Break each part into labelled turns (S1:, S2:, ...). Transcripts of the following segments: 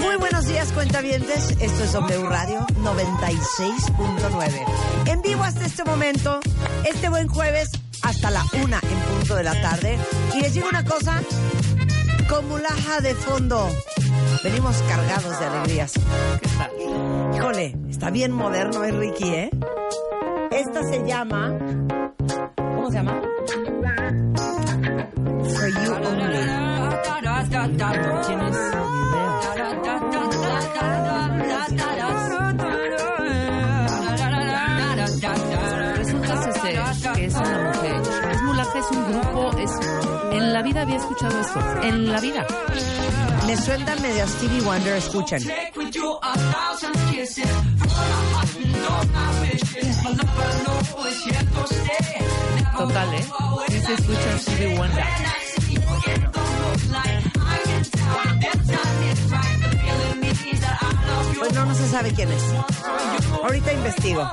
S1: Muy buenos días, cuentavientes. Esto es W Radio 96.9. En vivo hasta este momento, este buen jueves, hasta la una en punto de la tarde. Y les digo una cosa, con mulaja de fondo, venimos cargados de alegrías. Híjole, está bien moderno, es Ricky, ¿eh? Esta se llama... ¿Cómo se llama? For You Only.
S2: Resulta ser eh, que es una mujer. Es Mulaje, es un grupo, es... En la vida había escuchado esto. En la vida.
S1: Me sueltan medio a Stevie Wonder, escuchen.
S2: Total, ¿eh? Sí se escucha en Stevie Wonder.
S1: Pues no, no se sabe quién es. Ahorita investigo.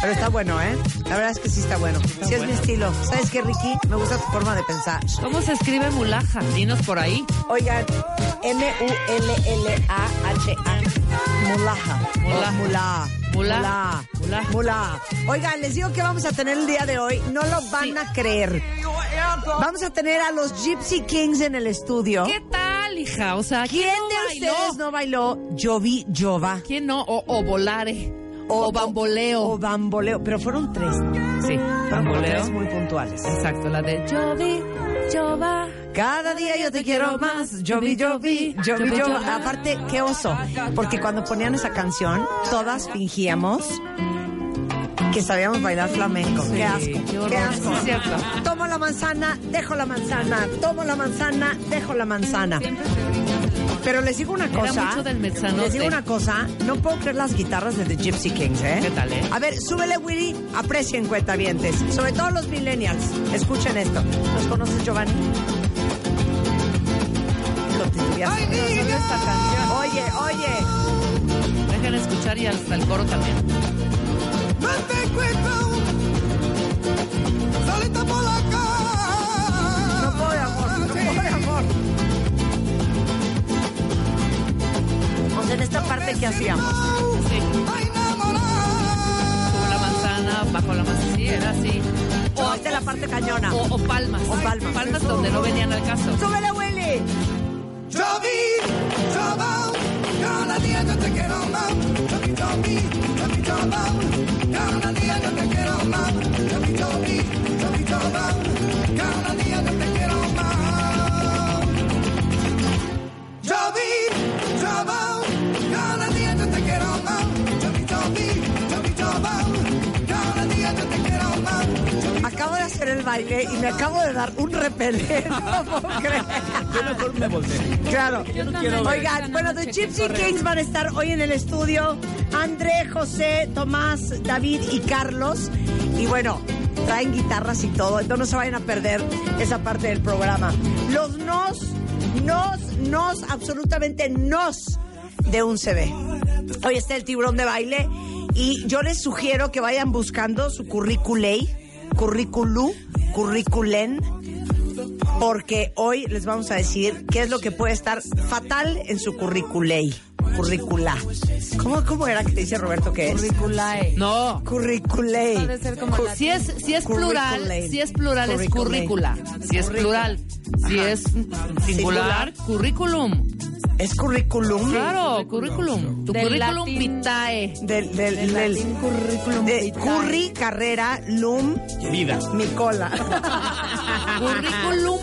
S1: Pero está bueno, ¿eh? La verdad es que sí está bueno. Sí es mi estilo. ¿Sabes qué, Ricky? Me gusta tu forma de pensar.
S2: ¿Cómo se escribe Mulaja? Dinos por ahí.
S1: Oigan, M-U-L-L-A-H-A. Mulaja.
S2: Mulaja.
S1: O Mulá.
S2: Mulá.
S1: Mulá.
S2: Mulá.
S1: Mulá. Oigan, les digo que vamos a tener el día de hoy. No lo van a creer. Vamos a tener a los Gypsy Kings en el estudio.
S2: ¿Qué tal, hija? O sea, ¿quién,
S1: ¿Quién
S2: no
S1: de
S2: bailó?
S1: ustedes no bailó Jovi Jova?
S2: ¿Quién no? oh, O, o Volare. O, Bamboleo.
S1: O bamboleo. Pero fueron tres.
S2: sí,
S1: Fueron
S2: Bamboleo.
S1: tres muy puntuales.
S2: Exacto, la de Jovi, Jova.
S1: Cada día yo te quiero más. Yo vi, yo vi, yo vi, yo. Aparte, qué oso. Porque cuando ponían esa canción, todas fingíamos que sabíamos bailar flamenco.
S2: Sí,
S1: qué asco.
S2: qué horror.
S1: Qué asco.
S2: Sí, es cierto.
S1: Tomo la manzana, dejo la manzana. Tomo la manzana, dejo la manzana. Pero les digo una
S2: Era
S1: cosa.
S2: mucho del mezzanote.
S1: les digo una cosa. No puedo creer las guitarras de The Gypsy Kings, ¿eh?
S2: ¿Qué tal, eh?
S1: A ver, súbele, Willy. Aprecien cuentavientes. Sobre todo los millennials. Escuchen esto. ¿Los conoces, Giovanni? Hijo, te estudias. Oye, oye.
S2: Dejen escuchar y hasta el coro también.
S1: No puedo, de amor. No puedo, de amor. O sea, en esta parte que hacíamos.
S2: Sí. Sobre la manzana, bajo la manzana. Sí, era así.
S1: O esta es la parte cañona.
S2: O, o palmas.
S1: O palmas.
S2: donde no venían al caso.
S1: ¡Súbele, Willy! Acabo de hacer el baile y me acabo de dar un repelente. No puedo creer.
S3: Yo mejor me volteé.
S1: Claro.
S2: Yo no quiero ver.
S1: Oigan, bueno, The Gypsy
S2: Correcto.
S1: Kings van a estar hoy en el estudio. André, José, Tomás, David y Carlos. Y bueno, traen guitarras y todo. Entonces no se vayan a perder esa parte del programa. Los nos, nos, nos, absolutamente nos de un CB. Hoy está el tiburón de baile. Y yo les sugiero que vayan buscando su curriculei, curriculú, curriculén porque hoy les vamos a decir qué es lo que puede estar fatal en su curriculei, curricula. ¿Cómo, cómo era que te dice Roberto que es?
S4: Curriculae.
S2: No.
S1: Curriculei.
S4: ser como la-
S2: Si es, si es
S1: Curriculum.
S2: plural, si es plural es
S1: Curriculum.
S2: currícula. Si es plural, si
S1: Ajá.
S2: es singular, currículum.
S1: ¿Es curriculum?
S2: Claro, currículum. Tu
S4: Del
S2: currículum
S4: latín.
S2: vitae.
S1: Del, del, del,
S4: curriculum
S1: de
S4: vitae.
S1: curri, carrera, lum,
S3: Vida.
S1: mi cola.
S2: Currículum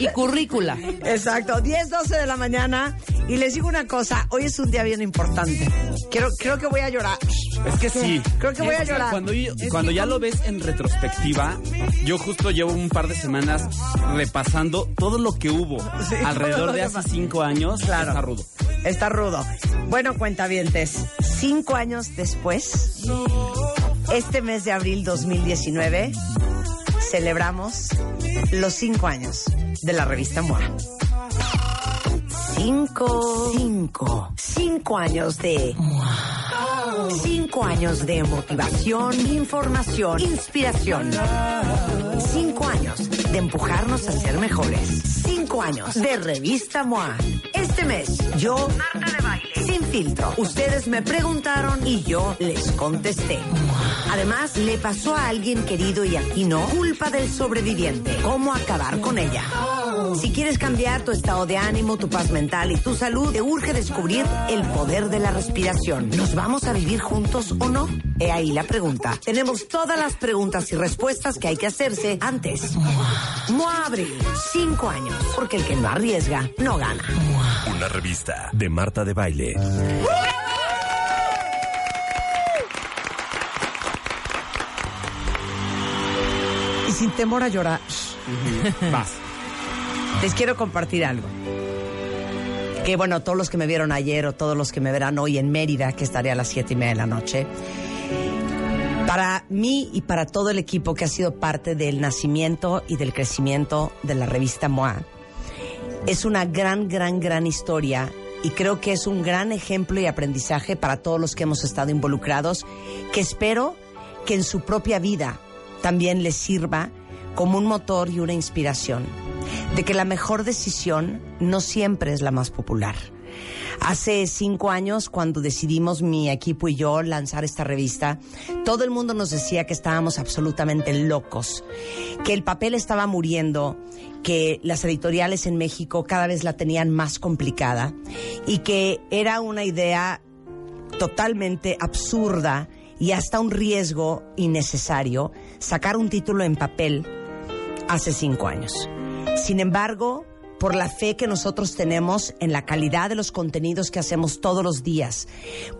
S2: y currícula.
S1: Exacto, 10, 12 de la mañana. Y les digo una cosa, hoy es un día bien importante. Quiero, creo que voy a llorar.
S3: Es que sí.
S1: Creo que voy a
S3: O sea,
S1: llorar.
S3: Cuando, yo- cuando ya lo ves en retrospectiva, yo justo llevo un par de semanas repasando todo lo que hubo
S1: Sí, todo lo
S3: alrededor de
S1: que
S3: hace
S1: pasó.
S3: cinco años.
S1: Claro.
S3: Está rudo.
S1: Está rudo. Bueno, cuentavientes, cinco años después, este mes de abril 2019, celebramos los cinco años de la revista MOA. Cinco.
S4: Cinco.
S1: Cinco años de. Cinco años de motivación, información, inspiración. Cinco años de empujarnos a ser mejores. Cinco años de revista MOA. Este mes, yo, Marta de Baile, sin filtro. Ustedes me preguntaron y yo les contesté. Además, le pasó a alguien querido y aquí no, culpa del sobreviviente. ¿Cómo acabar con ella? Si quieres cambiar tu estado de ánimo, tu paz mental y tu salud, te urge descubrir el poder de la respiración. ¿Nos vamos a vivir juntos o no? He ahí la pregunta. Tenemos todas las preguntas y respuestas que hay que hacerse antes. MOA Abril, cinco años, porque el que no arriesga, no gana.
S5: Una revista de Marta de Baile.
S1: Y sin temor a llorar,
S3: Vas.
S1: les quiero compartir algo. Que bueno, todos los que me vieron ayer o todos los que me verán hoy en Mérida, que estaré a las siete y media de la noche, para mí y para todo el equipo que ha sido parte del nacimiento y del crecimiento de la revista MOA, es una gran, gran, gran historia y creo que es un gran ejemplo y aprendizaje para todos los que hemos estado involucrados, que espero que en su propia vida también les sirva como un motor y una inspiración, de que la mejor decisión no siempre es la más popular. Hace cinco años, cuando decidimos mi equipo y yo lanzar esta revista, todo el mundo nos decía que estábamos absolutamente locos, que el papel estaba muriendo, que las editoriales en México cada vez la tenían más complicada y que era una idea totalmente absurda y hasta un riesgo innecesario sacar un título en papel hace cinco años. Sin embargo, por la fe que nosotros tenemos en la calidad de los contenidos que hacemos todos los días,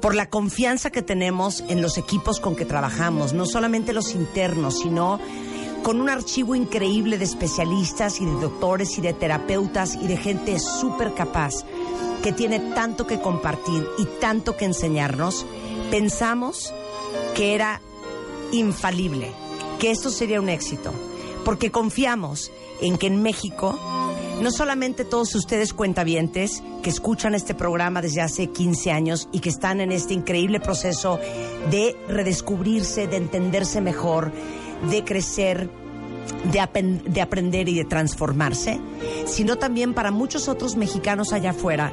S1: por la confianza que tenemos en los equipos con que trabajamos, no solamente los internos, sino con un archivo increíble de especialistas y de doctores y de terapeutas y de gente súper capaz que tiene tanto que compartir y tanto que enseñarnos, pensamos que era infalible, que esto sería un éxito, porque confiamos en que en México no solamente todos ustedes cuentavientes que escuchan este programa desde hace 15 años y que están en este increíble proceso de redescubrirse, de entenderse mejor, de crecer, de, apen- de aprender y de transformarse, sino también para muchos otros mexicanos allá afuera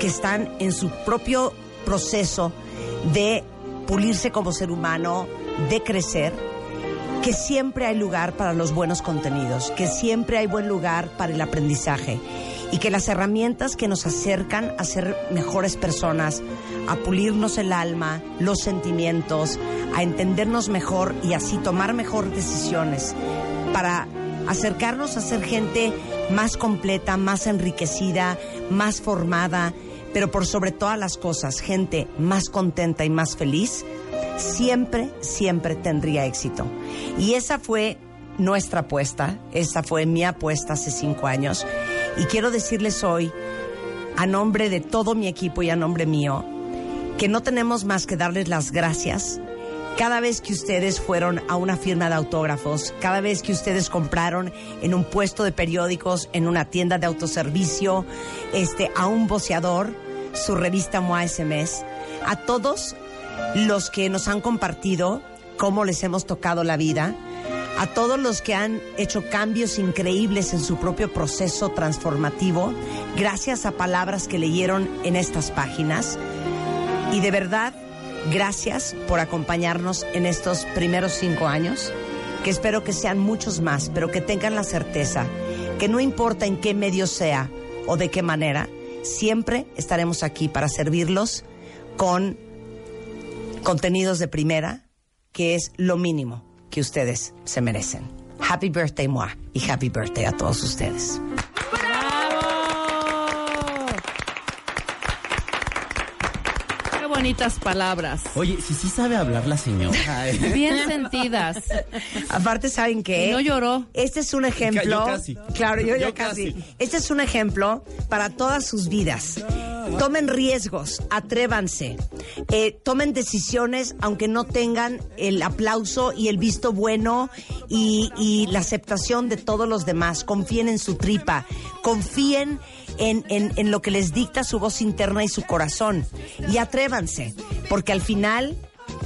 S1: que están en su propio proceso de pulirse como ser humano, de crecer que siempre hay lugar para los buenos contenidos, que siempre hay buen lugar para el aprendizaje y que las herramientas que nos acercan a ser mejores personas, a pulirnos el alma, los sentimientos, a entendernos mejor y así tomar mejor decisiones para acercarnos a ser gente más completa, más enriquecida, más formada, pero por sobre todas las cosas, gente más contenta y más feliz, siempre, siempre tendría éxito. Y esa fue nuestra apuesta, esa fue mi apuesta hace cinco años. Y quiero decirles hoy, a nombre de todo mi equipo y a nombre mío, que no tenemos más que darles las gracias. Cada vez que ustedes fueron a una firma de autógrafos, cada vez que ustedes compraron en un puesto de periódicos, en una tienda de autoservicio, este, a un voceador, su revista MOA SMS, a todos los que nos han compartido cómo les hemos tocado la vida, a todos los que han hecho cambios increíbles en su propio proceso transformativo, gracias a palabras que leyeron en estas páginas. Y de verdad, gracias por acompañarnos en estos primeros cinco años, que espero que sean muchos más, pero que tengan la certeza que no importa en qué medio sea o de qué manera, siempre estaremos aquí para servirlos con contenidos de primera, que es lo mínimo que ustedes se merecen. Happy birthday, Moa, y happy birthday a todos ustedes.
S2: ¡Bravo! Qué bonitas palabras.
S3: Oye, si sí sabe hablar la señora.
S2: Bien sentidas.
S1: Aparte, ¿saben qué?
S2: Y no lloró.
S1: Este es un ejemplo.
S3: Yo casi.
S1: Claro, yo, ya
S3: Yo
S1: casi.
S3: casi.
S1: Este es un ejemplo para todas sus vidas. Tomen riesgos, atrévanse, eh, tomen decisiones aunque no tengan el aplauso y el visto bueno y, y la aceptación de todos los demás. Confíen en su tripa, confíen en, en- en lo que les dicta su voz interna y su corazón. Y atrévanse, porque al final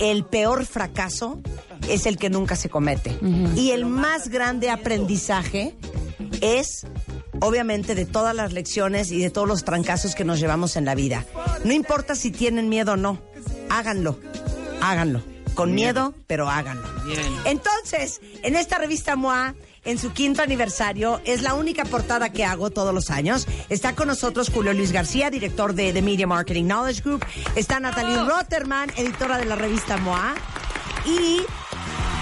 S1: el peor fracaso es el que nunca se comete. Y el más grande aprendizaje es, obviamente, de todas las lecciones y de todos los trancazos que nos llevamos en la vida. No importa si tienen miedo o no, háganlo, háganlo. Con miedo, pero háganlo. Entonces, en esta revista MOA, en su quinto aniversario, es la única portada que hago todos los años. Está con nosotros Julio Luis García, director de The Media Marketing Knowledge Group. Está Natalie Rotterman, editora de la revista MOA. Y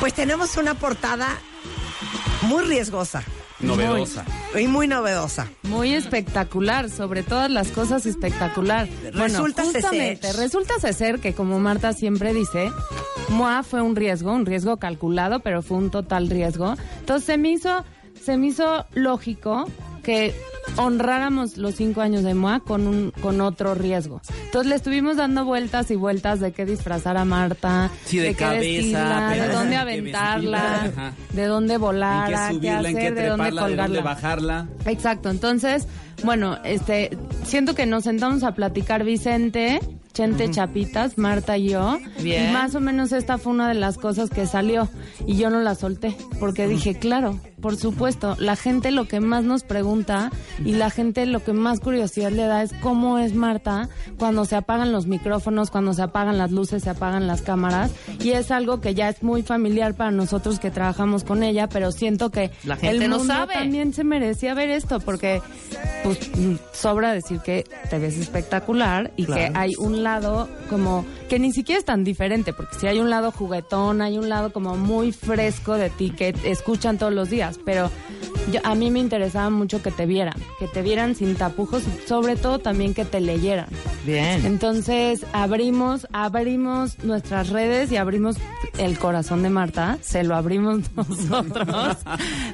S1: pues tenemos una portada muy riesgosa
S3: Novedosa.
S1: y muy novedosa.
S2: Muy espectacular, sobre todas las cosas espectacular.
S1: Resulta
S2: bueno,
S1: ser.
S2: justamente, resulta ser que como Marta siempre dice, MOA fue un riesgo, un riesgo calculado, pero fue un total riesgo. Entonces se me hizo, se me hizo lógico que honráramos los cinco años de MOA con un, con otro riesgo. Entonces le estuvimos dando vueltas y vueltas de qué disfrazar a Marta,
S3: Sí, de
S2: qué
S3: cabeza,
S2: vestirla, de
S3: pero-
S2: dónde
S3: qué vestirla,
S2: aventarla,
S3: ajá.
S2: de dónde volar,
S3: En qué subirla, en
S2: hacer,
S3: qué
S2: de dónde
S3: treparla, de
S2: colgarla.
S3: dónde bajarla.
S2: Exacto, entonces, bueno, este, siento que nos sentamos a platicar Vicente, Chente Chapitas, Marta y yo,
S4: Bien.
S2: y más o menos esta fue una de las cosas que salió y yo no la solté porque dije, claro, por supuesto, la gente lo que más nos pregunta y la gente lo que más curiosidad le da es cómo es Marta cuando se apagan los micrófonos, cuando se apagan las luces, se apagan las cámaras y es algo que ya es muy familiar para nosotros que trabajamos con ella, pero siento que
S4: La gente
S2: el
S4: no
S2: mundo
S4: sabe.
S2: también también se merecía ver esto porque pues mm, sobra decir que te ves espectacular y que hay un lado como que ni siquiera es tan diferente porque si hay un lado juguetón, hay un lado como muy fresco de ti que escuchan todos los días, pero yo- a mí me interesaba mucho que te vieran, que te vieran sin tapujos y sobre todo también que te leyeran.
S4: Bien.
S2: Entonces abrimos, abrimos nuestras redes y abrimos el corazón de Marta, se lo abrimos nosotros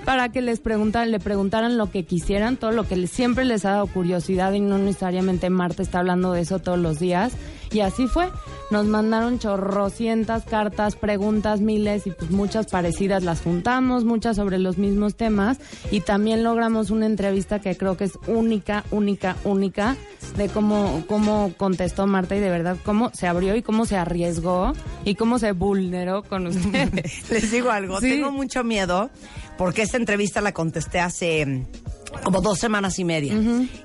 S2: para que les preguntaran, le preguntaran lo que quisieran, todo lo que les- siempre les ha dado curiosidad y no necesariamente Marta está hablando de eso todos los días. Y así fue. Nos mandaron chorrocientas cartas, preguntas, miles y pues muchas parecidas las juntamos, muchas sobre los mismos temas y también logramos una entrevista que creo que es única, única, única de cómo, cómo contestó Marta y de verdad cómo se abrió y cómo se arriesgó y cómo se vulneró con ustedes.
S1: Les digo algo,
S2: Sí.
S1: tengo mucho miedo porque esta entrevista la contesté hace mm, como dos semanas y media.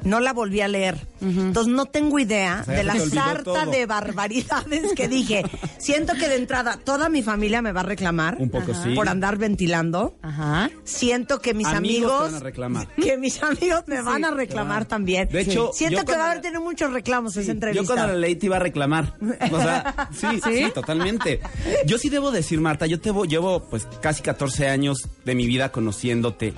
S1: No la volví a leer. Entonces no tengo idea
S3: O sea,
S1: de
S3: ya
S1: la
S3: se te olvidó
S1: sarta
S3: todo.
S1: de barbaridades que dije. Siento que de entrada toda mi familia me va a reclamar
S3: Un poco sí.
S1: por andar ventilando.
S2: Ajá.
S1: Siento que mis
S3: Amigos
S1: amigos,
S3: te van a reclamar.
S1: que mis amigos me van a reclamar también.
S3: De hecho,
S1: siento
S3: yo
S1: que va a
S3: cuando-
S1: haber tenido muchos reclamos esa entrevista.
S3: Yo cuando la leí te iba a reclamar. O sea, sí, sí, totalmente. Yo sí debo decir, Marta, yo te vo- llevo pues casi 14 años de mi vida conociéndote.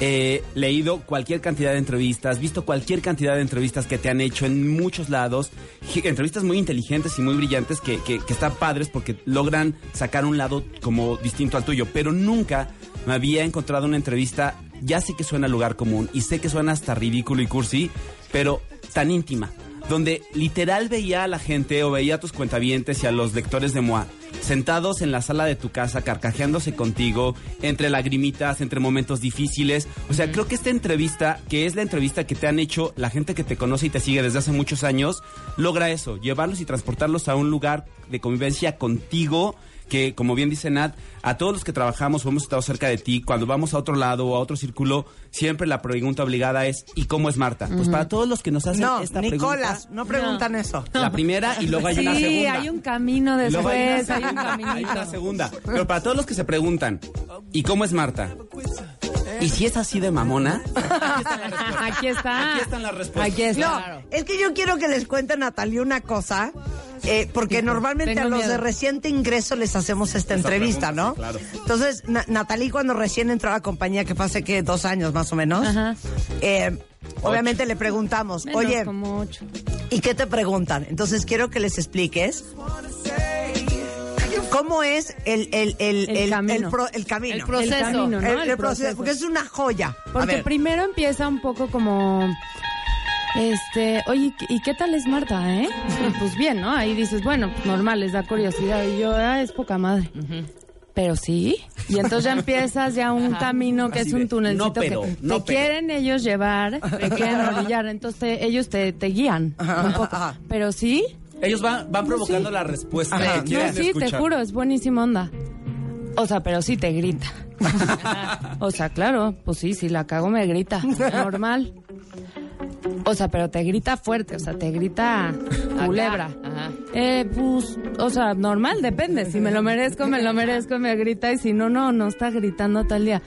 S3: He leído cualquier cantidad de entrevistas, visto cualquier cantidad de entrevistas que te han hecho en muchos lados. Je- Entrevistas muy inteligentes y muy brillantes que, que- que están padres porque logran sacar un lado como distinto al tuyo. Pero nunca me había encontrado una entrevista, ya sé que suena a lugar común y sé que suena hasta ridículo y cursi, pero tan íntima donde literal veía a la gente o veía a tus cuentavientes y a los lectores de MOA sentados en la sala de tu casa carcajeándose contigo, entre lagrimitas, entre momentos difíciles. O sea, creo que esta entrevista, que es la entrevista que te han hecho la gente que te conoce y te sigue desde hace muchos años, logra eso, llevarlos y transportarlos a un lugar de convivencia contigo que como bien dice Nat, a todos los que trabajamos o hemos estado cerca de ti, cuando vamos a otro lado o a otro círculo, siempre la pregunta obligada es ¿y cómo es Marta? Pues para todos los que nos hacen
S1: no,
S3: esta pregunta,
S1: Nicolás, no preguntan eso.
S3: la primera y luego hay una
S2: Sí,
S3: segunda.
S2: hay un camino
S3: Y luego hay una
S2: después, hay un
S3: segunda, hay
S2: caminito.
S3: una segunda. Pero para todos los que se preguntan, ¿y cómo es Marta? ¿Y si es así de mamona?
S2: Aquí está.
S3: Aquí están las respuestas.
S2: Aquí está.
S1: No, es que yo quiero que les cuente a Natalia una cosa, eh, porque normalmente
S2: tengo
S1: a los
S2: miedo.
S1: de reciente ingreso les hacemos esta
S3: Esa
S1: entrevista,
S3: pregunta,
S1: ¿no?
S3: sí, claro.
S1: Entonces, Na- Natalie cuando recién entró a la compañía, que fue hace que dos años más o menos,
S2: Ajá.
S1: eh, obviamente le preguntamos,
S2: Menos
S1: oye,
S2: como ocho.
S1: ¿y qué te preguntan? Entonces quiero que les expliques. ¿Cómo es el, el, el,
S2: El
S1: el- el
S2: camino.
S1: pro- el camino?
S4: El proceso.
S2: El camino, ¿no?
S1: El- el proceso,
S2: El proceso.
S1: Porque es una joya. A
S2: Porque
S1: ver.
S2: primero empieza un poco como Este, oye, ¿y qué- ¿y qué tal es Marta, eh? Y Pues bien, ¿no? Ahí dices, bueno, pues, normal, les da curiosidad. Y yo, ah, es poca madre. Pero sí. Y entonces ya empiezas ya un camino que
S3: Así
S2: es
S3: de,
S2: un tunelcito
S3: no, pero,
S2: que
S3: no,
S2: te
S3: pero.
S2: quieren ellos llevar, te quieren orillar. Entonces te- ellos te, te guían un poco.
S1: ajá.
S2: Pero sí,
S3: Ellos van, van provocando la respuesta
S1: Ajá.
S3: que
S1: No,
S2: no,
S3: Pues, quieren
S2: sí,
S3: escuchar.
S2: te juro, es buenísima onda. O sea, pero sí te grita. o sea, claro, pues sí, si la cago me grita, normal. O sea, pero te grita fuerte, o sea, te grita culebra.
S4: ajá.
S2: Eh, pues, o sea, normal, depende. Si me lo merezco, me lo merezco, me grita. Y si no, no, no está gritando todo el día.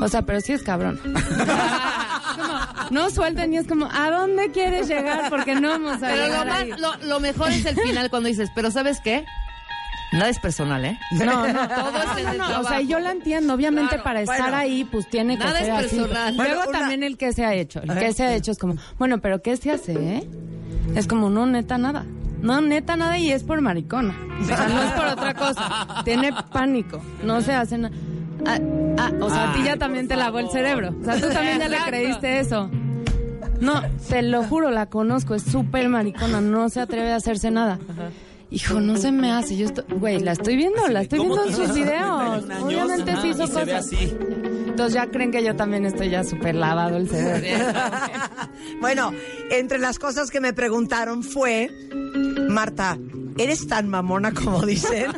S2: O sea, pero sí es cabrón. Como, no sueltan y es como, ¿a dónde quieres llegar? Porque no vamos a
S4: Pero lo,
S2: llegar
S4: más-
S2: ahí.
S4: lo- lo mejor es el final cuando dices, pero ¿sabes qué? Nada es personal, ¿eh?
S2: No, no,
S4: Todo es en el
S2: no, O
S4: trabajo.
S2: sea, yo la entiendo. Obviamente,
S4: Claro,
S2: para estar
S1: bueno.
S2: ahí, pues tiene que
S4: Nada
S2: ser
S4: es
S2: así.
S4: personal.
S2: Luego
S1: Bueno, una-
S2: también el que se ha hecho. El que se ha hecho es como, bueno, pero ¿qué se hace, eh? Es como, no, neta, nada. No, neta, nada y es por maricona. O sea, no es por otra cosa. Tiene pánico. No se hace nada. Ah, ah, o sea, a ti ya también te lavó el cerebro. O sea, tú también ya le
S4: Exacto.
S2: creíste eso. No, te lo juro, la conozco, es súper maricona, no se atreve a hacerse nada. Hijo, no se me hace, yo estoy, güey, la estoy viendo, la estoy
S3: ¿Cómo
S2: viendo en
S3: tienes
S2: sus
S3: 31
S2: videos.
S3: años
S2: Obviamente sí
S3: y
S2: hizo
S3: se ve
S2: cosas.
S3: así?
S2: Entonces ya creen que yo también estoy ya súper lavado el cerebro.
S1: Bueno, entre las cosas que me preguntaron fue, Marta, ¿eres tan mamona como dicen?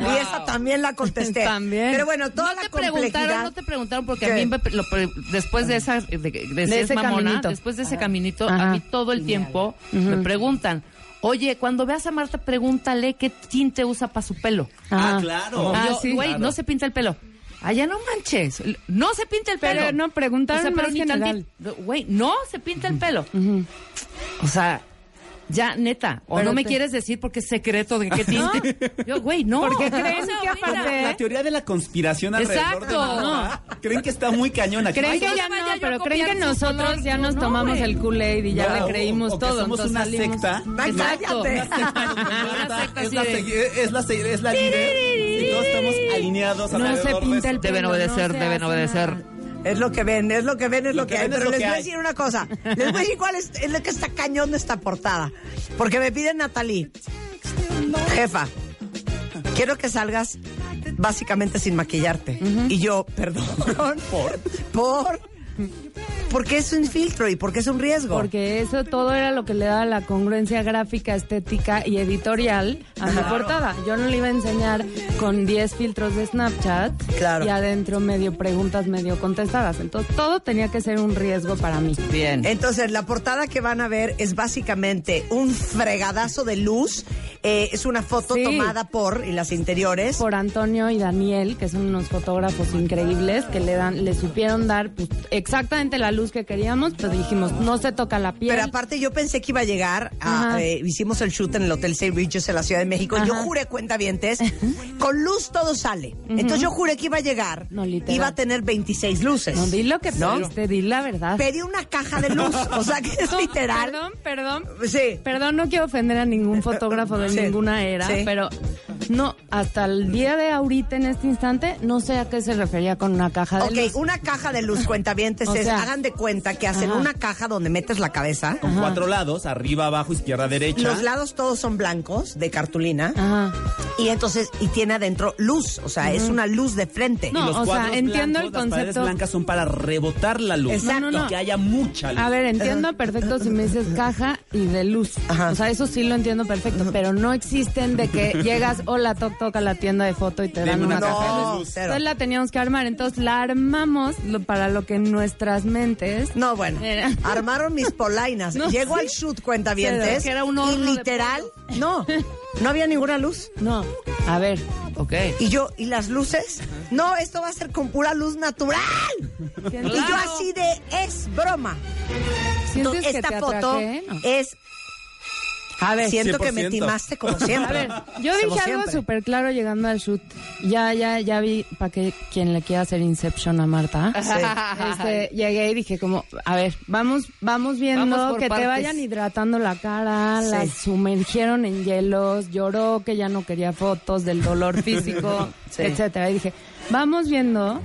S1: Y esa también la contesté.
S2: También.
S1: Pero bueno, toda
S4: no
S1: la
S4: te preguntaron,
S1: complejidad.
S4: no te preguntaron porque
S1: ¿Qué?
S4: a mí me pre- lo pre- después de esa de, de- de si
S2: De
S4: es
S2: ese
S4: mamona,
S2: caminito.
S4: después de ese caminito,
S2: Ajá.
S4: a mí todo el tiempo me preguntan, "Oye, cuando veas a Marta, pregúntale qué tinte usa para su pelo."
S3: Ah,
S2: Ajá.
S3: claro.
S2: Ah,
S4: Y yo,
S2: sí.
S4: güey, no se pinta el pelo. Allá no manches, no se pinta el
S2: Pero
S4: pelo.
S2: no, preguntaron más
S4: ni
S2: general.
S4: tantito. Güey, no se pinta el pelo. O sea, ya, neta, o
S2: Pero
S4: no me
S2: te-
S4: quieres decir porque es secreto de qué tinte. Yo, güey, no.
S2: Porque
S4: No
S2: creen
S4: se
S2: que
S4: ahorita.
S2: aparte-
S3: La teoría de la conspiración alrededor de
S4: Exacto.
S3: Marta, Creen que está muy cañona.
S2: Creen
S4: Ay,
S2: que
S4: no
S2: ya no,
S4: vaya yo a
S2: pero creen
S4: copiar
S2: que
S4: su
S2: nosotros
S4: color.
S2: ya nos
S4: No,
S2: tomamos
S4: güey.
S2: el Kool-Aid y ya
S3: No,
S2: le creímos
S3: o que
S2: todo.
S3: somos
S2: entonces
S3: una
S2: salimos-
S3: secta.
S1: Va,
S4: Exacto.
S1: cállate.
S4: secta
S3: es
S4: así
S3: la,
S4: de-
S3: segui- es la, segui- es la líder y todos estamos alineados
S2: No se
S3: alrededor de
S2: pinta
S3: eso.
S2: el pelo.
S4: Deben
S2: no
S4: obedecer,
S2: se
S4: deben
S2: hace
S4: obedecer.
S2: nada.
S1: Es lo que ven, es lo que ven, es lo, que, hay.
S3: ven es
S1: Pero
S3: lo
S1: les
S3: que
S1: voy a
S3: hay.
S1: decir una cosa. Les voy a decir cuál es, es lo que está cañón de esta portada. Porque me pide Natalie, jefa, quiero que salgas básicamente sin maquillarte. Y yo, perdón. ¿Por? Por. Porque es un filtro y porque es un riesgo.
S2: Porque eso todo era lo que le daba la congruencia gráfica, estética y editorial a mi portada. Yo no le iba a enseñar con 10 filtros de Snapchat
S1: Claro.
S2: y adentro medio preguntas, medio contestadas. Entonces todo tenía que ser un riesgo para mí.
S4: Bien.
S1: Entonces, la portada que van a ver es básicamente un fregadazo de luz. Eh, es una foto
S2: Sí.
S1: tomada por, y las interiores,
S2: Por Antonio y Daniel, que son unos fotógrafos increíbles que le dan, le supieron dar pues, exactamente la luz que queríamos, pues dijimos, no se toca la piel.
S1: Pero aparte yo pensé que iba a llegar, a-
S2: Ajá.
S1: eh, hicimos el shoot en el Hotel St. Regis en la Ciudad de México, y yo
S2: Ajá.
S1: juré cuentavientes, con luz todo sale. Entonces yo juré que iba a llegar,
S2: No, literal.
S1: iba a tener 26 luces.
S2: No, di lo que
S1: ¿No?
S2: pediste, di la verdad.
S1: Pedí una caja de luz, o sea que es literal.
S2: Perdón, perdón,
S1: Sí.
S2: Perdón, no quiero ofender a ningún fotógrafo de
S1: Sí,
S2: ninguna era,
S1: sí.
S2: pero no, hasta el día de ahorita, en este instante, no sé a qué se refería con una caja de
S1: Ok,
S2: luz.
S1: una caja de luz, cuentavientes,
S2: O
S1: es,
S2: sea.
S1: hagan de cuenta que hacen
S2: Ajá.
S1: una caja donde metes la cabeza.
S3: Con cuatro lados, arriba, abajo, izquierda, derecha.
S1: Los lados todos son blancos, de cartulina,
S2: Ajá.
S1: y entonces, y tiene adentro luz, o sea, es una luz de frente.
S2: No,
S3: los
S2: o sea,
S3: cuadros
S2: entiendo
S3: blancos,
S2: el
S3: Las paredes
S2: concepto.
S3: blancas son para rebotar la luz.
S1: Exacto.
S2: No, no, no.
S3: Y que haya mucha luz.
S2: A ver, entiendo perfecto si me dices caja y de luz.
S1: Ajá.
S2: O sea, eso sí lo entiendo perfecto, pero no existen de que llegas, hola, toc, toc a la tienda de foto y te dan
S3: Deme
S2: una
S3: una
S2: caja.
S3: caja de
S1: No,
S3: luz.
S1: cero.
S2: Entonces la teníamos que armar, entonces la armamos lo- para lo que nuestras mentes
S1: No, bueno.
S2: Era.
S1: Armaron mis polainas.
S2: No,
S1: Llego
S2: sí.
S1: al shoot, cuentavientes.
S4: Sí, que era un
S1: y
S4: horno de
S1: literal, no. No había ninguna luz.
S2: No, a ver,
S4: Ok.
S1: Y yo, ¿y las luces? No, esto va a ser con pura luz natural. Y yo
S4: Claro.
S1: así de, es broma.
S2: ¿sientes
S1: Entonces,
S2: que
S1: esta
S2: te
S1: foto
S2: atraqué? No.
S1: es,
S2: A ver,
S1: siento que me
S3: 100%.
S1: timaste como
S2: A
S1: siempre.
S2: ver, yo
S1: Como
S2: dije algo
S1: siempre.
S2: súper claro llegando al shoot. Ya, ya, ya vi para que quien le quiera hacer Inception a Marta. Este, llegué y dije como, a ver, vamos, vamos viendo
S4: Vamos por
S2: que te
S4: partes.
S2: vayan hidratando la cara,
S1: Sí.
S2: la sumergieron en hielos, lloró que ya no quería fotos del dolor físico,
S1: Sí.
S2: etcétera. Y dije, vamos viendo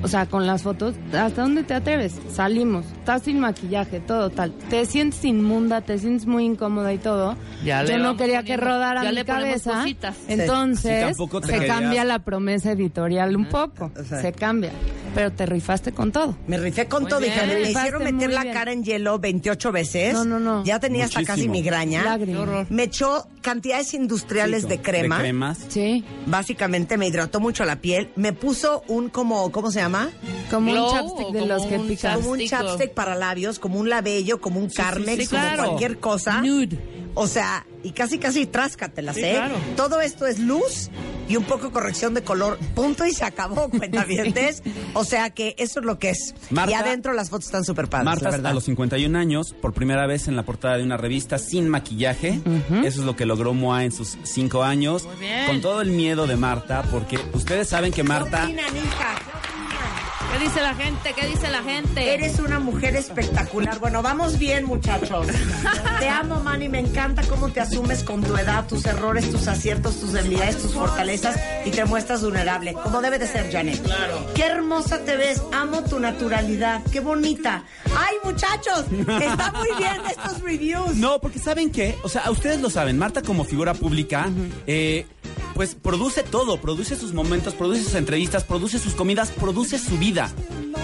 S2: o sea, con las fotos, ¿hasta dónde te atreves? Salimos, estás sin maquillaje, todo tal. Te sientes inmunda, te sientes muy incómoda y todo.
S4: Ya le
S2: Yo no
S4: vamos
S2: quería
S4: poniendo-
S2: que rodara
S4: ya
S2: mi
S4: le ponemos
S2: cabeza.
S4: cositas.
S3: Sí,
S2: Entonces,
S3: tampoco te
S2: se
S3: querías- Ah,
S2: cambia la promesa editorial un poco.
S1: o sea.
S2: Se cambia. Pero te rifaste con todo.
S1: Me rifé con
S4: Muy
S1: todo,
S4: bien.
S1: hija.
S4: Te
S1: Me
S2: rifaste
S1: hicieron meter
S2: muy
S1: la
S2: bien.
S1: cara en hielo 28 veces.
S2: No, no, no.
S1: Ya tenía hasta casi
S3: Muchísimo.
S1: migraña.
S2: Lágrimas.
S4: Qué horror.
S1: Me echó cantidades industriales de crema.
S3: De cremas.
S2: Sí.
S1: Básicamente me hidrató mucho la piel. Me puso un como, ¿cómo se llama?
S2: Como
S4: Glow
S2: un
S4: o
S2: chapstick de
S4: como
S2: los que
S4: un
S2: pican.
S1: Como un
S4: Chapstick.
S1: chapstick para labios, como un labello, como un carmex,
S4: sí,
S1: como
S4: claro.
S1: cualquier cosa.
S4: Nude.
S1: O sea, y casi casi tráscatelas,
S4: Sí,
S1: ¿eh?
S4: claro.
S1: Todo esto es luz y un poco corrección de color. Punto y se acabó, cuentavientes. O sea que eso es lo que es.
S3: Marta-
S1: y adentro las fotos están súper padres,
S3: Marta,
S1: la verdad.
S3: a los 51 años, por primera vez en la portada de una revista sin maquillaje. Eso es lo que logró Moa en sus 5 años.
S4: Muy bien.
S3: Con todo el miedo de Marta, porque ustedes saben que
S1: ¿Qué
S3: Marta.
S1: opinan, hija? ¿Qué opinan?
S4: ¿Qué dice la gente? ¿Qué dice la gente?
S1: Eres una mujer espectacular. Bueno, vamos bien, muchachos. Te amo, Manny. Me encanta cómo te asumes con tu edad, tus errores, tus aciertos, tus debilidades, tus fortalezas y te muestras vulnerable, como debe de ser, Janet. Claro. Qué hermosa te ves. Amo tu naturalidad. Qué bonita. Ay, muchachos, está muy bien estos reviews.
S3: No, porque ¿saben qué? O sea, ustedes lo saben. Marta, como figura pública, eh, pues produce todo. Produce sus momentos, produce sus entrevistas, produce sus comidas, produce su vida.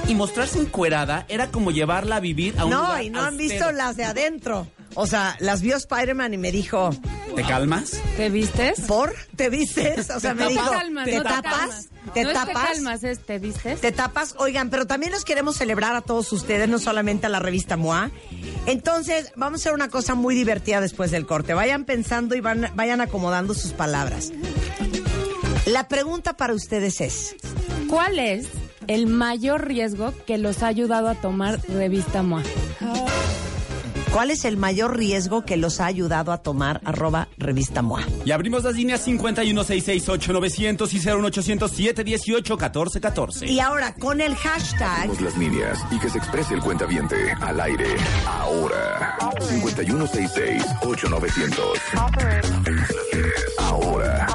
S3: Y mostrarse encuerada era como llevarla a vivir a un
S1: No,
S3: lugar
S1: y no han
S3: austero.
S1: visto las de adentro. O sea, las vio Spider-Man y me dijo,
S3: ¿Te calmas?
S2: ¿Te vistes?
S1: ¿por? ¿Te vistes? O sea, me
S2: No te
S1: dijo,
S2: calmas,
S1: ¿te
S2: no te
S1: tapas?
S2: calmas.
S1: ¿Te
S2: no es
S1: tapas?
S2: te calmas, es te vistes.
S1: Te tapas, oigan, pero también los queremos celebrar a todos ustedes, no solamente a la revista MOA. Entonces, vamos a hacer una cosa muy divertida después del corte. Vayan pensando y van- vayan acomodando sus palabras. La pregunta para ustedes es,
S2: ¿Cuál es el mayor riesgo que los ha ayudado a tomar revista MOA?
S1: ¿cuál es el mayor riesgo que los ha ayudado a tomar arroba revista MOA?
S3: Y abrimos las líneas 51668900 y 01807 18 14 14.
S1: Y ahora, con el hashtag...
S6: Abrimos las líneas y que se exprese el cuentaviente al aire ahora. 5166-8900. Ahora.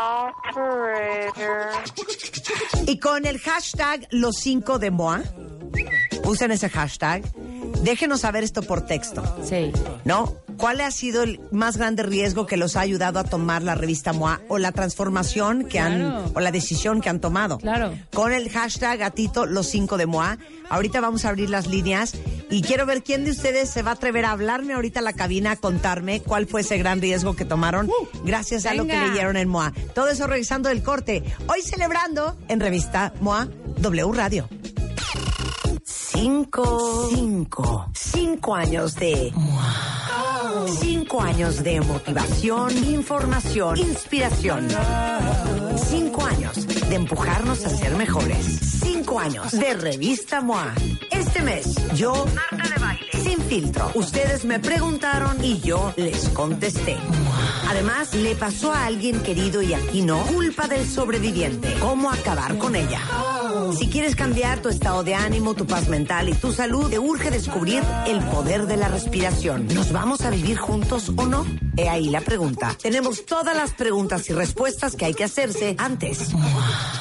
S1: Y con el hashtag los cinco de Moa, usen ese hashtag, déjenos saber esto por texto,
S2: Sí.
S1: ¿no? ¿Cuál ha sido el más grande riesgo que los ha ayudado a tomar la revista Moa o la transformación que
S2: Claro.
S1: han o la decisión que han tomado?
S2: Claro.
S1: Con el hashtag gatito los cinco de Moa. Ahorita vamos a abrir las líneas y quiero ver quién de ustedes se va a atrever a hablarme ahorita a la cabina, a contarme cuál fue ese gran riesgo que tomaron
S2: Uh.
S1: gracias a lo que
S2: venga.
S1: leyeron en Moa. Todo eso regresando del corte. Hoy celebrando en revista Moa W Radio. Cinco. Cinco. Cinco años de... Cinco años de motivación, información, inspiración. Cinco años de empujarnos a ser mejores. Cinco años de revista MOA. Este mes, yo, Marta de Baile, sin filtro. Ustedes me preguntaron y yo les contesté. Además, le pasó a alguien querido y aquí no, culpa del sobreviviente. ¿Cómo acabar con ella? Si quieres cambiar tu estado de ánimo, tu paz mental y tu salud, te urge descubrir el poder de la respiración. ¿Nos vamos a vivir juntos o no? He ahí la pregunta. Tenemos todas las preguntas y respuestas que hay que hacerse antes.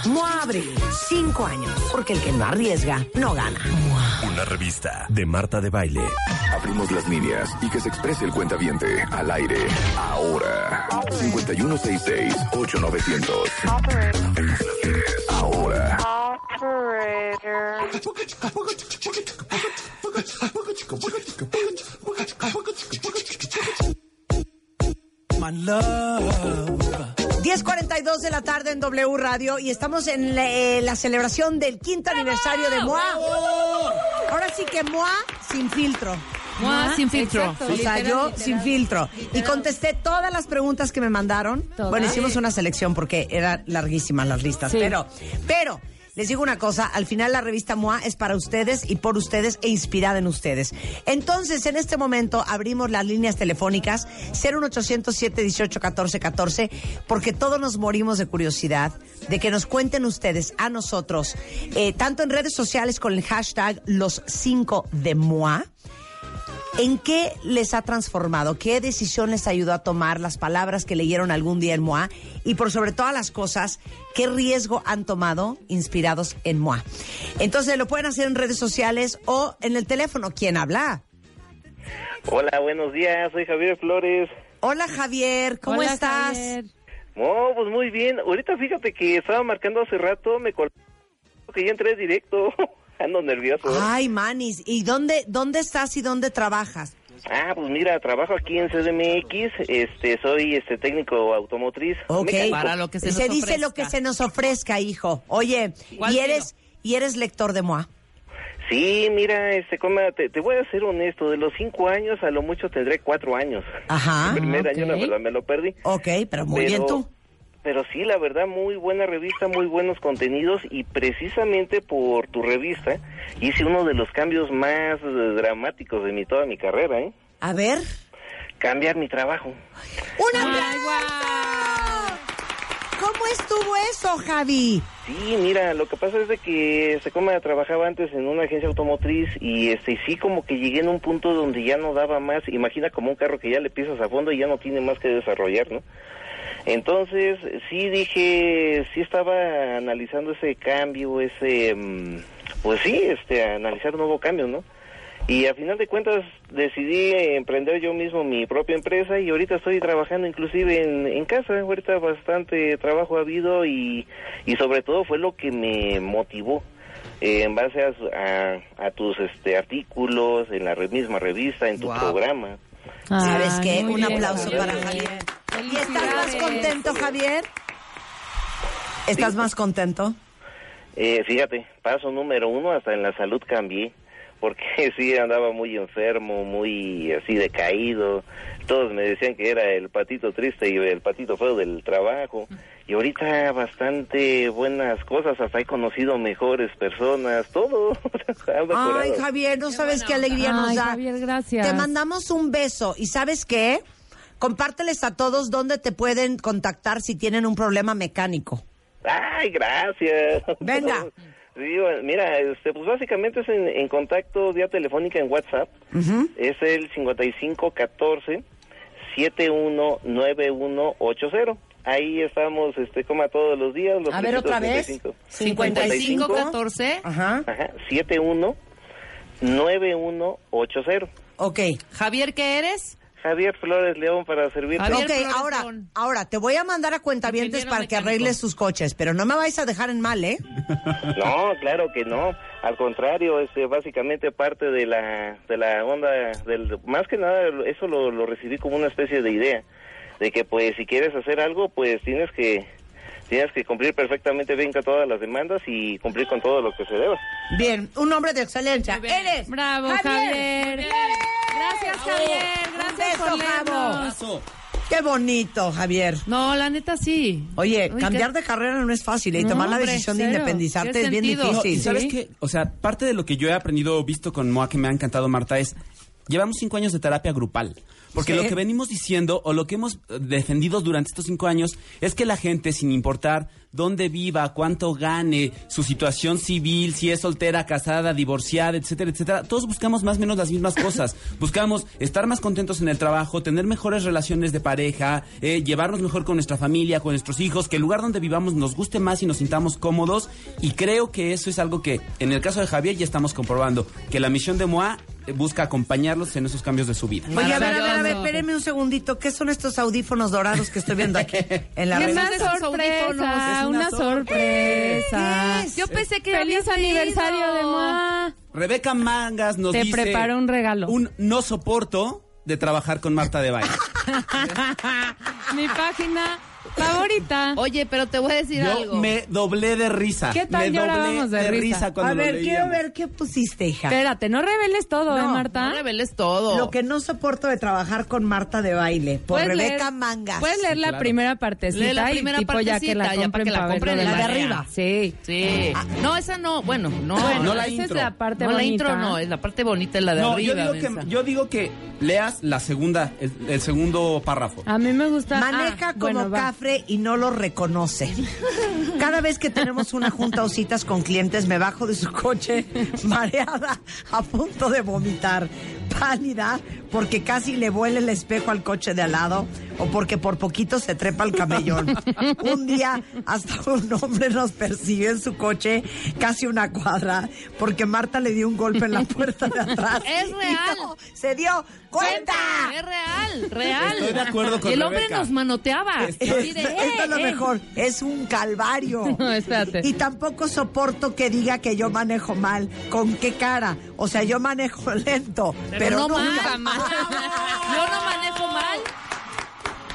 S1: MOA Abril, cinco años, porque el que no arriesga, no gana.
S5: Una revista de Marta de Baile.
S6: Abrimos las líneas y que se exprese el cuentaviente al aire ahora. 5166-8900. Ahora.
S7: My love.
S1: 10.42 de la tarde en W Radio y estamos en la, eh, la celebración del quinto aniversario de MOA. Ahora sí que MOA sin filtro.
S4: Mua, sin filtro.
S2: Exacto,
S1: O sea,
S2: literal,
S1: yo
S2: literal.
S1: sin filtro. Y contesté todas las preguntas que me mandaron.
S2: Todas.
S1: Bueno, hicimos una selección porque eran larguísimas las listas.
S2: Sí.
S1: Pero, pero, les digo una cosa, al final la revista MOA es para ustedes y por ustedes e inspirada en ustedes. Entonces, en este momento abrimos las líneas telefónicas 01807 18 14 14 porque todos nos morimos de curiosidad de que nos cuenten ustedes a nosotros, eh, tanto en redes sociales con el hashtag los 5 de MOA, ¿En qué les ha transformado? ¿Qué decisión les ayudó a tomar? Las palabras que leyeron algún día en MOA. Y por sobre todas las cosas, ¿qué riesgo han tomado inspirados en MOA? Entonces lo pueden hacer en redes sociales o en el teléfono. ¿Quién habla?
S8: Hola, buenos días. Soy Javier Flores.
S1: Hola Javier, ¿cómo
S2: Hola,
S1: estás?
S2: Javier.
S8: Oh, pues muy bien. Ahorita fíjate que estaba marcando hace rato, me col... que ya entré directo. Ando nervioso.
S1: Ay, Manis, ¿y dónde, dónde estás y dónde trabajas?
S8: Ah, pues mira, trabajo aquí en CDMX. Este, soy este técnico automotriz.
S1: Ok.
S8: Mecánico.
S4: Para lo que se nos
S1: dice
S4: ofrezca.
S1: lo que se nos ofrezca, hijo. Oye,
S4: ¿Cuál
S1: y eres, y eres lector de MOA.
S8: Sí, mira, este, coma, te, te voy a ser honesto. De los cinco años, a lo mucho tendré cuatro años.
S1: Ajá.
S8: El primer año la
S4: ok.
S8: verdad me lo perdí.
S1: Ok, pero muy bien tú.
S8: Pero sí, la verdad, muy buena revista, muy buenos contenidos y precisamente por tu revista hice uno de los cambios más eh, dramáticos de mi toda mi carrera, ¿eh?
S1: A ver.
S8: Cambiar mi trabajo.
S1: ¡Un aplauso! ¿Cómo estuvo eso, Javi?
S8: Sí, mira, lo que pasa es de que se coma trabajaba antes en una agencia automotriz y este y sí como que llegué en un punto donde ya no daba más. Imagina como un carro que ya le pisas a fondo y ya no tiene más que desarrollar, ¿no? Entonces sí dije, sí estaba analizando ese cambio, ese, mm, pues sí, este, analizar un nuevo cambio, ¿no? Y a final de cuentas decidí emprender yo mismo mi propia empresa y ahorita estoy trabajando inclusive en, en casa. Ahorita bastante trabajo ha habido y, y sobre todo fue lo que me motivó eh, en base a, su- a- a tus este, artículos, en la re- misma revista, en tu programa.
S1: ¿Sabes qué?
S2: muy
S1: Un
S2: bien,
S1: aplauso
S2: Javier.
S1: para Javier. ¿Y estás más
S2: Felicidades.
S1: contento, Javier? ¿Estás más contento?
S8: Eh, fíjate, paso número uno, hasta en la salud cambié, porque sí andaba muy enfermo, muy así decaído. Todos me decían que era el patito triste y el patito feo del trabajo. Y ahorita bastante buenas cosas, hasta he conocido mejores personas, todo. Ando
S1: Ay,
S8: curado.
S1: Javier, no sabes qué alegría nos
S2: Ay,
S1: da.
S2: Javier, gracias.
S1: Te mandamos un beso. ¿Y sabes qué? Compárteles a todos dónde te pueden contactar si tienen un problema mecánico.
S8: Ay, gracias.
S1: Venga.
S8: Sí, bueno, mira, este, pues básicamente es en, en contacto vía telefónica en WhatsApp. Es el 5514-719180. Ahí estamos, este, coma todos los días. Los
S1: A ver, otra vez.
S8: 365.
S4: 55, 14.
S1: Ajá.
S8: Ajá, 719180.
S1: Ok.
S4: Javier, ¿qué eres?
S8: Javier Flores León para servirte.
S4: Javier
S1: ok,
S4: Flores
S1: ahora,
S4: León.
S1: ahora te voy a mandar a cuentavientes
S4: Ingeniero
S1: para que
S4: mecánico.
S1: arregles sus coches, pero no me vais a dejar en mal, ¿eh?
S8: No, claro que no. Al contrario, este, básicamente parte de la, de la onda, del, más que nada eso lo, lo recibí como una especie de idea, de que pues si quieres hacer algo, pues tienes que, tienes que cumplir perfectamente bien con todas las demandas y cumplir con todo lo que se deba.
S1: Bien, un hombre de excelencia. Eres.
S2: Bravo, Javier. Gracias, Javier. Gracias
S1: beso,
S2: por leernos.
S3: Paso.
S1: Qué bonito, Javier.
S4: No, la neta sí.
S1: Oye,
S4: Uy,
S1: cambiar
S4: qué-
S1: de carrera no es fácil ¿eh? y
S4: No,
S1: tomar la
S4: hombre,
S1: decisión de
S4: cero.
S1: independizarte
S4: ¿Qué
S1: es bien
S4: sentido?
S3: No, y
S1: difícil.
S3: sabes
S4: Sí.
S3: que, o sea, parte de lo que yo he aprendido, visto con Moa, que me ha encantado, Marta, es llevamos cinco años de terapia grupal. Porque
S1: Sí.
S3: lo que venimos diciendo o lo que hemos eh, defendido durante estos cinco años es que la gente, sin importar dónde viva, cuánto gane, su situación civil, si es soltera, casada, divorciada, etcétera, etcétera, todos buscamos más o menos las mismas cosas. Buscamos estar más contentos en el trabajo, tener mejores relaciones de pareja, eh, llevarnos mejor con nuestra familia, con nuestros hijos, que el lugar donde vivamos nos guste más y nos sintamos cómodos. Y creo que eso es algo que, en el caso de Javier, ya estamos comprobando, que la misión de MOA eh, busca acompañarlos en esos cambios de su vida.
S1: Oye, a ver, a ver, a ver,
S4: Maravilloso.
S1: espérenme un segundito. ¿Qué son estos audífonos dorados que estoy viendo aquí en la
S4: ¿Qué
S1: revista?
S4: más?
S2: Una
S4: esos audífonos,
S2: sorpresa,
S4: es
S2: una
S4: una
S2: sorpresa.
S1: ¿Qué es?
S9: Yo pensé que ya
S2: Feliz
S9: habías
S2: aniversario
S9: ido.
S2: de Moa.
S3: Rebeca Mangas nos
S2: Te
S3: dice...
S2: preparo un regalo.
S3: Un no soporto de trabajar con Marta de Baile.
S2: Mi página favorita.
S4: Oye, pero te voy a decir
S3: Yo
S4: algo.
S3: me doblé de risa.
S2: ¿Qué tal
S3: me doblé
S2: llorábamos de risa?
S3: cuando
S1: a
S3: lo
S1: ver, quiero
S3: leíamos.
S1: ver qué pusiste, hija.
S2: Espérate, no reveles todo, ¿eh,
S1: No,
S2: Marta?
S4: No reveles todo.
S1: Lo que no soporto de trabajar con Marta de baile por
S2: Puedes
S1: Rebeca
S2: leer-
S1: Mangas.
S2: Puedes leer la
S3: claro.
S2: primera partecita
S4: Lee la
S2: y
S4: primera
S2: tipo ya que la
S4: partecita, ya para
S2: compren
S4: que la
S2: pa' verlo
S4: compren en
S1: la de
S2: manera.
S1: arriba.
S2: Sí.
S4: Sí. No, esa no. Bueno, no.
S3: Bueno,
S4: no,
S3: la
S2: Ah, Esa
S3: intro.
S2: es la parte
S4: no, la
S2: bonita.
S4: intro no. Es la parte bonita, es la de
S3: No,
S4: arriba.
S3: yo, digo
S4: Benza.
S3: que, yo digo que leas la segunda, el, el segundo párrafo.
S2: A mí me gusta.
S1: Maneja
S2: ah,
S1: como
S2: bueno, va.
S1: CAF Mafre y no lo reconoce. Cada vez que tenemos una junta o citas con clientes, me bajo de su coche mareada, a punto de vomitar, pálida, porque casi le vuela el espejo al coche de al lado o porque por poquito se trepa al camellón. Un día hasta un hombre nos persiguió en su coche casi una cuadra porque Marta le dio un golpe en la puerta de atrás.
S4: Es
S1: Y
S4: real.
S1: no se dio cuenta.
S4: Es real, real.
S3: Estoy de acuerdo con
S4: Y el hombre
S3: Rebeca.
S4: nos manoteaba. Así de,
S1: Esto
S4: "Eh,
S1: es lo
S4: eh".
S1: mejor, es un calvario.
S2: No, espérate.
S1: Y tampoco soporto que diga que yo manejo mal. ¿Con qué cara? O sea, yo manejo lento, pero,
S4: no
S1: nunca
S4: mal. Yo no manejo mal.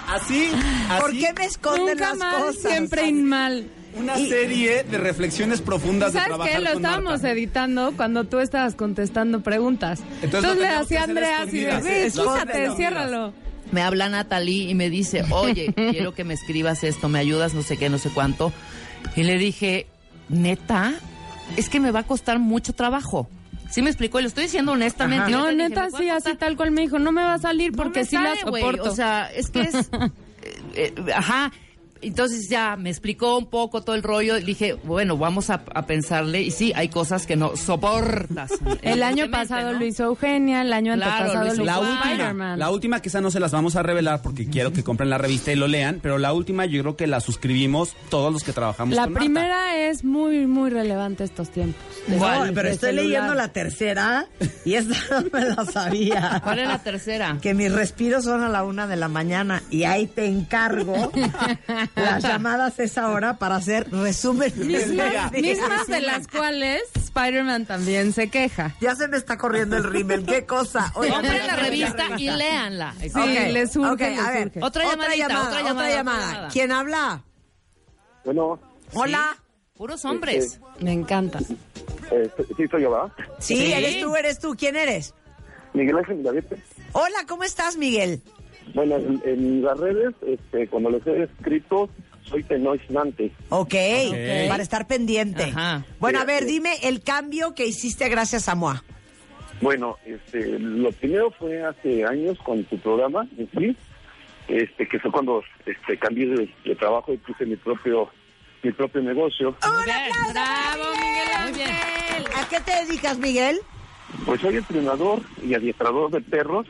S3: Así,
S4: ¿Ah,
S3: así.
S1: ¿Por qué me esconden
S2: Nunca
S1: las
S2: mal,
S1: cosas?
S2: siempre in mal.
S3: Una
S1: Y-
S3: serie de reflexiones profundas de
S2: ¿Sabes
S3: trabajar
S2: qué? Lo
S3: con Marta.
S2: estábamos editando cuando tú estabas contestando preguntas.
S3: Entonces,
S2: Entonces,
S3: lo
S2: le
S3: tenemos que
S2: hacía a
S3: hacer
S2: Andrea así de,
S3: escondidas.
S2: "Ve,
S3: Escondidas.
S2: escúchate,
S3: Escondidas.
S2: ciérralo.
S4: Me habla Natalie y me dice, oye, quiero que me escribas esto, me ayudas, no sé qué, no sé cuánto. Y le dije, neta, es que me va a costar mucho trabajo. Sí me explicó, y lo estoy diciendo honestamente.
S2: No,
S4: le dije,
S2: neta,
S4: "Me va a
S2: sí, así
S4: costar
S2: tal cual me dijo, no me va a salir porque
S4: me
S2: sí la
S4: sale, güey.
S2: soporto.
S4: O sea, es que es. eh, eh, ajá. Entonces ya me explicó un poco todo el rollo. Dije, bueno, vamos a, a pensarle. Y sí, hay cosas que no soportas.
S2: el año
S4: Evidentemente,
S2: pasado
S4: ¿no?
S2: lo hizo Eugenia, el año
S4: Claro,
S2: antepasado
S4: lo
S2: lo
S4: hizo
S2: hizo
S3: La
S4: Wow.
S3: última,
S2: Spider-Man.
S3: la última quizá no se las vamos a revelar porque quiero que compren la revista y lo lean, pero la última yo creo que la suscribimos todos los que trabajamos
S2: La
S3: con Marta.
S2: primera es muy, muy relevante estos tiempos. De-
S1: No,
S2: de
S1: pero estoy
S2: celular.
S1: leyendo la tercera y esta no me la sabía.
S4: ¿Cuál es la tercera?
S1: Que mis respiros son a la una de la mañana y ahí te encargo las llamadas a esa hora para hacer resumen. del día.
S2: Mismas, mismas de las cuales Spider-Man también se queja.
S1: Ya se me está corriendo el rímel, qué cosa. Oigan,
S4: Compren la
S1: oigan,
S4: revista y léanla.
S2: Sí,
S1: Ok,
S2: le surge,
S1: ok,
S2: le
S1: a ver,
S2: surge.
S4: Otra llamadita,
S1: llamada,
S4: otra llamada, otra
S1: llamada.
S4: llamada.
S1: ¿Quién habla?
S9: Bueno,
S1: Hola.
S4: Puros hombres.
S2: Me encanta.
S9: eh, sí, soy yo, ¿verdad?
S1: Sí,
S4: Sí.
S1: eres tú, eres tú. ¿Quién eres?
S9: Miguel Ángel Milavete.
S1: Hola, ¿cómo estás, Miguel?
S9: Bueno, en, en las redes, este, cuando les he escrito, soy tenoizante.
S1: Ok, para estar pendiente.
S4: Ajá.
S1: Bueno, a
S9: Mira,
S1: ver,
S9: eh,
S1: dime el cambio que hiciste gracias a Moa.
S4: Eh,
S9: Bueno, este, lo primero fue hace años con tu programa, en sí, este, que fue cuando este, cambié de, de trabajo y puse mi propio, mi propio negocio.
S4: Muy bien. Bravo, Miguel Ángel. Muy bien.
S1: ¿A qué te dedicas, Miguel?
S9: Pues soy entrenador y adiestrador de perros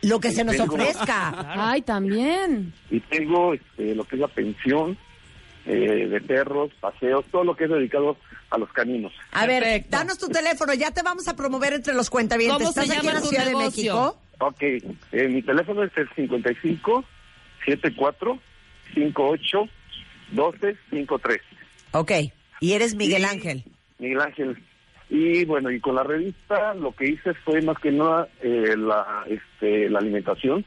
S1: Lo que se nos
S9: Tengo-
S1: ofrezca.
S2: Ay, también.
S9: y tengo este, lo que es la pensión eh, de perros, paseos, todo lo que es dedicado a los caninos.
S1: A ver,
S4: Perfecto.
S1: danos tu teléfono, ya te vamos a promover entre los cuentavientes.
S4: ¿Cómo se
S1: ¿Estás aquí
S4: llama
S1: en la
S4: tu
S1: Ciudad de
S4: negocio?
S1: México?
S9: Ok, eh, mi teléfono es el 55 74 58 12 53.
S1: Ok, y eres Miguel Ángel.
S9: Miguel Ángel. Y bueno, y con la revista lo que hice fue más que nada eh, la, este, la alimentación.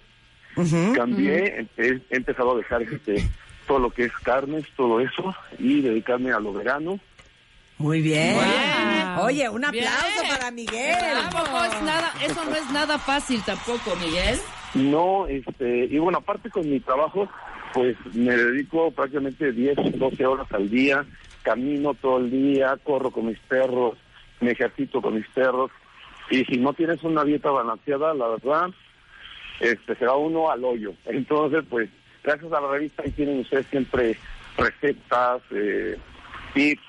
S1: Ujú.
S9: Cambié, empe- he empezado a dejar este, todo lo que es carnes, todo eso, y dedicarme a lo verano.
S1: Muy bien.
S4: Wow.
S1: Oye, un
S4: Ah, Bien.
S1: aplauso para Miguel.
S4: Tampoco es nada, eso no es nada fácil tampoco, Miguel.
S9: No, este, y bueno, aparte con mi trabajo, pues me dedico prácticamente 10, 12 horas al día, camino todo el día, corro con mis perros, me ejercito con mis perros, y si no tienes una dieta balanceada, la verdad, este, se va uno al hoyo. Entonces, pues, gracias a la revista ahí tienen ustedes siempre recetas, eh, tips,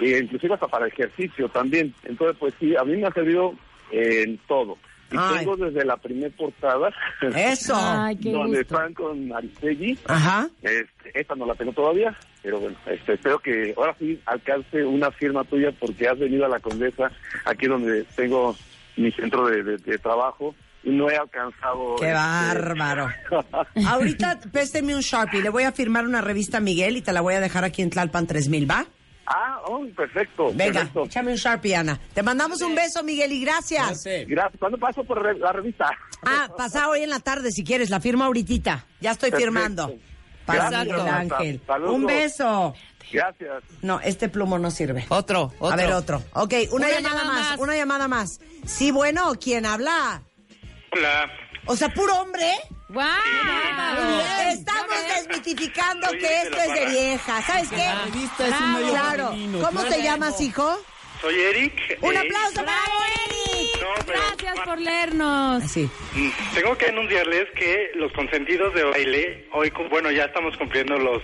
S9: e inclusive hasta para ejercicio también. Entonces, pues sí, a mí me ha servido eh, en todo. Y
S1: Ay.
S9: tengo desde la primer portada,
S1: Eso.
S2: Ay, qué
S9: donde
S2: gusto.
S9: están con Aristegui.
S1: Ajá.
S9: Este, esta no la tengo todavía, pero bueno, este, espero que ahora sí alcance una firma tuya porque has venido a la Condesa, aquí donde tengo mi centro de, de- de trabajo, y no he alcanzado...
S1: Qué
S9: este,
S1: bárbaro. Ahorita pésteme un Sharpie. Le voy a firmar una revista a Miguel y te la voy a dejar aquí en Tlalpan 3000, ¿va?
S9: ah, oh, perfecto.
S1: Venga,
S9: perfecto.
S1: échame un Sharpie, Ana. Te mandamos un beso, Miguel, y gracias.
S9: Gracias. ¿Cuándo paso por re- la revista?
S1: Ah, pasa hoy en la tarde si quieres, la firma ahorita. Ya estoy
S9: Perfecto.
S1: firmando. Para
S4: Gracias,
S1: Miguel
S4: Marta.
S1: Ángel.
S9: Saludos.
S1: Un beso.
S9: Gracias.
S1: No, este plumo no sirve.
S4: Otro, otro.
S1: A ver, otro. Ok, una,
S4: Una
S1: llamada,
S4: llamada
S1: más,
S4: más.
S1: una llamada más. Sí, bueno, ¿quién habla?
S10: Hola,
S1: O sea, puro hombre.
S2: ¡Wow!
S1: Estamos desmitificando
S10: Soy
S1: que
S10: Eric de
S1: esto
S10: la
S1: es de
S10: Parra.
S1: vieja. ¿Sabes qué?
S3: revista es un medio
S1: claro.
S3: femenino,
S1: ¿Cómo te llamas, hijo?
S10: soy Eric.
S1: Un
S10: eh,
S1: aplauso para Eric.
S10: No, pero-
S2: Gracias por leernos.
S1: Así.
S10: Mm, Tengo que anunciarles que los consentidos de baile, hoy, cu- bueno, ya estamos cumpliendo los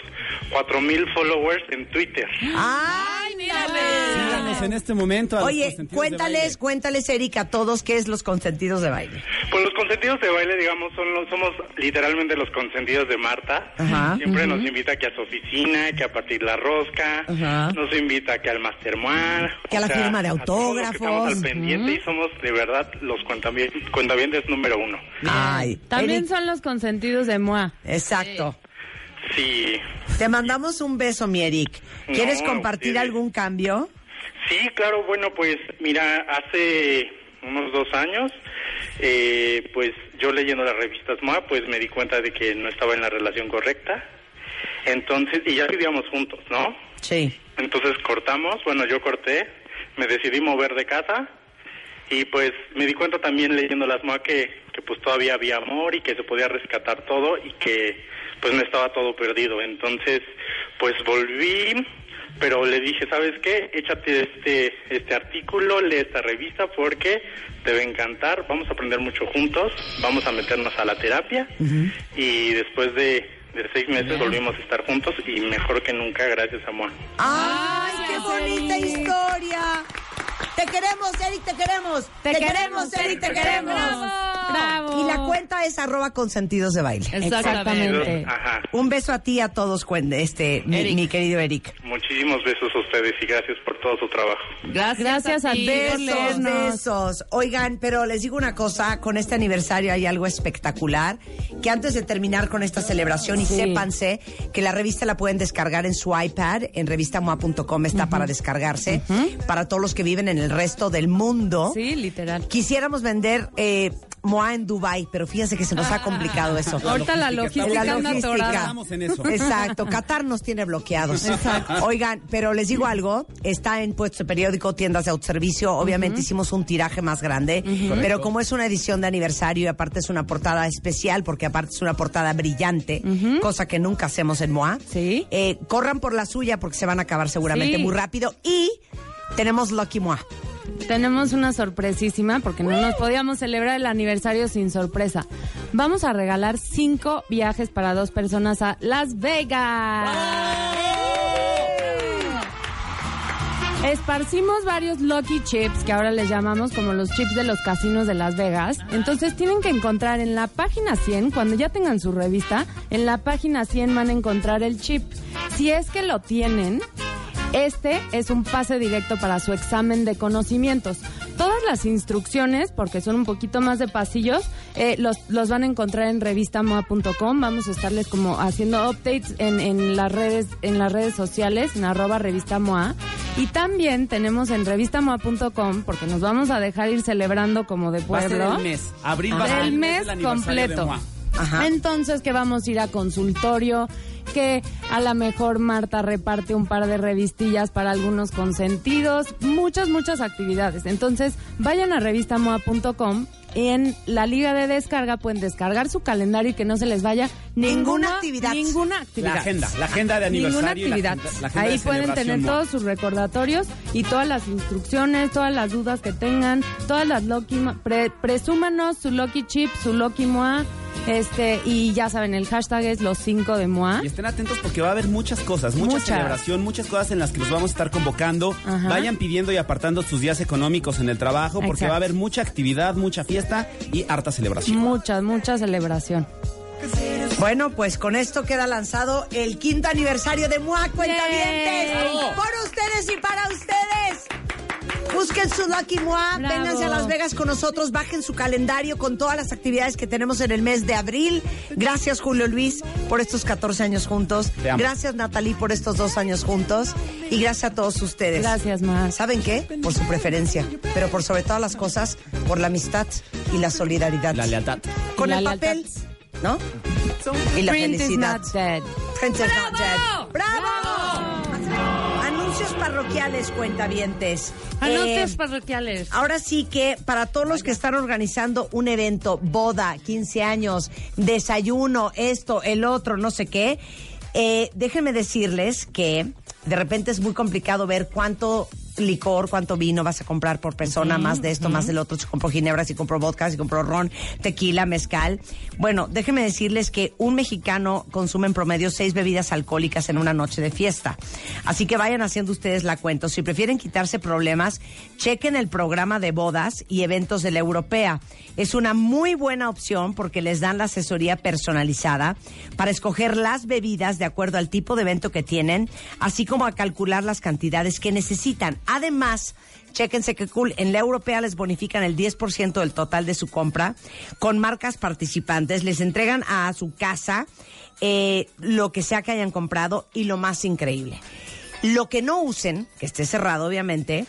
S10: 4000 followers en Twitter.
S1: Ah. ¡Ay,
S3: Síganos en este momento. a los
S1: Oye,
S3: consentidos de
S1: cuéntales, cuéntales, Erika, a todos qué es los consentidos de baile.
S10: Pues los consentidos de baile, digamos, son los- somos literalmente los consentidos de Marta.
S1: Ajá.
S10: Siempre nos invita que a su oficina, que a partir la rosca,
S1: Ajá.
S10: nos invita que al mastermind.
S1: Que a la firma de
S10: a todo lo que
S1: autógrafos.
S10: estamos al pendiente y somos de verdad los cuentavien- cuentavientes número uno.
S1: Ay,
S2: También
S1: Erika,
S2: son los consentidos de Moa.
S1: Exacto.
S10: Sí,
S1: Te mandamos un beso, mi Eric. ¿Quieres
S10: No,
S1: compartir
S10: ustedes.
S1: algún cambio?
S10: Sí, claro, bueno, pues mira, hace unos dos años, eh, pues yo leyendo las revistas MOA, pues me di cuenta de que no estaba en la relación correcta. Entonces, y ya vivíamos juntos, ¿no?
S1: Sí.
S10: Entonces cortamos, bueno, yo corté, me decidí mover de casa y pues me di cuenta también leyendo las MOA que, que pues todavía había amor y que se podía rescatar todo y que pues no estaba todo perdido. Entonces pues volví, pero le dije, ¿sabes qué? Échate este, este artículo, lee esta revista porque te va a encantar, vamos a aprender mucho juntos, vamos a meternos a la terapia y después de, de seis meses volvimos a estar juntos y mejor que nunca, gracias a MOA.
S1: ¡Ay,
S2: Ay,
S1: qué
S2: Eric.
S1: bonita historia! Te queremos, Eric, te queremos. Te, queremos, Eric, te queremos.
S2: Bravo.
S1: Y la cuenta es arroba consentidos de baile.
S2: Exactamente.
S10: Ajá.
S1: Un beso a ti y a todos, cuen- este, mi,
S4: Eric.
S1: mi querido Eric.
S10: Muchísimos besos a ustedes y gracias por todo su trabajo.
S4: Gracias,
S2: Gracias a
S4: ti.
S2: Dios.
S4: por
S1: Besos,
S4: leernos.
S1: besos. Oigan, pero les digo una cosa, con este aniversario hay algo espectacular, que antes de terminar con esta celebración, y
S2: Sí.
S1: sépanse que la revista la pueden descargar en su iPad, en revistamoa.com está para descargarse, para todos los que viven en el resto del mundo.
S2: Sí, literal.
S1: Quisiéramos vender eh, Moa en Dubai, pero fíjense que se nos ha complicado eso.
S2: Ah. Ahorita la
S3: logística,
S2: logística
S1: La
S2: anda
S1: logística.
S2: atorada.
S3: Estamos en eso.
S1: Exacto, Qatar nos tiene bloqueados. Oigan, pero les digo algo, está en puesto de periódico, tiendas de autoservicio, obviamente hicimos un tiraje más grande, pero como es una edición de aniversario y aparte es una portada especial, porque aparte es una portada brillante, cosa que nunca hacemos en MOA,
S2: Sí.
S1: eh, corran por la suya porque se van a acabar seguramente
S2: Sí.
S1: muy rápido y tenemos Lucky MOA.
S2: Tenemos una sorpresísima porque no nos podíamos celebrar el aniversario sin sorpresa. Vamos a regalar cinco viajes para dos personas a Las Vegas. Esparcimos varios Lucky Chips, que ahora les llamamos como los chips de los casinos de Las Vegas. Entonces tienen que encontrar en la página 100, cuando ya tengan su revista, en la página 100 van a encontrar el chip. Si es que lo tienen, este es un pase directo para su examen de conocimientos. Todas las instrucciones, porque son un poquito más de pasillos, eh, los, los van a encontrar en revistamoa.com. Vamos a estarles como haciendo updates en, en las redes, en las redes sociales, en arroba revistamoa. Y también tenemos en revistamoa.com, porque nos vamos a dejar ir celebrando como de
S3: Va a ser
S2: pueblo.
S3: el mes. Abril va a ser
S2: Del
S3: el
S2: mes
S3: del aniversario de
S2: completo.
S3: Moa.
S1: Ajá.
S2: Entonces que vamos a ir a consultorio, que a lo mejor Marta reparte un par de revistillas para algunos consentidos, muchas, muchas actividades. Entonces vayan a revistamoa.com y en la liga de descarga pueden descargar su calendario y que no se les vaya ninguna,
S1: actividad.
S2: Ninguna actividad.
S3: La agenda, la agenda de
S2: Ninguna
S3: aniversario. y la
S2: actividad.
S3: agenda- la agenda
S2: Ahí
S3: de
S2: pueden
S3: celebración
S2: tener
S3: Moa.
S2: todos sus recordatorios y todas las instrucciones, todas las dudas que tengan, todas las Loki. Mo- pre- presúmanos su Loki Chip, su Loki Moa. Este, y ya saben, el hashtag es los 5 de Moa.
S1: este-
S3: Y estén atentos porque va a haber muchas cosas, mucha
S2: ¿Ah? Muchas.
S3: celebración, muchas cosas en las que los vamos a estar convocando.
S2: Ajá.
S3: Vayan pidiendo y apartando sus días económicos en el trabajo porque
S2: Exacto.
S3: va a haber mucha actividad, mucha fiesta y harta celebración.
S2: Muchas, mucha celebración.
S1: Bueno, pues con esto queda lanzado el quinto aniversario de MOA Cuentavientes.
S2: ¡Bravo!
S1: Por ustedes y para ustedes. Busquen su Lucky MOA,
S2: ¡Bravo!
S1: vénganse a Las Vegas con nosotros, bajen su calendario con todas las actividades que tenemos en el mes de abril. Gracias Julio Luis por estos 14 años juntos.
S3: Te amo.
S1: Gracias Natalie por estos dos años juntos. Y gracias a todos ustedes.
S2: Gracias, Mar.
S1: ¿Saben qué? Por su preferencia, pero por sobre todas las cosas, por la amistad y la solidaridad.
S3: La lealtad.
S1: Con
S2: La
S1: el
S2: lealtad.
S1: papel, ¿no? Y la
S2: Print is
S1: felicidad.
S2: not dead.
S1: Prince is not dead.
S2: ¡Bravo!
S1: ¡Bravo! Anuncios parroquiales, cuentavientes.
S4: Anuncios
S1: Eh,
S4: parroquiales.
S1: Ahora sí que para todos los que están organizando un evento, boda, 15 años, desayuno, esto, el otro, no sé qué, eh, déjenme decirles que de repente es muy complicado ver cuánto licor, cuánto vino vas a comprar por persona, más de esto, más del otro. Si compró ginebra, si compró vodka, si compró ron, tequila, mezcal. Bueno, déjenme decirles que un mexicano consume en promedio seis bebidas alcohólicas en una noche de fiesta. Así que vayan haciendo ustedes la cuenta. Si prefieren quitarse problemas, chequen el programa de bodas y eventos de la europea. Es una muy buena opción porque les dan la asesoría personalizada para escoger las bebidas de acuerdo al tipo de evento que tienen, así como a calcular las cantidades que necesitan. Además, Chéquense que cool. En la europea les bonifican el 10% del total de su compra con marcas participantes. Les entregan a su casa eh, lo que sea que hayan comprado y lo más increíble. Lo que no usen, que esté cerrado obviamente,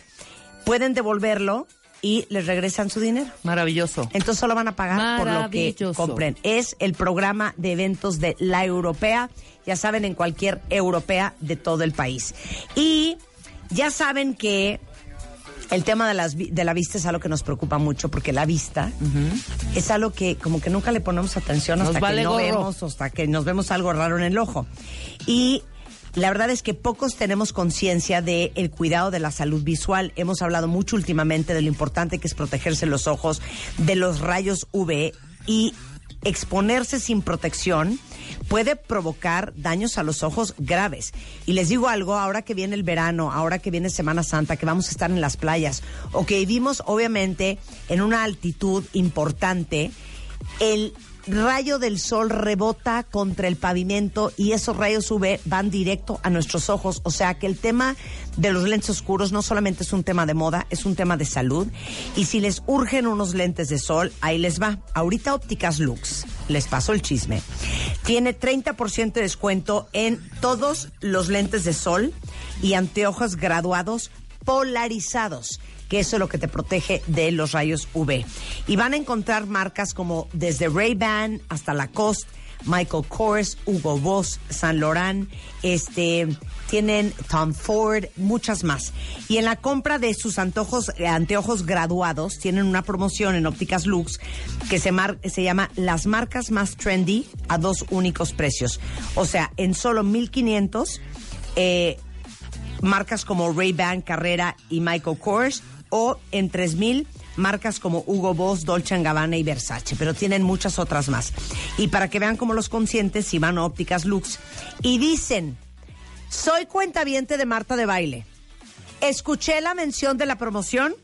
S1: pueden devolverlo y les regresan su dinero.
S4: Maravilloso.
S1: Entonces solo van a pagar por lo que
S4: Maravilloso.
S1: compren. Es el programa de eventos de la europea, ya saben, en cualquier europea de todo el país. Y ya saben que el tema de, las, vi- de la vista es algo que nos preocupa mucho porque la vista es algo que como que nunca le ponemos atención
S4: Nos
S1: hasta
S4: vale
S1: que no
S4: gorro.
S1: vemos, hasta que nos vemos algo raro en el ojo. Y la verdad es que pocos tenemos conciencia de el cuidado de la salud visual. Hemos hablado mucho últimamente de lo importante que es protegerse los ojos de los rayos UV y exponerse sin protección puede provocar daños a los ojos graves. Y les digo algo, ahora que viene el verano, ahora que viene Semana Santa, que vamos a estar en las playas o que vivimos obviamente en una altitud importante, el rayo del sol rebota contra el pavimento y esos rayos UV van directo a nuestros ojos. O sea que el tema de los lentes oscuros no solamente es un tema de moda, es un tema de salud. Y si les urgen unos lentes de sol, ahí les va. Ahorita Ópticas Lux, les paso el chisme, tiene 30% de descuento en todos los lentes de sol y anteojos graduados polarizados, que eso es lo que te protege de los rayos UV. Y van a encontrar marcas como desde Ray-Ban hasta Lacoste, Michael Kors, Hugo Boss, San Laurent, este, tienen Tom Ford, muchas más. Y en la compra de sus antojos, eh, anteojos graduados, tienen una promoción en Ópticas Lux que se, mar- se llama Las marcas más trendy a dos únicos precios. O sea, en solo 1500, eh, marcas como Ray-Ban, Carrera y Michael Kors, o en 3000 marcas como Hugo Boss, Dolce Gabbana y Versace, pero tienen muchas otras más. Y para que vean cómo los conscientes, si van a Ópticas Lux y dicen, soy cuentaviente de Marta de Baile, escuché la mención de la promoción,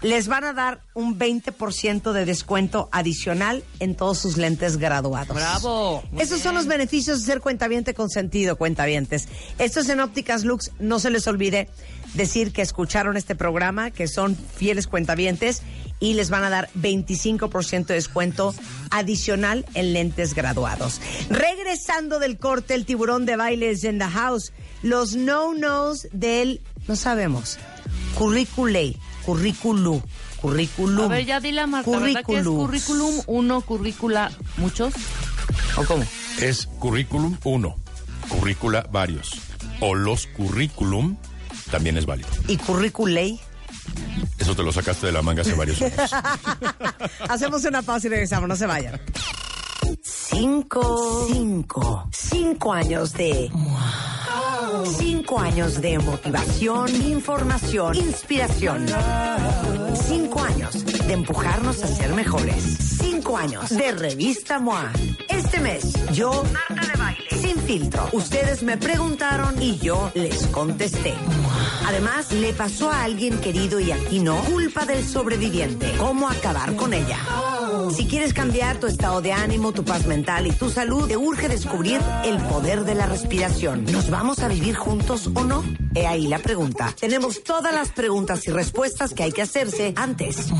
S1: les van a dar un 20% de descuento adicional en todos sus lentes graduados.
S4: Bravo. Muy
S1: Esos son los beneficios de ser cuentaviente consentido, cuentavientes. Esto es en Ópticas Lux. No se les olvide decir que escucharon este programa, que son fieles cuentavientes y les van a dar 25% de descuento adicional en lentes graduados. Regresando del corte, el tiburón de bailes en the house. Los no-nos del, no sabemos, curriculei, currículo, currículum.
S4: A ver, ya di la Marta, ¿verdad que es
S1: Currículums.
S4: currículum uno, currícula muchos? ¿O cómo?
S11: Es currículum uno, currícula varios. O los currículum también es válido.
S1: Y curriculei.
S11: Eso te lo sacaste de la manga hace varios años.
S1: Hacemos una pausa y regresamos, no se vayan. Cinco, cinco, cinco años de... Cinco años de motivación, información, inspiración. Cinco años de empujarnos a ser mejores. Cinco años de revista MOA. Este mes, yo, Marta de Baile, sin filtro. Ustedes me preguntaron y yo les contesté. Además, le pasó a alguien querido y aquí no, culpa del sobreviviente. ¿Cómo acabar con ella? Si quieres cambiar tu estado de ánimo, tu paz mental y tu salud, te urge descubrir el poder de la respiración. ¿Nos vamos a vivir juntos o no? He ahí la pregunta. Tenemos todas las preguntas y respuestas que hay que hacerse antes.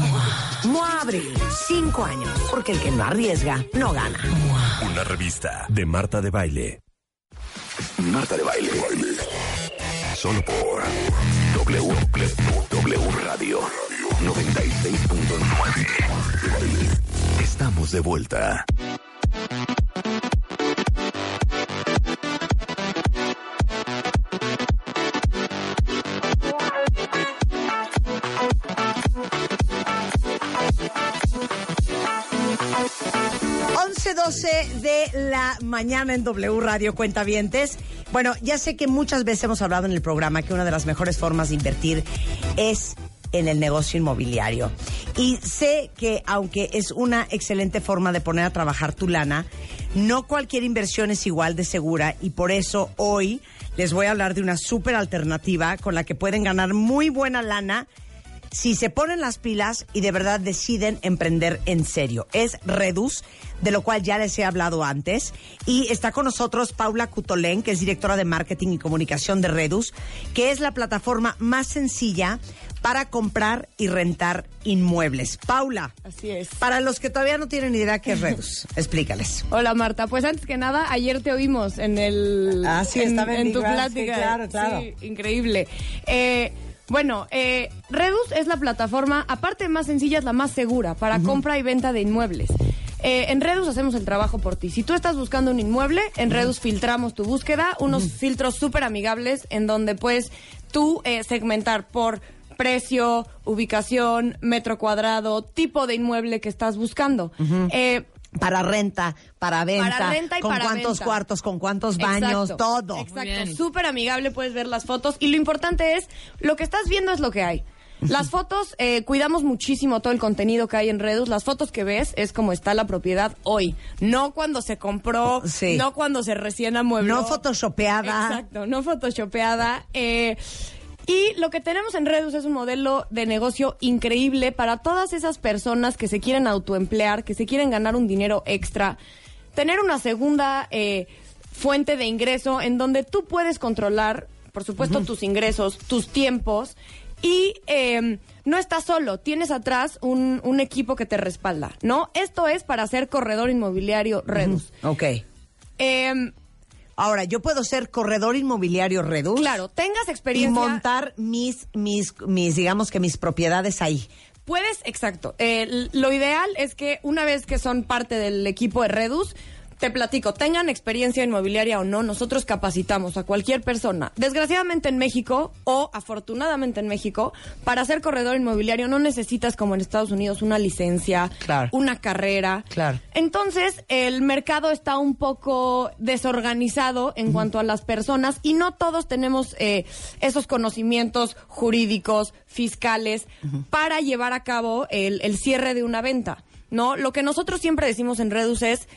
S1: Mua Abril, cinco años, porque el que no arriesga no gana.
S5: Una revista de Marta de Baile.
S6: Marta de Baile. Solo por W, W Radio 96.9. Estamos de vuelta.
S1: 7:12 de la mañana en W Radio Cuentavientes. Bueno, ya sé que muchas veces hemos hablado en el programa que una de las mejores formas de invertir es en el negocio inmobiliario. Y sé que aunque es una excelente forma de poner a trabajar tu lana, no cualquier inversión es igual de segura y por eso hoy les voy a hablar de una súper alternativa con la que pueden ganar muy buena lana si se ponen las pilas y de verdad deciden emprender en serio. Es Redus, de lo cual ya les he hablado antes. Y está con nosotros Paula Cutolén, que es directora de marketing y comunicación de Redus, que es la plataforma más sencilla para comprar y rentar inmuebles. Paula,
S12: Así es.
S1: para los que todavía no tienen idea qué es Redus, explícales.
S12: Hola Marta, pues antes que nada, ayer te oímos en el
S1: Ah, sí,
S12: en,
S1: estaba en
S12: en
S1: Big
S12: tu
S1: Bang,
S12: plática.
S1: sí, claro, claro.
S12: Sí, increíble. Eh, bueno, eh, Redus es la plataforma, aparte de más sencilla, es la más segura para compra y venta de inmuebles. Eh, en Redus hacemos el trabajo por ti. Si tú estás buscando un inmueble, en Redus filtramos tu búsqueda, unos filtros súper amigables en donde puedes tú eh, segmentar por precio, ubicación, metro cuadrado, tipo de inmueble que estás buscando. Eh,
S1: Para renta, para venta,
S12: Para renta y
S1: con
S12: para
S1: cuántos
S12: venta.
S1: cuartos, con cuántos baños,
S12: Exacto,
S1: todo.
S12: Exacto, súper amigable, puedes ver las fotos y lo importante es, lo que estás viendo es lo que hay. Las fotos, eh, cuidamos muchísimo todo el contenido que hay en Redus. Las fotos que ves es como está la propiedad hoy. No cuando se compró,
S1: Sí.
S12: no cuando se recién amuebló.
S1: No photoshopeada.
S12: Exacto, no photoshopeada. eh, y lo que tenemos en Redus es un modelo de negocio increíble para todas esas personas que se quieren autoemplear, que se quieren ganar un dinero extra, tener una segunda eh, fuente de ingreso en donde tú puedes controlar, por supuesto, tus ingresos, tus tiempos y eh, no estás solo, tienes atrás un, un equipo que te respalda, ¿no? Esto es para ser corredor inmobiliario Redus.
S1: Ok.
S12: Em,
S1: Ahora, yo puedo ser corredor inmobiliario Redus.
S12: claro, tengas
S1: Y
S12: experiencia.
S1: montar mis, mis, mis, digamos que mis propiedades ahí.
S12: Puedes, exacto. Eh, l- lo ideal es que una vez que son parte del equipo de Redus, te platico, tengan experiencia inmobiliaria o no, nosotros capacitamos a cualquier persona. Desgraciadamente en México, o afortunadamente en México, para ser corredor inmobiliario no necesitas, como en Estados Unidos, una licencia,
S1: Claro.
S12: una carrera.
S1: Claro.
S12: Entonces, el mercado está un poco desorganizado en cuanto a las personas y no todos tenemos eh, esos conocimientos jurídicos, fiscales, para llevar a cabo el, el cierre de una venta. ¿No? Lo que nosotros siempre decimos en Redus es.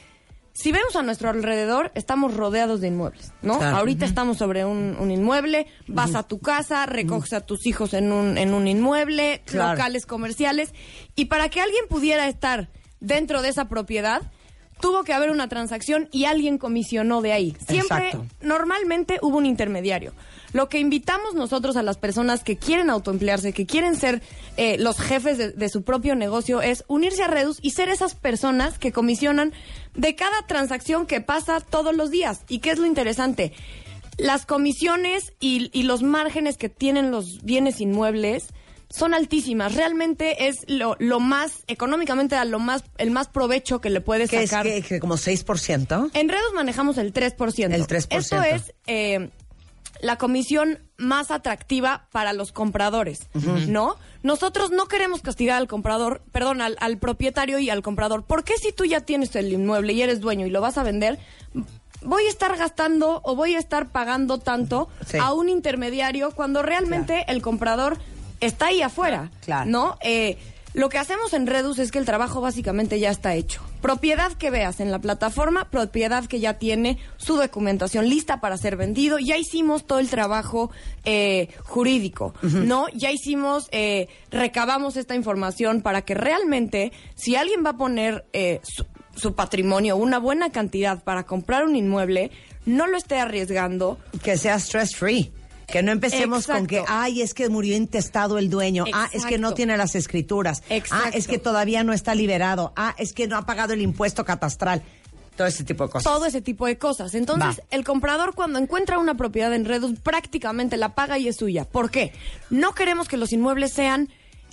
S12: Si vemos a nuestro alrededor, estamos rodeados de inmuebles, ¿no?
S1: Claro.
S12: Ahorita estamos sobre un, un inmueble, vas a tu casa, recoges a tus hijos en un, en un inmueble,
S1: Claro.
S12: locales comerciales, y para que alguien pudiera estar dentro de esa propiedad, tuvo que haber una transacción y alguien comisionó de ahí. Siempre,
S1: Exacto.
S12: normalmente hubo un intermediario. Lo que invitamos nosotros a las personas que quieren autoemplearse, que quieren ser eh, los jefes de, de su propio negocio, es unirse a Redus y ser esas personas que comisionan de cada transacción que pasa todos los días. ¿Y qué es lo interesante? Las comisiones y, y los márgenes que tienen los bienes inmuebles son altísimas. Realmente es lo, lo más, económicamente, a lo más, el más provecho que le puedes
S1: Que es
S12: sacar.
S1: que, que como 6%.
S12: En Redus manejamos el 3%.
S1: El 3%.
S12: Esto es eh, la comisión más atractiva para los compradores, ¿no? Nosotros no queremos castigar al comprador, perdón, al, al propietario y al comprador. ¿Por qué si tú ya tienes el inmueble y eres dueño y lo vas a vender, voy a estar gastando o voy a estar pagando tanto
S1: Sí.
S12: a un intermediario cuando realmente el comprador está ahí afuera?
S1: Claro.
S12: ¿No? ¿no? Eh, lo que hacemos en Redus es que el trabajo básicamente ya está hecho. Propiedad que veas en la plataforma, propiedad que ya tiene su documentación lista para ser vendido. Ya hicimos todo el trabajo eh, jurídico, ¿no? Ya hicimos, eh, recabamos esta información para que realmente, si alguien va a poner eh, su, su patrimonio, una buena cantidad para comprar un inmueble, no lo esté arriesgando,
S1: Que sea stress free. Que no empecemos con que,
S12: Exacto.
S1: ay, es que murió intestado el dueño. Ah, es que no
S12: Exacto.
S1: tiene las escrituras. Ah,
S12: Exacto.
S1: es que todavía no está liberado. Ah, es que no ha pagado el impuesto catastral. Todo ese tipo de cosas.
S12: Todo ese tipo de cosas. Entonces,
S1: Va.
S12: el comprador cuando encuentra una propiedad en Redus prácticamente la paga y es suya. ¿Por qué? No queremos que los inmuebles sean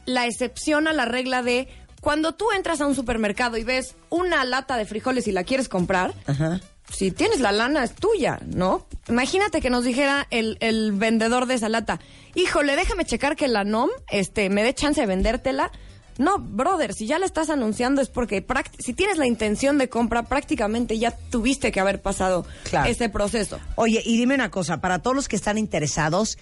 S12: la excepción a la regla de cuando tú entras a un supermercado y ves una lata de frijoles y la quieres comprar,
S1: Ajá.
S12: si tienes la lana es tuya, ¿no? Imagínate que nos dijera el, el vendedor de esa lata, híjole, déjame checar que la NOM este, me dé chance de vendértela. No, brother, si ya la estás anunciando es porque práct- si tienes la intención de compra, prácticamente ya tuviste que haber pasado este proceso.
S1: Oye, y dime una cosa, para todos los que están interesados,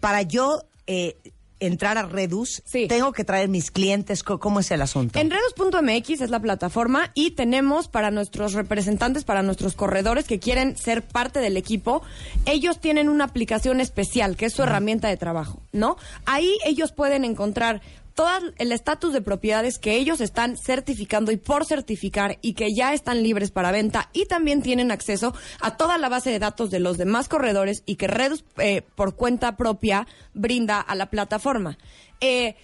S1: para yo eh, entrar a Redus, tengo que traer mis clientes, Co- ¿cómo es el asunto?
S12: Enredos.mx es la plataforma y tenemos para nuestros representantes, para nuestros corredores que quieren ser parte del equipo, ellos tienen una aplicación especial que es su herramienta de trabajo, ¿no? Ahí ellos pueden encontrar todo el estatus de propiedades que ellos están certificando y por certificar y que ya están libres para venta y también tienen acceso a toda la base de datos de los demás corredores y que Redus eh, por cuenta propia brinda a la plataforma. Eh,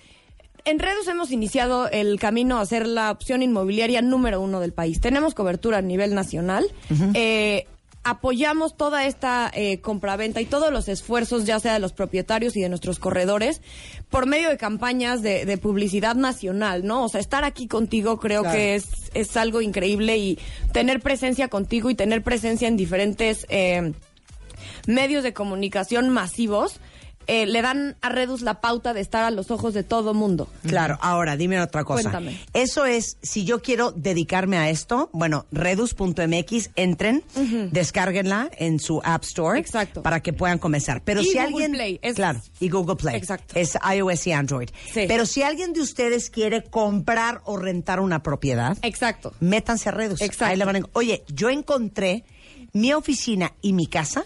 S12: en Redus hemos iniciado el camino a ser la opción inmobiliaria número uno del país. Tenemos cobertura a nivel nacional. Eh, apoyamos toda esta eh, compraventa y todos los esfuerzos, ya sea de los propietarios y de nuestros corredores, por medio de campañas de, de publicidad nacional, ¿no? O sea, estar aquí contigo creo
S1: Claro.
S12: que es, es algo increíble y tener presencia contigo y tener presencia en diferentes... eh, medios de comunicación masivos eh, le dan a Redus la pauta de estar a los ojos de todo mundo.
S1: Claro, ahora dime otra cosa.
S12: Cuéntame.
S1: Eso es, si yo quiero dedicarme a esto, bueno, redus.mx, entren,
S12: Mm.
S1: descárguenla en su App Store para que puedan comenzar. Pero
S12: Y
S1: si
S12: Google
S1: alguien.
S12: Play, es-
S1: claro, y Google Play.
S12: Exacto.
S1: Es iOS y Android.
S12: Sí.
S1: Pero si alguien de ustedes quiere comprar o rentar una propiedad,
S12: Exacto.
S1: métanse a Redus. Ahí la van a en- Oye, yo encontré mi oficina y mi casa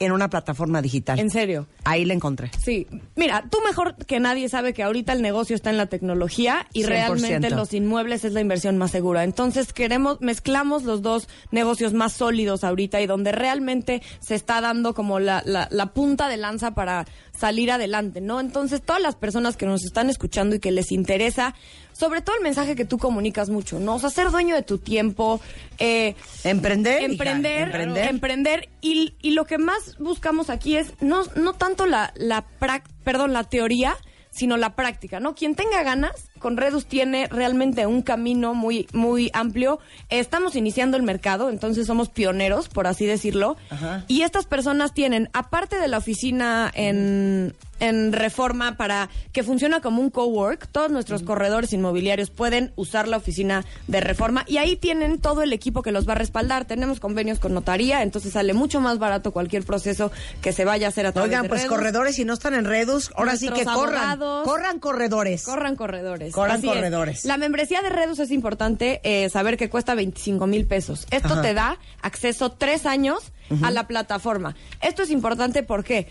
S1: en una plataforma digital. ¿En
S12: serio?
S1: Ahí la encontré.
S12: Sí, mira, tú mejor que nadie sabe que ahorita el negocio está en la tecnología y
S1: 100%.
S12: realmente los inmuebles es la inversión más segura. Entonces queremos mezclamos los dos negocios más sólidos ahorita y donde realmente se está dando como la, la- la punta de lanza para salir adelante, ¿no? Entonces todas las personas que nos están escuchando y que les interesa, sobre todo el mensaje que tú comunicas mucho, ¿no? O sea, ser dueño de tu tiempo, eh,
S1: Emprender, hija,
S12: emprender,
S1: emprender.
S12: emprender y, y lo que más buscamos aquí es no, no tanto la, la, prac- perdón, la teoría, sino la práctica, ¿no? Quien tenga ganas, con Redus tiene realmente un camino muy, muy amplio. Estamos iniciando el mercado, entonces somos pioneros, por así decirlo.
S1: Ajá.
S12: Y estas personas tienen, aparte de la oficina en, en Reforma para que funciona como un cowork, todos nuestros corredores inmobiliarios pueden usar la oficina de Reforma y ahí tienen todo el equipo que los va a respaldar. Tenemos convenios con notaría, entonces sale mucho más barato cualquier proceso que se vaya a hacer a través
S1: Oigan,
S12: de
S1: pues
S12: Redus.
S1: corredores, si no están en Redus, ahora sí que
S12: Nuestros
S1: corran.
S12: abogados.
S1: Corran corredores.
S12: Corran corredores.
S1: Corran
S12: es.
S1: corredores.
S12: La membresía de Redus es importante eh, saber que cuesta 25 mil pesos. Esto
S1: Ajá.
S12: te da acceso tres años a la plataforma. Esto es importante ¿por qué?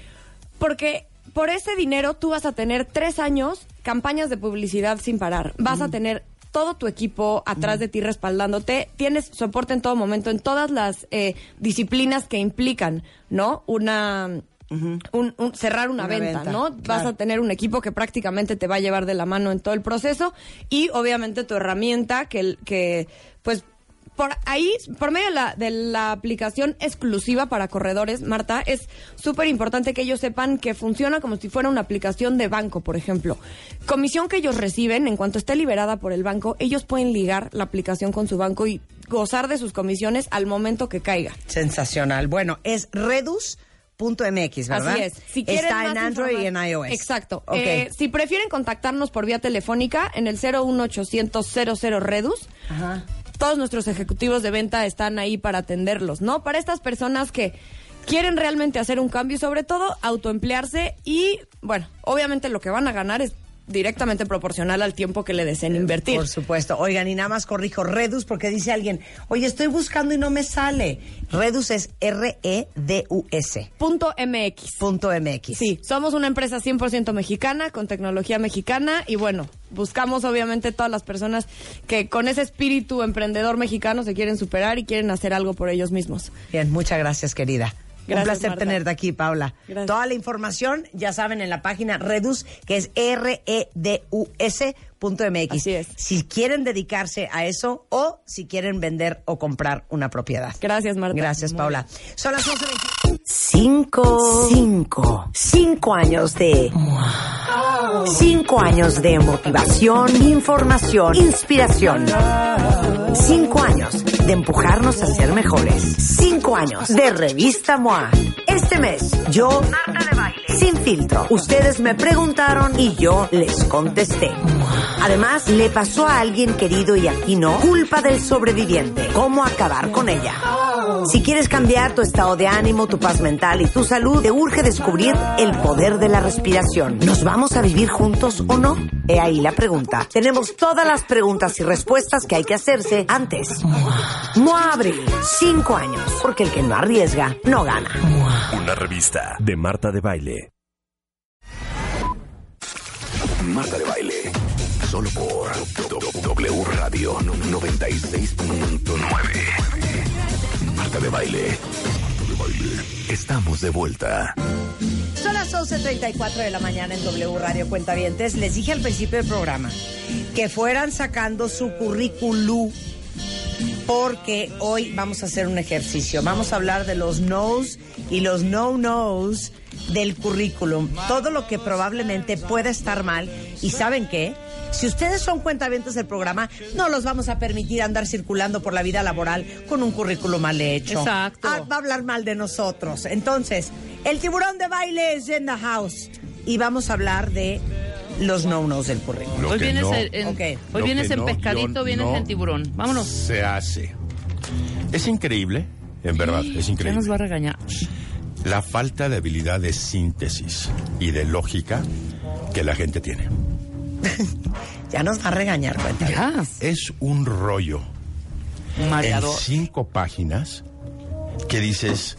S12: porque por ese dinero tú vas a tener tres años campañas de publicidad sin parar. Vas
S1: Mm.
S12: a tener todo tu equipo atrás de ti respaldándote. Tienes soporte en todo momento, en todas las eh, disciplinas que implican, ¿no? Una... un- un- cerrar una,
S1: Una
S12: venta,
S1: venta,
S12: ¿no? Vas
S1: claro.
S12: a tener un equipo que prácticamente te va a llevar de la mano en todo el proceso y obviamente tu herramienta que, el- que pues por ahí, por medio de la, de la aplicación exclusiva para corredores, Marta, es súper importante que ellos sepan que funciona como si fuera una aplicación de banco, por ejemplo. Comisión que ellos reciben, en cuanto esté liberada por el banco, ellos pueden ligar la aplicación con su banco y gozar de sus comisiones al momento que caiga.
S1: Sensacional. Bueno, es redus.mx, ¿verdad?
S12: Así es. Si quieren
S1: Está
S12: más
S1: en Android y en
S12: informa-
S1: iOS.
S12: Exacto.
S1: Ok.
S12: Eh, si prefieren contactarnos por vía telefónica en el 01800 00 Redus, todos nuestros ejecutivos de venta están ahí para atenderlos, ¿no? Para estas personas que quieren realmente hacer un cambio y sobre todo autoemplearse y, bueno, obviamente lo que van a ganar es directamente proporcional al tiempo que le deseen invertir.
S1: Eh, Por supuesto. Oigan, y nada más corrijo Redus porque dice alguien, oye, estoy buscando y no me sale. Redus es E R-E-D-U-S.
S12: Punto MX.
S1: Punto MX.
S12: Sí, somos una empresa 100% mexicana, con tecnología mexicana y bueno, buscamos obviamente todas las personas que con ese espíritu emprendedor mexicano se quieren superar y quieren hacer algo por ellos mismos.
S1: Bien, muchas gracias, querida.
S12: Gracias,
S1: Un placer
S12: Marta.
S1: tenerte aquí, Paula. Toda la información, ya saben, en la página Redus, que es E R-E-D-U-S.mx. Si quieren dedicarse a eso o si quieren vender o comprar una propiedad.
S12: Gracias, Marta.
S1: Gracias, Paula. Son las 11.25. Cinco. Cinco. Cinco años de... Cinco años de motivación, información, inspiración. Cinco años de empujarnos a ser mejores. Cinco años de revista MOA. Este mes, yo, Marta de Baile, sin filtro. Ustedes me preguntaron y yo les contesté. Además, le pasó a alguien querido y aquí no, culpa del sobreviviente. ¿Cómo acabar con ella? Si quieres cambiar tu estado de ánimo, tu paz mental y tu salud, te urge descubrir el poder de la respiración. ¿Nos vamos a vivir juntos o no? He ahí la pregunta. Tenemos todas las preguntas y respuestas que hay que hacerse antes. Mua abril, cinco años, porque el que no arriesga no gana.
S5: Una revista de Marta de Baile.
S6: Marta de Baile. Solo por W Radio 96.9. Marta de Baile. Estamos de vuelta.
S1: Son las 11.34 de la mañana en W Radio Cuentavientes. Les dije al principio del programa que fueran sacando su currículum porque hoy vamos a hacer un ejercicio. Vamos a hablar de los no's y los no-no's del currículum. Todo lo que probablemente pueda estar mal. ¿Y saben qué? Si ustedes son cuentavientes del programa, no los vamos a permitir andar circulando por la vida laboral con un currículum mal hecho.
S4: Exacto.
S1: Ah, va a hablar mal de nosotros. Entonces, el tiburón de baile es in the house. Y vamos a hablar de los no-nos del currículum.
S11: Lo
S4: hoy
S11: que
S4: vienes
S11: no,
S4: en, en-
S11: Ok.
S4: hoy
S11: lo
S4: vienes
S11: que
S4: en
S11: no,
S4: pescadito,
S11: yo
S4: vienes
S11: no
S4: en tiburón. Vámonos.
S11: Se hace. Es increíble, en verdad, es
S4: Ya
S11: increíble.
S4: nos va a regañar.
S11: La falta de habilidad de síntesis y de lógica que la gente tiene.
S1: Ya nos va a regañar, cuenta.
S11: Es un rollo. En cinco páginas que dices,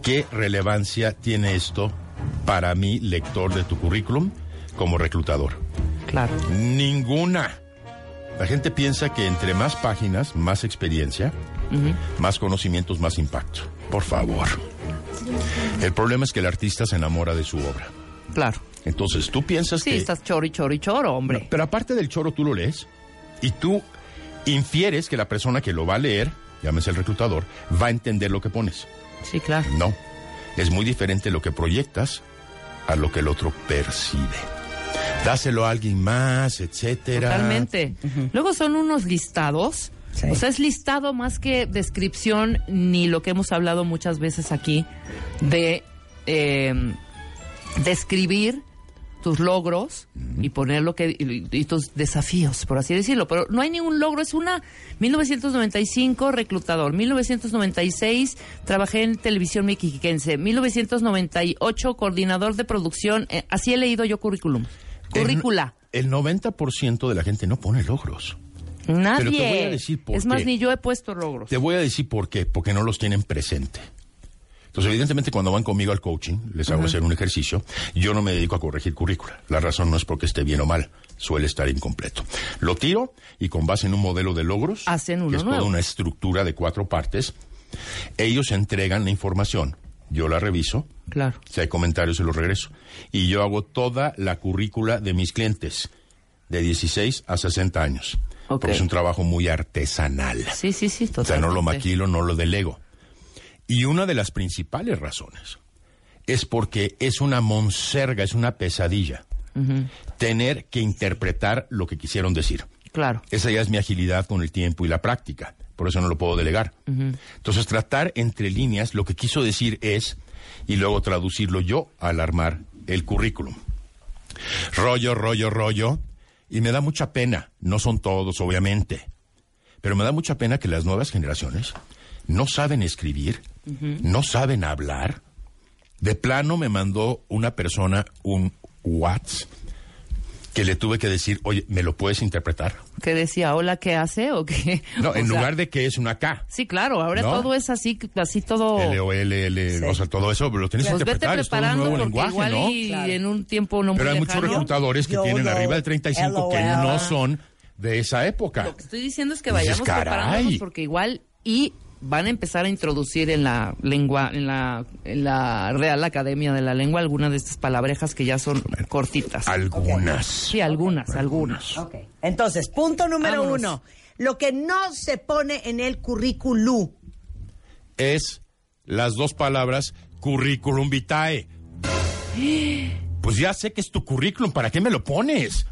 S11: ¿qué relevancia tiene esto para mí, lector de tu currículum, como reclutador?
S4: Claro.
S11: Ninguna. La gente piensa que entre más páginas, más experiencia, más conocimientos, más impacto. Por favor. El problema es que el artista se enamora de su obra.
S4: Claro.
S11: Entonces tú piensas
S4: Sí,
S11: que...
S4: estás choro y choro y choro, hombre.
S11: Pero aparte del choro, tú lo lees y tú infieres que la persona que lo va a leer, llámese el reclutador, va a entender lo que pones.
S4: Sí, claro.
S11: No. Es muy diferente lo que proyectas a lo que el otro percibe. Dáselo a alguien más, etcétera.
S4: Totalmente. Luego son unos listados. O sea, es listado más que descripción ni lo que hemos hablado muchas veces aquí de eh, describir tus logros y poner lo que y, y tus desafíos, por así decirlo. Pero no hay ningún logro. Es una 1995 reclutador, 1996 trabajé en televisión mexiquense, 1998 coordinador de producción. eh, así he leído yo currículum.
S11: El-
S4: Currícula.
S11: El 90% de la gente no pone logros.
S4: Nadie.
S11: Pero te voy a decir por
S4: es más,
S11: qué.
S4: ni yo he puesto logros.
S11: Te voy a decir por qué, porque no los tienen presente. Entonces, evidentemente, cuando van conmigo al coaching, les hago
S4: Ajá.
S11: hacer un ejercicio, yo no me dedico a corregir currícula. La razón no es porque esté bien o mal, suele estar incompleto. Lo tiro y con base en un modelo de logros,
S4: Hacen
S11: que
S4: uno
S11: es toda
S4: nuevo.
S11: una estructura de cuatro partes, ellos entregan la información, yo la reviso,
S4: Claro.
S11: si hay comentarios se los regreso, y yo hago toda la currícula de mis clientes, de 16 a 60 años. Porque es un trabajo muy artesanal.
S4: Sí, sí, sí,
S11: O sea, no lo
S4: totalmente.
S11: maquilo, no lo delego. Y una de las principales razones es porque es una monserga, es una pesadilla
S4: Ujú.
S11: tener que interpretar lo que quisieron decir.
S4: Claro.
S11: Esa ya es mi agilidad con el tiempo y la práctica. Por eso no lo puedo delegar. Ujú. Entonces, tratar entre líneas lo que quiso decir es, y luego traducirlo yo al armar el currículum. Rollo, rollo, rollo. Y me da mucha pena, no son todos, obviamente, pero me da mucha pena que las nuevas generaciones no saben escribir, no saben hablar. De plano me mandó una persona un WhatsApp que le tuve que decir, oye, ¿me lo puedes interpretar?
S4: ¿Qué decía? ¿Hola, qué hace? ¿O qué?
S11: No,
S4: O
S11: en
S4: sea,
S11: lugar de que es una K.
S4: Sí, claro, ahora
S11: No.
S4: todo es así, así todo.
S11: L o L, L, o sea, todo eso, pero lo tienes que
S4: Pues vete
S11: interpretar, es todo un
S4: preparando
S11: nuevo
S4: porque
S11: lenguaje,
S4: igual
S11: ¿no?
S4: y en un tiempo no
S11: Pero
S4: muy
S11: hay muchos
S4: lejano.
S11: reclutadores que tienen arriba de 35 que
S4: LOL.
S11: no son de esa época.
S4: Lo que estoy diciendo es que
S11: Dices,
S4: vayamos
S11: "Caray".
S4: preparándonos porque igual y van a empezar a introducir en la lengua, en la, en la Real Academia de la Lengua algunas de estas palabrejas que ya son cortitas.
S11: Algunas.
S4: Sí, algunas, algunas.
S1: Entonces, punto número
S4: Vámonos.
S1: uno. Lo que no se pone en el currículum.
S11: Es las dos palabras currículum vitae. Pues ya sé que es tu currículum, ¿para qué me lo pones?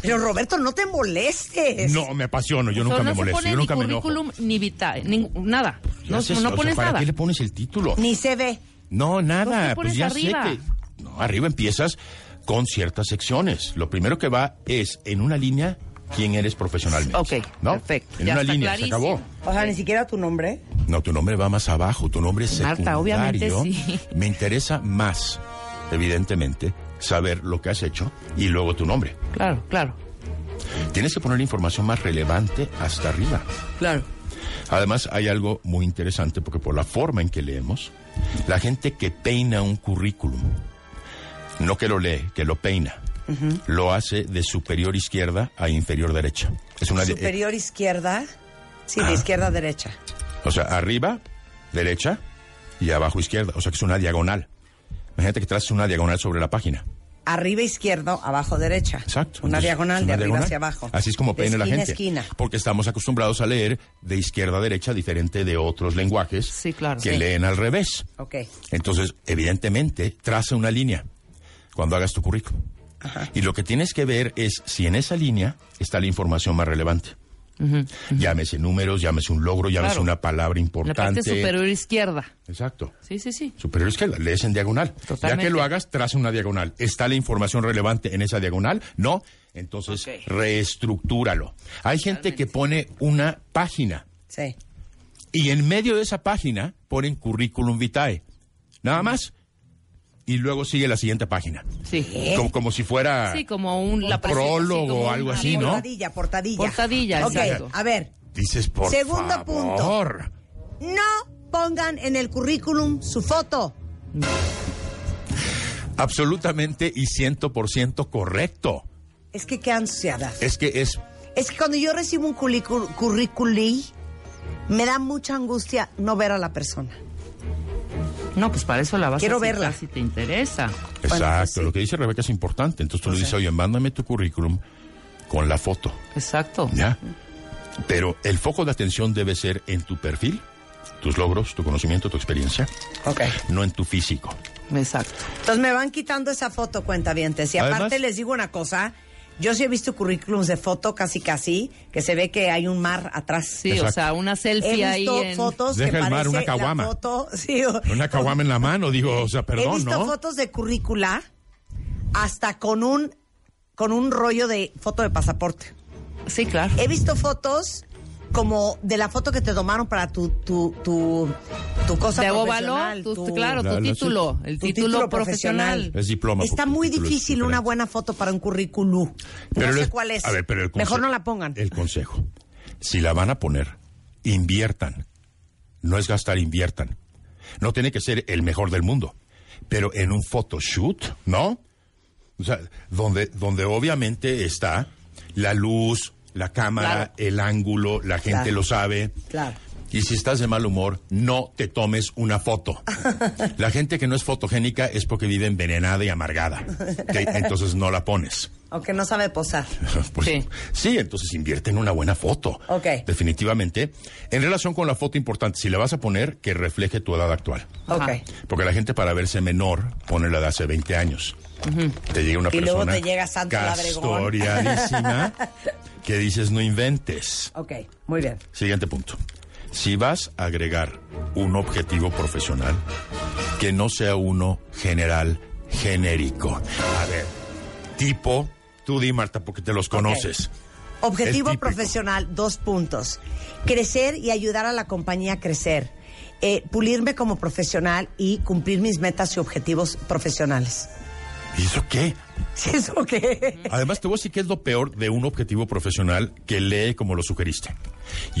S1: Pero Roberto, no te molestes.
S11: No, me apasiono,
S4: O sea,
S11: yo nunca me
S4: no
S11: molesto,
S4: se pone
S11: yo nunca
S4: ni
S11: me enojo.
S4: currículum ni vitae, ni- nada. No,
S11: haces-
S4: no
S11: o sea,
S4: pones
S11: ¿Para
S4: nada.
S11: qué le pones el título?
S1: se ve.
S11: No,
S4: Entonces,
S11: nada,
S4: ¿qué
S11: pues
S4: pones
S11: ya
S4: arriba?
S11: sé que... No, arriba empiezas con ciertas secciones. Lo primero que va es en una línea quién eres profesionalmente.
S4: Ok,
S11: ¿no?
S4: perfecto.
S11: En
S4: Ya
S11: una
S4: está
S11: línea, se
S4: clarísimo.
S11: acabó.
S1: O sea, ni siquiera tu nombre.
S11: No, tu nombre va más abajo, tu nombre es secundario.
S4: Marta, obviamente sí.
S11: Me interesa más, evidentemente, saber lo que has hecho y luego tu nombre.
S4: Claro, claro.
S11: Tienes que poner información más relevante hasta arriba.
S4: Claro.
S11: Además, hay algo muy interesante porque por la forma en que leemos, la gente que peina un currículum, no que lo lee, que lo peina, lo hace de superior izquierda a inferior derecha. Es una de-
S1: Superior izquierda. Sí,
S11: Ah.
S1: de izquierda a derecha.
S11: eh, O sea, arriba, derecha y abajo izquierda. O sea, que es una diagonal. Imagínate que traes una diagonal sobre la página.
S1: Arriba izquierdo, abajo derecha.
S11: Exacto.
S1: Una
S11: Entonces,
S1: diagonal
S11: es una
S1: de arriba
S11: diagonal.
S1: hacia abajo.
S11: Así es como
S1: De
S11: peina la
S1: esquina a
S11: gente.
S1: esquina.
S11: Porque estamos acostumbrados a leer de izquierda a derecha, diferente de otros lenguajes que
S1: Sí.
S11: leen al revés.
S1: Ok.
S11: Entonces, evidentemente, traza una línea cuando hagas tu currículum. Y lo que tienes que ver es si en esa línea está la información más relevante. Llámese números, llámese un logro, llámese
S4: Claro.
S11: una palabra
S4: La
S11: importante.
S4: parte superior izquierda.
S11: Exacto.
S4: Sí, sí, sí.
S11: Superior izquierda, lees en diagonal. Ya que lo hagas, traza una diagonal. ¿Está la información relevante en esa diagonal? No. Entonces, reestructúralo. Hay gente que pone una página
S1: Sí.
S11: y en medio de esa página ponen currículum vitae. Nada más. Y luego sigue la siguiente página.
S1: ¿Eh?
S4: Sí.
S11: Como, como si fuera
S4: Sí, como un la presenta
S11: prólogo
S4: como
S11: o algo
S4: una-
S11: así, ¿no?
S1: Portadilla, portadilla.
S4: Portadilla,
S1: Ok,
S4: exacto.
S1: a ver.
S11: Dices, por
S1: Segundo
S11: favor.
S1: No pongan en el currículum su foto.
S11: Absolutamente y 100% correcto.
S1: Es que qué ansiada.
S11: Es que es
S1: Es que cuando yo recibo un currícul- currículi, me da mucha angustia no ver a la persona.
S4: No, pues para eso la vas
S1: Quiero
S4: a citar
S1: verla.
S4: si te interesa.
S11: Exacto, lo que dice Rebeca es importante. Entonces tú le dices, oye, mándame tu currículum con la foto.
S4: Exacto.
S11: ¿Ya? Pero el foco de atención debe ser en tu perfil, tus logros, tu conocimiento, tu experiencia. No en tu físico.
S4: Exacto.
S1: Entonces me van quitando esa foto, cuentavientes. Y aparte
S11: Además-
S1: les digo una cosa. Yo sí he visto currículums de foto casi casi, que se ve que hay un mar atrás.
S4: Sí, o sea, una selfie
S1: He
S4: ahí
S1: visto
S4: en-
S1: fotos que
S11: Deja el mar,
S1: parece
S11: una
S1: la
S11: caguama.
S1: foto- sí, o-
S11: Una caguama en la mano, digo, o sea,
S1: He
S11: perdón,
S1: visto
S11: ¿no?
S1: fotos de currícula hasta con un con un rollo de foto de pasaporte.
S4: Sí, claro.
S1: He visto fotos como de la foto que te tomaron para tu tu tu, tu cosa
S4: De óvalo,
S1: profesional,
S4: tu- claro, tu
S11: La- la-
S4: título, el
S1: tu
S4: título, profesional.
S11: Es diploma.
S1: Está
S11: porque
S1: muy
S11: el título es
S1: difícil una buena foto para un currículum.
S11: Pero
S1: no
S11: lo
S1: sé
S11: es-
S1: cuál es.
S11: a ver, pero el
S1: Mejor
S11: conse-
S1: no la pongan.
S11: El consejo, si la van a poner, inviertan. No es gastar, inviertan. No tiene que ser el mejor del mundo, pero en un photoshoot, ¿no? O sea, donde, donde obviamente está la luz, la cámara, el ángulo, la gente
S1: Claro.
S11: lo sabe.
S1: Claro.
S11: Y si estás de mal humor, no te tomes una foto. La gente que no es fotogénica es porque vive envenenada y amargada. ¿ok? Entonces no la pones.
S1: Aunque no sabe posar.
S11: Pues, sí. entonces invierte en una buena foto.
S1: Ok.
S11: Definitivamente. En relación con la foto importante, si la vas a poner, que refleje tu edad actual.
S1: Ok.
S11: Porque la gente para verse menor pone la de hace 20 años. Te llega una
S1: Y luego
S11: persona
S1: te llega Santo Labregón.
S11: castoriadísima que dices no inventes.
S1: Ok, muy bien.
S11: Siguiente punto. Si vas a agregar un objetivo profesional, que no sea uno general, genérico. A ver, tipo, tú di Marta porque te los conoces.
S1: Objetivo
S11: Es típico.
S1: profesional, dos puntos. Crecer y ayudar a la compañía a crecer. Eh, pulirme como profesional y cumplir mis metas y objetivos profesionales.
S11: ¿Y eso qué?
S1: ¿Sí, ¿Eso qué?
S11: Además, te voy a decir que es lo peor de un objetivo profesional que lee como lo sugeriste.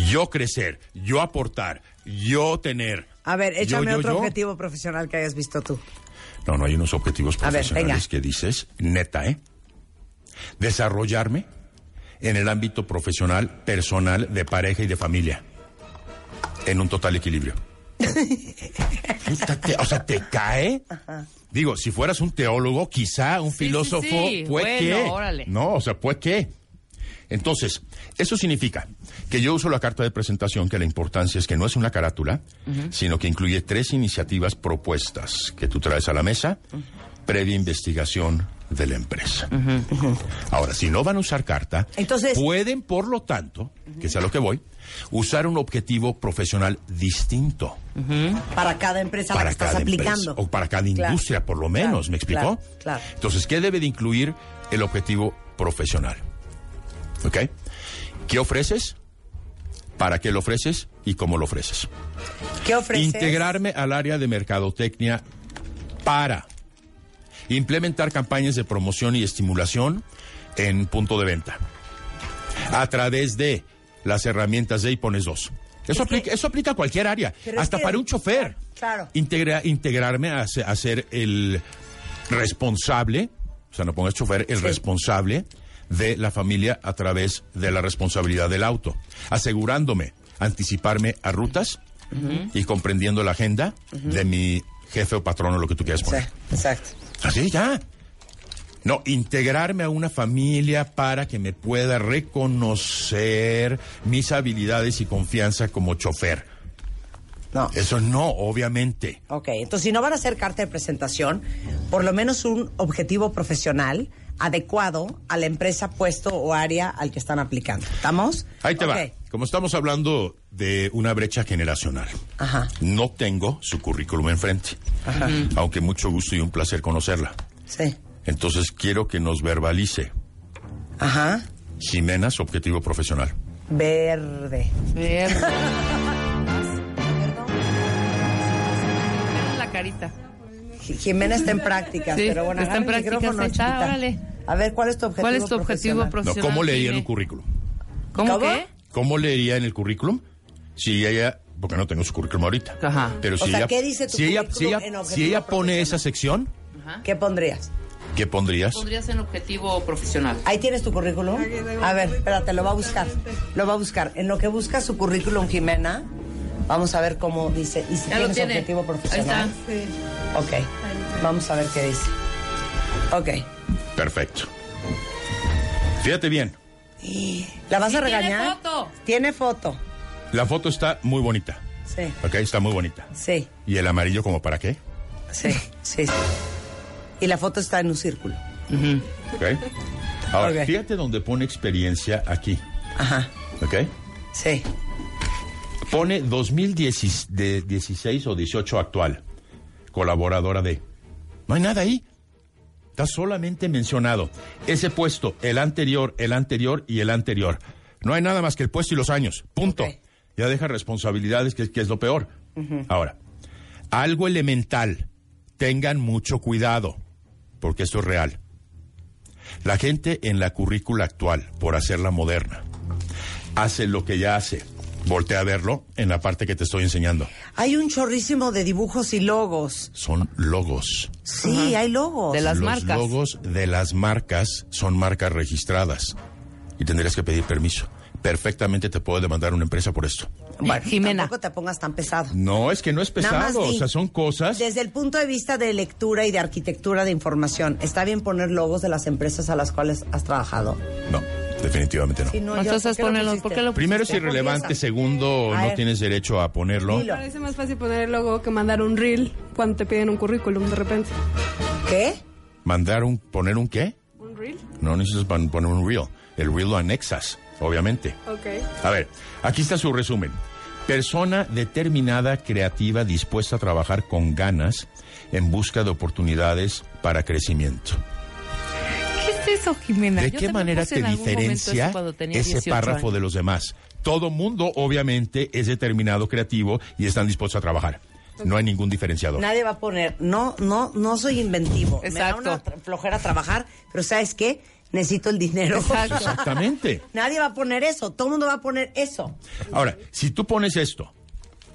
S11: Yo crecer, yo aportar, yo tener.
S1: A ver,
S11: Yo,
S1: échame
S11: yo,
S1: otro
S11: yo.
S1: objetivo profesional que hayas visto tú.
S11: No, no, hay unos objetivos
S1: A ver,
S11: profesionales
S1: venga.
S11: que dices, neta, ¿eh? Desarrollarme en el ámbito profesional, personal, de pareja y de familia. En un total equilibrio. Puta, te- o sea, ¿te cae? Digo, si fueras un teólogo, quizá un filósofo,
S4: sí,
S11: pues
S4: bueno,
S11: qué.
S4: órale.
S11: No, o sea, pues qué. Entonces, eso significa que yo uso la carta de presentación, que la importancia es que no es una carátula, sino que incluye tres iniciativas propuestas que tú traes a la mesa, previa investigación de la empresa. Ahora, si no van a usar carta,
S1: Entonces-
S11: pueden, por lo tanto, que es a lo que voy, usar un objetivo profesional distinto
S1: Para cada empresa a la
S11: para
S1: que estás
S11: cada empresa,
S1: aplicando.
S11: o para cada
S1: Claro,
S11: industria, por lo menos, ¿me explicó?
S1: Claro, claro.
S11: Entonces, ¿qué debe de incluir el objetivo profesional? ¿Ok? ¿Qué ofreces? ¿Para qué lo ofreces? ¿Y cómo lo ofreces?
S1: ¿Qué ofreces?
S11: Integrarme al área de mercadotecnia para implementar campañas de promoción y estimulación en punto de venta. A través de las herramientas de iPones 2. Eso, aplica, eso aplica a cualquier área,
S1: Pero es
S11: hasta
S1: que-
S11: para un chofer.
S1: Claro.
S11: Integra- integrarme a, se- a ser el responsable, o sea, no pongas chofer, el responsable de la familia a través de la responsabilidad del auto, asegurándome, anticiparme a rutas y comprendiendo la agenda de mi jefe o patrón o lo que tú quieras poner.
S1: Exacto.
S11: Así ya. No, integrarme a una familia para que me pueda reconocer mis habilidades y confianza como chofer.
S1: No.
S11: Eso no, obviamente.
S1: Ok, entonces si no van a hacer carta de presentación, por lo menos un objetivo profesional adecuado a la empresa, puesto o área al que están aplicando. ¿Estamos?
S11: Ahí te
S1: Ok.
S11: va. Como estamos hablando de una brecha generacional,
S1: Ajá.
S11: no tengo su currículum enfrente,
S1: Ajá.
S11: aunque mucho gusto y un placer conocerla.
S1: Sí.
S11: Entonces quiero que nos verbalice.
S1: Ajá.
S11: Jimena, su objetivo profesional.
S1: Verde.
S4: Verde. la carita.
S1: Jimena está en prácticas,
S4: Sí,
S1: pero bueno,
S4: está en
S1: agarra el
S4: prácticas,
S1: micrófono,
S4: ahí está,
S1: chiquita.
S4: órale.
S1: A ver, ¿cuál es tu objetivo
S4: ¿Cuál es tu objetivo
S11: No,
S4: profesional?
S11: ¿Cómo leería en
S4: Jime?
S11: un currículum?
S4: ¿Cómo,
S1: ¿Cómo?
S4: qué?
S11: ¿Cómo leería en el currículum? Si ella, porque no tengo su currículum ahorita. Pero
S1: O
S11: si
S1: sea,
S11: ella,
S1: ¿qué dice tu
S11: si ella, si
S1: currículum
S11: ella,
S1: en
S11: si
S1: objetivo
S11: ella pone esa sección,
S1: ¿Qué pondrías?
S11: ¿qué pondrías?
S4: Pondrías en objetivo profesional.
S1: Ahí tienes tu currículum. A ver, espérate, lo va a buscar. Lo va a buscar. En lo que busca su currículum, Jimena, vamos a ver cómo dice. Y si
S4: Ya lo
S1: tienes
S4: tiene.
S1: objetivo profesional.
S4: Ahí
S1: Ok. Vamos a ver qué dice. Ok.
S11: Perfecto. Fíjate bien,
S1: ¿La vas
S4: Sí,
S1: a
S4: tiene
S1: regañar?
S4: foto.
S1: Tiene foto.
S11: la foto está muy bonita.
S1: Sí,
S11: Ok, está muy bonita.
S1: sí,
S11: ¿Y el amarillo como para qué?
S1: sí, sí. sí. Y la foto está en un círculo.
S11: Ok. Ahora,
S1: Ok.
S11: fíjate donde pone experiencia aquí.
S1: Ajá.
S11: Ok.
S1: Sí.
S11: Pone 2016 o 18 actual, colaboradora de. No hay nada ahí. Está solamente mencionado. Ese puesto, el anterior, el anterior y el anterior. No hay nada más que el puesto y los años. Punto. Ya deja responsabilidades, que, que es lo peor. Ahora, algo elemental. Tengan mucho cuidado, porque esto es real. La gente en la currícula actual, por hacerla moderna, hace lo que ya hace. Voltea a verlo en la parte que te estoy enseñando.
S1: Hay un chorrísimo de dibujos y logos.
S11: Son logos.
S1: Sí, hay logos.
S11: Los logos de las marcas son marcas registradas. Y tendrías que pedir permiso. Perfectamente te puede demandar una empresa por esto.
S1: Bueno, Jimena. Tampoco te pongas tan pesado.
S11: No, es que no es
S1: Nada más
S11: pesado. O
S1: di.
S11: sea, son cosas.
S1: Desde el punto de vista de lectura y de arquitectura de información, ¿está bien poner logos de las empresas a las cuales has trabajado?
S11: No, definitivamente no.
S1: Sí, no, ya,
S4: Entonces
S1: ¿por qué lo
S4: ponelo,
S1: pusiste?
S4: ¿por qué lo
S11: Primero es
S4: pusiste?
S11: irrelevante. Segundo,
S1: A
S11: no
S1: ver.
S11: tienes derecho a ponerlo.
S1: Dilo.
S13: Parece más fácil poner el logo que mandar un reel cuando te piden un currículum de repente.
S1: ¿Qué?
S11: ¿Mandar un. poner un qué?
S13: ¿Un reel?
S11: No necesitas pon- poner un reel. El reel lo anexas, obviamente.
S13: Ok.
S11: A ver, aquí está su resumen. Persona determinada, creativa, dispuesta a trabajar con ganas en busca de oportunidades para crecimiento.
S4: ¿Qué es eso, Jimena?
S11: ¿De
S4: Yo
S11: qué
S4: también
S11: manera
S4: puse
S11: te
S4: en algún momento
S11: diferencia
S4: eso cuando tenía
S11: ese
S4: 18
S11: párrafo
S4: años.
S11: de los demás? Todo mundo, obviamente, es determinado, creativo y están dispuestos a trabajar. No hay ningún diferenciador.
S1: Nadie va a poner, no, no, no soy inventivo. Me da una tra- flojera trabajar, pero ¿sabes qué? Necesito el dinero.
S11: Exactamente.
S1: Nadie va a poner eso, todo el mundo va a poner eso.
S11: Ahora, si tú pones esto,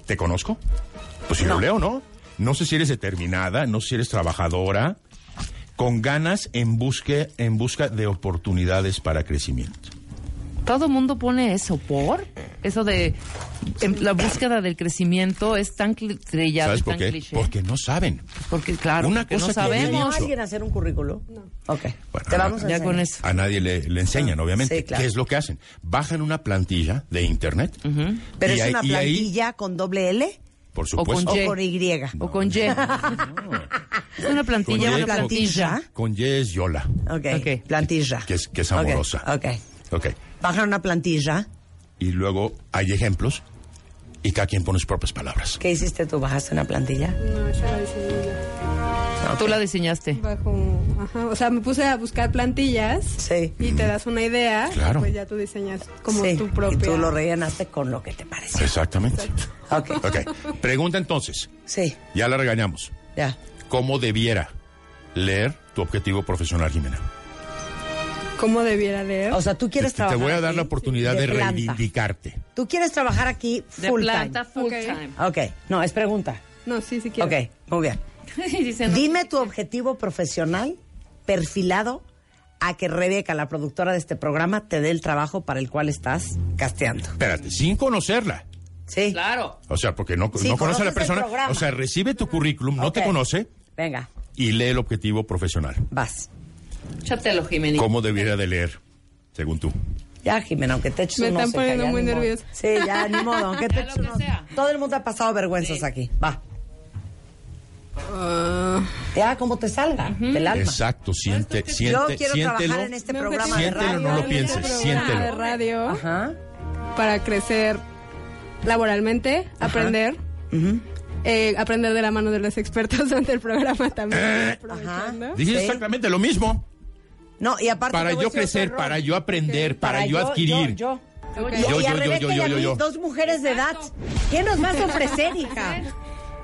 S11: ¿te conozco? Pues si lo leo, ¿no? No sé si eres determinada, no sé si eres trabajadora, con ganas en, busque, en busca de oportunidades para crecimiento.
S4: Todo mundo pone eso, ¿por? Eso de em, la búsqueda del crecimiento es tan cli- trillado
S11: ¿Sabes
S4: y
S11: por
S4: tan
S11: qué?
S4: cliché.
S11: Porque no saben.
S4: Porque, claro,
S11: Una
S4: porque
S11: cosa
S4: no
S11: que yo he
S4: sabemos.
S11: dicho.
S1: ¿Alguien hacer un currículo? No. Ok,
S11: Bueno,
S1: te vamos a
S4: Ya
S1: enseñar. Ah,
S4: con eso.
S11: A nadie le, le enseñan, obviamente.
S1: Sí, claro.
S11: ¿Qué es lo que hacen? Bajan una plantilla de internet.
S1: Pero
S11: y
S1: es
S11: ahí-
S1: una
S11: y ahí-
S1: plantilla con doble L.
S11: Por supuesto.
S1: O con Y.
S4: O con Y. Es una plantilla,
S11: Con
S4: una
S11: Y,
S4: plantilla.
S11: Con Y es Yola,
S1: Ok, plantilla.
S11: que es, que es
S1: Ok,
S11: amorosa.
S1: Ok.
S11: Ok.
S1: Bajan una plantilla.
S11: Y luego hay ejemplos y cada quien pone sus propias palabras.
S1: ¿Qué hiciste tú? ¿Bajaste una plantilla?
S13: No, yo la diseñé
S4: Tú la diseñaste.
S13: bajo. Ajá, o sea, me puse a buscar plantillas.
S1: Sí.
S13: Y te das una idea.
S1: Claro.
S13: Y pues ya tú diseñas como
S1: Sí,
S13: tu propia.
S1: Y tú lo rellenaste con lo que te parece.
S11: Exactamente. ok. Pregunta entonces.
S1: Sí.
S11: Ya la regañamos.
S1: Ya.
S11: ¿Cómo debiera leer tu objetivo profesional, Jimena?
S13: ¿Cómo debiera leer?
S1: O sea, tú quieres
S11: Te- Te
S1: trabajar.
S11: voy a dar la oportunidad
S1: de
S11: de
S1: planta.
S11: reivindicarte.
S1: Tú quieres trabajar aquí
S4: De
S1: full
S4: planta
S1: time.
S4: full time.
S1: Ok, no, es pregunta.
S13: No, sí, sí
S1: Ok, muy bien. Dime tu objetivo profesional perfilado a que Rebeca, la productora de este programa, te dé el trabajo para el cual estás casteando.
S11: Espérate, sin conocerla.
S1: Sí.
S4: Claro.
S11: O sea, porque no,
S1: Sí,
S11: no conoce a
S1: conoces
S11: la
S1: el
S11: persona.
S1: programa.
S11: O sea, recibe tu currículum, no
S1: Ok.
S11: te conoce
S1: Venga,
S11: y lee el objetivo profesional.
S1: vas.
S4: Chátelo, Jimena.
S11: ¿Cómo debiera de leer, según tú?
S1: Ya, Jimena, aunque te eches
S13: Me
S1: un
S13: están
S1: oseca,
S13: poniendo
S1: ya,
S13: muy
S1: ni modo.
S13: nerviosa.
S1: Sí, ya, ni modo, aunque te eches un oseca. Todo el mundo ha pasado vergüenzas aquí. Va.
S13: Ah.
S1: Ya, como te salga del alma.
S11: Exacto, siente,
S1: Yo
S11: siente,
S1: quiero
S11: siéntelo.
S1: trabajar en este programa de
S11: siéntelo,
S1: radio. este
S11: no lo pienses,
S13: de
S11: siéntelo.
S13: radio para crecer laboralmente, aprender, eh, aprender de la mano de los expertos durante el programa también. aprovechando.
S11: Eh, Dije exactamente lo mismo.
S1: No, y aparte
S11: Para
S1: te voy a decir
S11: yo
S1: otro
S11: crecer,
S1: error.
S11: para yo aprender, para yo adquirir.
S1: Yo, yo, yo.
S11: Ok. Yo,
S1: Y a
S11: yo, yo,
S1: Rebeca
S11: yo,
S1: y a
S11: yo, yo,
S1: mí,
S11: yo.
S1: dos mujeres de edad. ¿Qué nos vas a ofrecer, hija?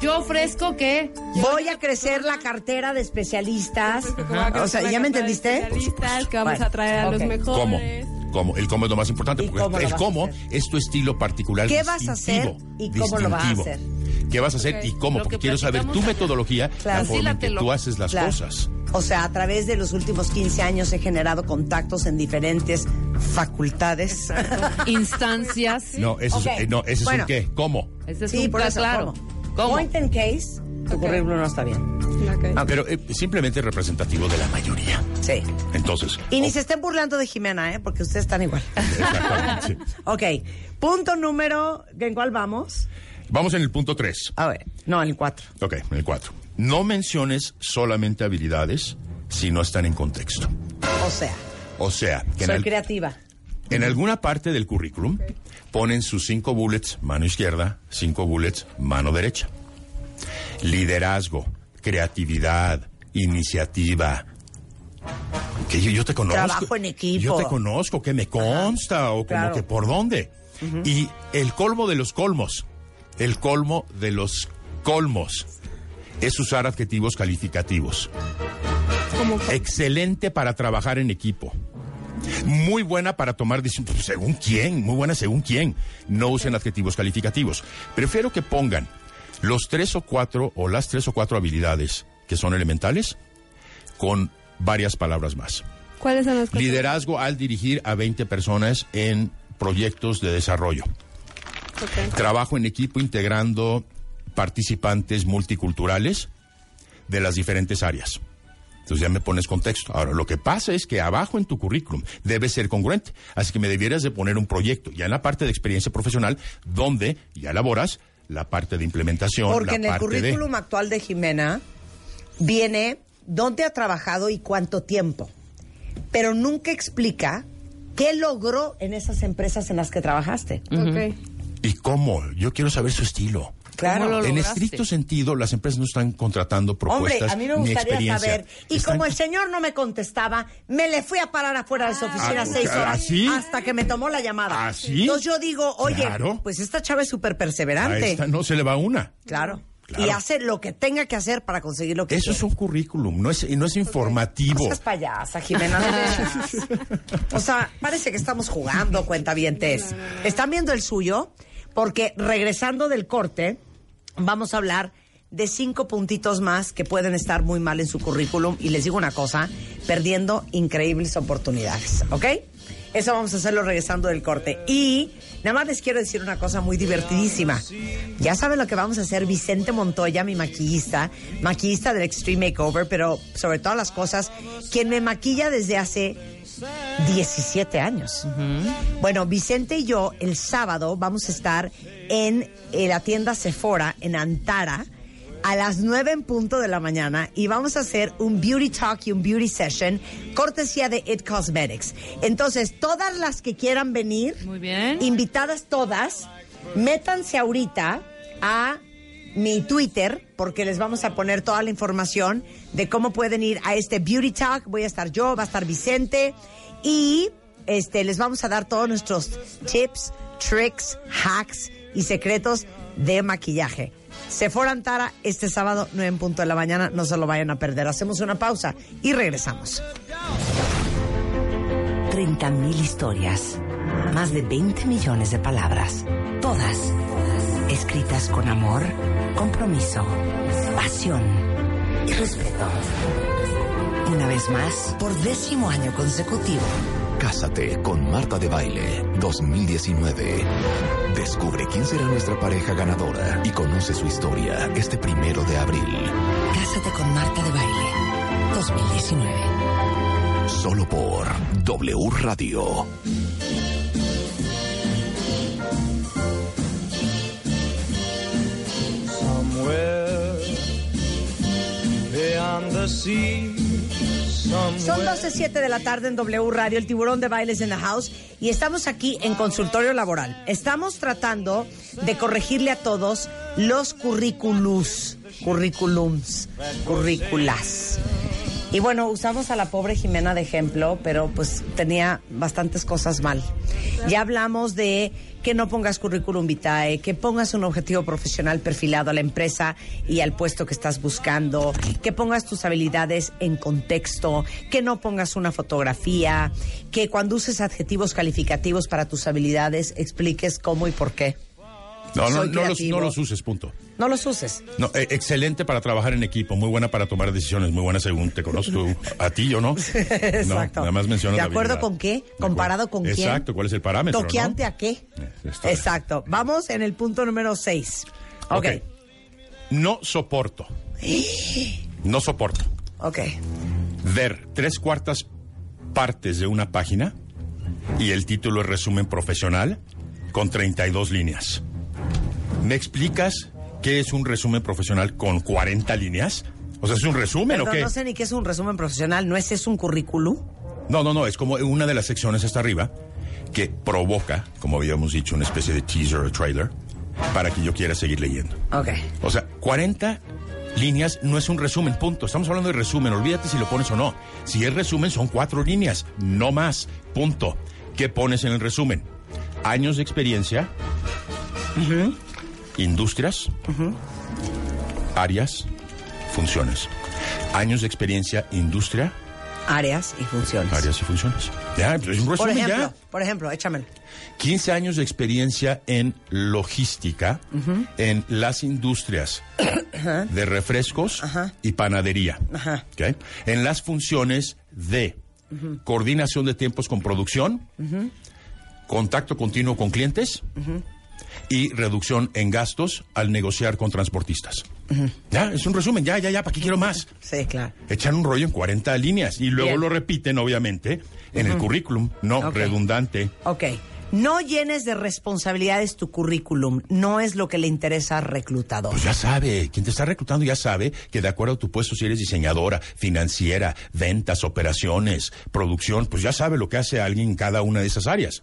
S4: Yo ofrezco que
S1: voy a crecer la cartera de especialistas.
S13: Ajá.
S1: O sea, ¿ya me entendiste?
S13: Especialistas que vamos
S1: Bueno,
S13: a traer a los
S1: ok.
S11: ¿Cómo?
S13: mejores.
S11: ¿Cómo? El cómo es lo más importante, porque
S1: cómo lo
S11: el
S1: vas a
S11: cómo es tu estilo particular.
S1: ¿Qué vas a hacer
S11: distintivo,
S1: y cómo lo vas a
S11: distintivo. ¿Qué vas a hacer
S1: Ok.
S11: y cómo?
S1: Lo
S11: Porque
S1: que
S11: quiero saber tu
S1: platicamos acá.
S11: metodología, la forma en que tú haces las
S1: Claro.
S11: cosas.
S1: O sea, a través de los últimos 15 años he generado contactos en diferentes facultades.
S4: instancias.
S11: No, ese
S1: Ok.
S11: es, eh, no, ese es
S1: Bueno.
S11: un qué, cómo.
S4: Ese es
S1: sí,
S4: un
S1: por
S13: Pues
S4: plan
S1: eso,
S4: claro.
S1: ¿cómo? Point in case, tu currículum no está bien.
S11: Ah, Pero eh, simplemente representativo de la mayoría.
S1: Sí.
S11: Entonces,
S1: Y ni se estén burlando de Jimena, ¿eh? Porque ustedes están igual.
S11: exactamente.
S1: Ok, punto número, ¿en cuál vamos?
S11: Vamos en el punto 3.
S1: A ver, no, en el 4.
S11: Ok, en el 4. No menciones solamente habilidades si no están en contexto.
S1: O sea,
S11: O sea, que en,
S1: soy
S11: al-
S1: creativa.
S11: en alguna parte del currículum ponen sus cinco bullets mano izquierda, cinco bullets mano derecha. Liderazgo, creatividad, iniciativa. Que yo, yo te conozco.
S1: Trabajo en equipo.
S11: Yo te conozco, que me consta o como
S1: claro.
S11: que por dónde. Y el colmo de los colmos, el colmo de los colmos, es usar adjetivos calificativos. Excelente para trabajar en equipo. Muy buena para tomar decisiones. Según quién, muy buena según quién. No usen adjetivos calificativos. Prefiero que pongan los tres o cuatro o las tres o cuatro habilidades que son elementales con varias palabras más.
S13: ¿Cuáles son los
S11: Liderazgo al dirigir a 20 personas en proyectos de desarrollo. Trabajo en equipo integrando participantes multiculturales de las diferentes áreas. Entonces ya me pones contexto. Ahora, lo que pasa es que abajo en tu currículum debe ser congruente. Así que me debieras de poner un proyecto, ya en la parte de experiencia profesional, donde ya elaboras la parte de implementación,
S1: Porque
S11: la
S1: en el
S11: parte de-
S1: currículum actual de Jimena viene dónde ha trabajado y cuánto tiempo, pero nunca explica qué logró en esas empresas en las que trabajaste.
S11: ¿Y cómo? Yo quiero saber su estilo.
S1: Claro. ¿Cómo lo
S11: en
S1: lograste?
S11: estricto sentido, las empresas no están contratando
S1: Hombre,
S11: propuestas
S1: a mí me
S11: ni
S1: gustaría
S11: experiencia.
S1: saber. Y
S11: Están-
S1: como el señor no me contestaba, me le fui a parar afuera de su oficina
S11: Ah,
S1: seis
S11: ah,
S1: horas
S11: ¿así?
S1: hasta que me tomó la llamada.
S11: ¿Así?
S1: Entonces yo digo, oye,
S11: Claro.
S1: pues esta chava es súper
S11: a
S1: perseverante.
S11: esta no se le va una.
S1: Claro.
S11: Claro.
S1: Y hace lo que tenga que hacer para conseguir lo que
S11: Eso es
S1: quiere.
S11: un currículum, no es, y no es
S1: No
S11: informativo.
S1: seas payasa, Jimena. de veras. o sea, parece que estamos jugando, cuentavientes. ¿Están viendo el suyo? Porque regresando del corte, vamos a hablar de cinco puntitos más que pueden estar muy mal en su currículum. Y les digo una cosa, perdiendo increíbles oportunidades, ¿ok? Eso vamos a hacerlo regresando del corte. Y nada más les quiero decir una cosa muy divertidísima. Ya saben lo que vamos a hacer Vicente Montoya, mi maquillista, maquillista del Extreme Makeover, pero sobre todas las cosas, quien me maquilla desde hace 17 años. Bueno, Vicente y yo el sábado vamos a estar en eh, la tienda Sephora en Antara a las 9 en punto de la mañana y vamos a hacer un beauty talk y un beauty session cortesía de It Cosmetics. Entonces, todas las que quieran venir, invitadas todas, métanse ahorita a mi Twitter, porque les vamos a poner toda la información de cómo pueden ir a este Beauty Talk. Voy a estar yo, va a estar Vicente. Y este, les vamos a dar todos nuestros tips, tricks, hacks y secretos de maquillaje. Sephora Antara este sábado 9 en punto de la mañana. No se lo vayan a perder. Hacemos una pausa y regresamos.
S14: 30.000 historias, más de 20 millones de palabras, todas escritas con amor, compromiso, pasión y respeto. Una vez más, por décimo año consecutivo,
S15: Cásate con Marta de Baile 2019. Descubre quién será nuestra pareja ganadora y conoce su historia este primero de abril.
S14: Cásate con Marta de Baile 2019.
S15: Solo por W Radio.
S7: Somewhere beyond the sea.
S1: Son 12.07 de la tarde en W Radio, el tiburón de bailes en la house, y estamos aquí en consultorio laboral. Estamos tratando de corregirle a todos los currículums, currículums, currículas. Y bueno, usamos a la pobre Jimena de ejemplo, pero pues tenía bastantes cosas mal. Ya hablamos de que no pongas currículum vitae, que pongas un objetivo profesional perfilado a la empresa y al puesto que estás buscando, que pongas tus habilidades en contexto, que no pongas una fotografía, que cuando uses adjetivos calificativos para tus habilidades expliques cómo y por qué.
S11: No, no,
S1: Soy
S11: no, los,
S1: creativo.
S11: no los uses, punto.
S1: No los uses.
S11: No, eh, excelente para trabajar en equipo, muy buena para tomar decisiones, muy buena según te conozco a ti o no.
S1: Exacto.
S11: No, nada más mencionas
S1: ¿De
S11: la
S1: acuerdo
S11: habilidad.
S1: con qué? ¿Comparado con quién?
S11: Exacto, ¿cuál es el parámetro? no?
S1: ¿Toqueante a qué?
S11: Está bien.
S1: Exacto. Vamos en el punto número 6. Ok.
S11: Ok. No soporto. No soporto.
S1: Ok.
S11: Ver tres cuartas partes de una página y el título es resumen profesional con 32 líneas. ¿Me explicas qué es un resumen profesional con 40 líneas? O sea, ¿es un resumen
S1: Perdón,
S11: o qué?
S1: no sé ni qué es un resumen profesional. ¿No es es un currículum?
S11: No, no, no, es como una de las secciones hasta arriba que provoca, como habíamos dicho, una especie de teaser o trailer para que yo quiera seguir leyendo.
S1: Ok.
S11: O sea, 40 líneas no es un resumen, punto. Estamos hablando de resumen, olvídate si lo pones o no. Si es resumen, son cuatro líneas, no más, punto. ¿Qué pones en el resumen? Años de experiencia, industrias, áreas, funciones. Años de experiencia, industria.
S1: Áreas y funciones.
S11: Áreas y funciones. Ya, pues es un resumen
S1: por ejemplo,
S11: ya.
S1: por ejemplo, échamelo.
S11: 15 años de experiencia en logística
S1: Ujú.
S11: en las industrias de refrescos y panadería.
S1: Ajá.
S11: ¿ok? En las funciones de
S1: Ujú.
S11: coordinación de tiempos con producción,
S1: Ujú.
S11: contacto continuo con clientes
S1: Ujú.
S11: y reducción en gastos al negociar con transportistas. Ya, es un resumen, ya, ya, ya, ¿para qué quiero más?
S1: Sí, claro.
S11: Echan un rollo en 40 líneas y luego
S1: Bien.
S11: lo repiten, obviamente, en el
S1: Ujú.
S11: currículum, no
S1: Ok.
S11: redundante.
S1: Ok. No llenes de responsabilidades tu currículum. No es lo que le interesa al reclutador.
S11: Pues ya sabe, quien te está reclutando ya sabe que de acuerdo a tu puesto, si eres diseñadora, financiera, ventas, operaciones, producción, pues ya sabe lo que hace alguien en cada una de esas áreas.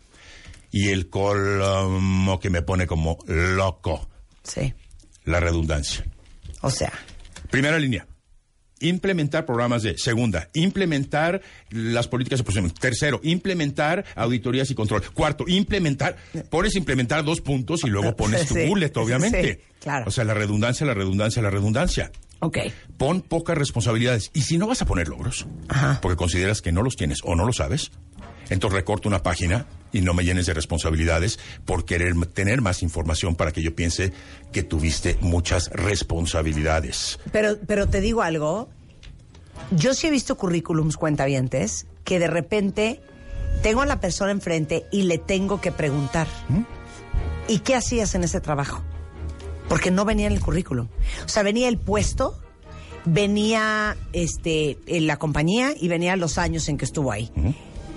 S11: Y el colmo que me pone como loco.
S1: Sí.
S11: La redundancia.
S1: O sea.
S11: Primera línea. Implementar programas de. Segunda, implementar las políticas de oposición. Tercero, implementar auditorías y control. Cuarto, implementar. Pones implementar dos puntos y luego pones tu
S1: Sí.
S11: bullet, obviamente.
S1: Sí, claro.
S11: O sea, la redundancia, la redundancia, la redundancia.
S1: Ok.
S11: Pon pocas responsabilidades. Y si no vas a poner logros, porque consideras que no los tienes o no lo sabes, entonces recorta una página y no me llenes de responsabilidades por querer m- tener más información para que yo piense que tuviste muchas responsabilidades.
S1: Pero, pero te digo algo. Yo sí he visto currículums cuentavientes que de repente tengo a la persona enfrente y le tengo que preguntar. ¿Y qué hacías en ese trabajo? Porque no venía en el currículum. O sea, venía el puesto, venía este, en la compañía y venía los años en que estuvo ahí.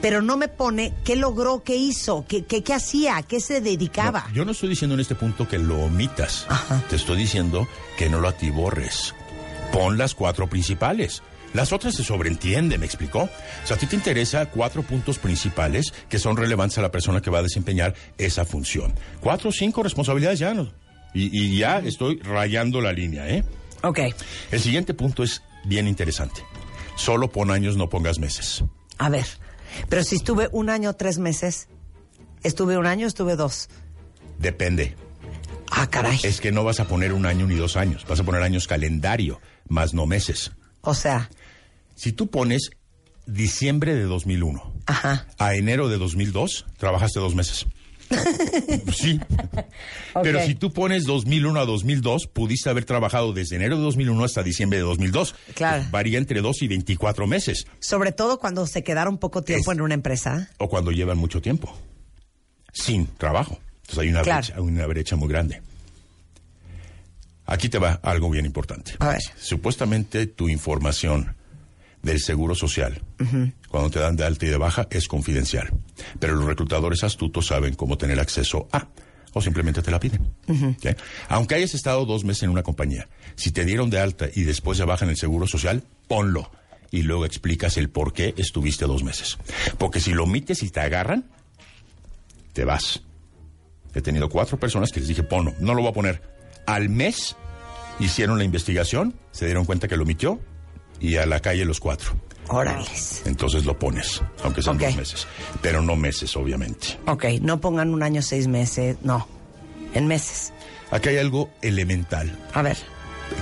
S1: pero no me pone qué logró, qué hizo, qué, qué, qué hacía, a qué se dedicaba.
S11: No, yo no estoy diciendo en este punto que lo omitas. Te estoy diciendo que no lo atiborres. Pon las cuatro principales. Las otras se sobreentiende, ¿me explicó? O sea, a ti te interesa cuatro puntos principales que son relevantes a la persona que va a desempeñar esa función. Cuatro o cinco responsabilidades ya no. Y, y ya estoy rayando la línea, ¿eh?
S1: Ok.
S11: El siguiente punto es bien interesante. Solo pon años, no pongas meses.
S1: A ver, pero si estuve un año, tres meses, estuve un año, estuve dos.
S11: Depende.
S1: Ah, caray.
S11: Es que no vas a poner un año ni dos años, vas a poner años calendario, más no meses.
S1: O sea.
S11: Si tú pones diciembre de 2001
S1: Ajá.
S11: a enero de 2002, trabajaste dos meses. sí. Pero si tú pones 2001 a 2002, pudiste haber trabajado desde enero de 2001 hasta diciembre de 2002.
S1: Claro.
S11: Varía entre 2 y 24 meses,
S1: Sobre todo cuando se quedaron poco tiempo en una empresa.
S11: o cuando llevan mucho tiempo sin trabajo. Entonces hay una,
S1: Claro.
S11: brecha, una brecha muy grande. Aquí te va algo bien importante.
S1: A ver.
S11: Supuestamente tu información del Seguro Social cuando te dan de alta y de baja es confidencial. Pero los reclutadores astutos saben cómo tener acceso a, o simplemente te la piden. ¿ok? Aunque hayas estado dos meses en una compañía, si te dieron de alta y después de baja en el seguro social, ponlo. Y luego explicas el por qué estuviste dos meses. Porque si lo omites y te agarran, te vas. He tenido cuatro personas que les dije, ponlo, no lo voy a poner. Al mes hicieron la investigación, se dieron cuenta que lo omitió y a la calle los cuatro.
S1: Órales.
S11: Entonces lo pones, aunque sean dos meses. Pero no meses, obviamente.
S1: Ok, no pongan un año, seis meses, no. En meses.
S11: Aquí hay algo elemental.
S1: A ver.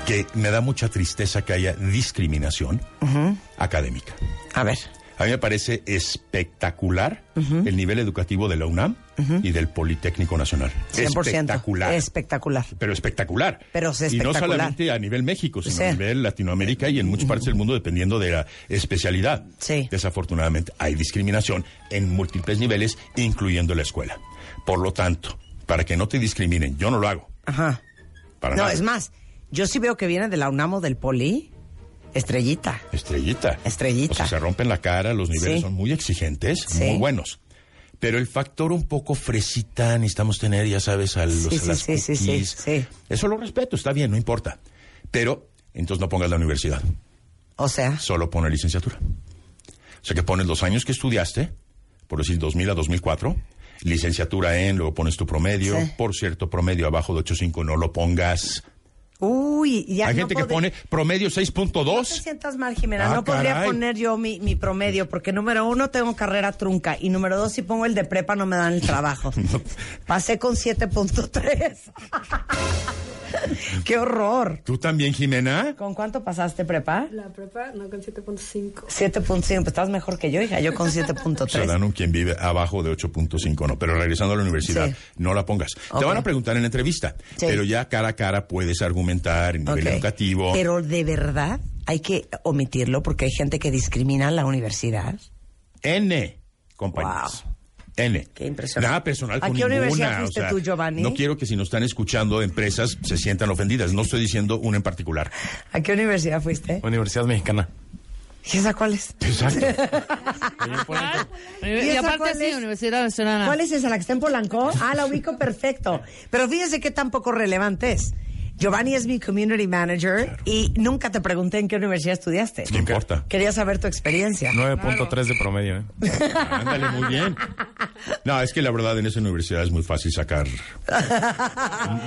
S11: Que me da mucha tristeza que haya discriminación
S1: Ujú.
S11: académica.
S1: A ver.
S11: A mí me parece espectacular el nivel educativo de la UNAM y del Politécnico Nacional.
S1: 100%.
S11: Espectacular.
S1: Espectacular.
S11: pero espectacular.
S1: Pero es
S11: Y no
S1: espectacular.
S11: solamente a nivel México, sino
S1: Sí.
S11: a nivel Latinoamérica y en muchas partes del mundo, dependiendo de la especialidad. Desafortunadamente hay discriminación en múltiples niveles, incluyendo la escuela. Por lo tanto, para que no te discriminen, yo no lo hago.
S1: Ajá.
S11: Para
S1: no,
S11: nada.
S1: es más, yo sí veo que viene de la UNAMO del Poli. Estrellita.
S11: Estrellita.
S1: Estrellita.
S11: O sea, se rompen la cara, los niveles
S1: Sí.
S11: son muy exigentes,
S1: Sí.
S11: muy buenos. Pero el factor un poco fresita necesitamos tener, ya sabes, a los
S1: Sí,
S11: a
S1: sí,
S11: las
S1: sí, sí, sí,
S11: cookies. Eso lo respeto, está bien, no importa. Pero entonces no pongas la universidad.
S1: O sea.
S11: Solo pone licenciatura. O sea que pones los años que estudiaste, por decir 2000 a 2004, licenciatura en, luego pones tu promedio.
S1: Sí.
S11: Por cierto, promedio abajo de 8.5 no lo pongas.
S1: Uy, ya
S11: Hay
S1: no
S11: gente que
S1: podré-
S11: pone promedio
S1: No te
S11: 6.2.
S1: sientas mal, Jimena.
S11: Ah,
S1: no podría
S11: caray.
S1: poner yo mi, mi promedio, porque número uno tengo carrera trunca y número dos, si pongo el de prepa no me dan el trabajo. Pasé con 7.3. ¡Qué horror!
S11: ¿Tú también, Jimena?
S1: ¿Con cuánto pasaste prepa?
S13: La prepa, no, con 7.5.
S1: 7.5. Estás mejor que yo, hija. Yo con
S11: Se
S1: 7.3.
S11: dan un quien vive abajo de 8.5, no. Pero regresando a la universidad,
S1: Sí.
S11: no la pongas. Te van a preguntar en la entrevista,
S1: Sí.
S11: pero ya cara a cara puedes argumentar en nivel
S1: Ok.
S11: educativo.
S1: Pero de verdad hay que omitirlo porque hay gente que discrimina a la universidad.
S11: N compañías. N. Qué
S1: impresionante.
S11: Nada personal
S1: ¿A
S11: con
S1: qué universidad
S11: ninguna,
S1: fuiste
S11: o sea,
S1: tú, Giovanni?
S11: No quiero que si nos están escuchando empresas se sientan ofendidas. No estoy diciendo una en particular.
S1: ¿A qué universidad fuiste?
S16: Universidad Mexicana.
S1: ¿Y esa cuál es?
S4: Y,
S1: ¿Y esa
S4: aparte
S1: cuál
S4: sí,
S1: es?
S4: Universidad Nacional.
S1: ¿Cuál es esa? ¿La que está en Polanco? Ah, la ubico perfecto. Pero fíjense qué tan poco relevante es. Giovanni es mi community manager y nunca te pregunté en qué universidad estudiaste.
S16: No importa.
S1: Quería saber tu experiencia.
S16: 9.3 de promedio, ¿eh?
S11: Ándale, muy bien. No, es que la verdad en esa universidad es muy fácil sacar.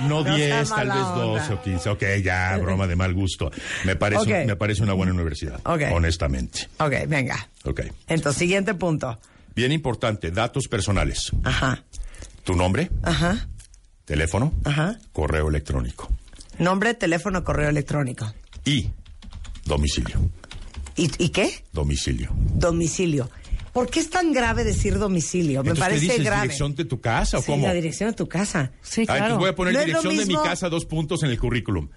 S11: No
S16: No
S11: 10,
S16: sea
S11: tal
S16: mala
S11: vez
S16: onda.
S11: 12 o 15. Ok, ya, broma de mal gusto. Me parece,
S1: Ok.
S11: me parece una buena universidad.
S1: Ok.
S11: Honestamente.
S1: Ok, venga.
S11: Ok.
S1: Entonces, siguiente punto.
S11: Bien importante, datos personales.
S1: Ajá.
S11: Tu nombre,
S1: Ajá,
S11: teléfono,
S1: ajá.
S11: correo electrónico
S1: Nombre, teléfono, correo electrónico.
S11: y domicilio.
S1: ¿Y, y qué? Pues
S11: Domicilio.
S1: Domicilio. ¿Por qué es tan grave decir domicilio? Me
S11: Entonces, ¿qué
S1: parece
S11: dices,
S1: grave.
S11: dirección de tu casa o
S1: Sí,
S11: cómo?
S1: la dirección de tu casa. Sí,
S11: Ah, entonces voy a poner
S1: No es lo
S11: dirección de mi
S1: mismo-
S11: casa dos puntos en el currículum.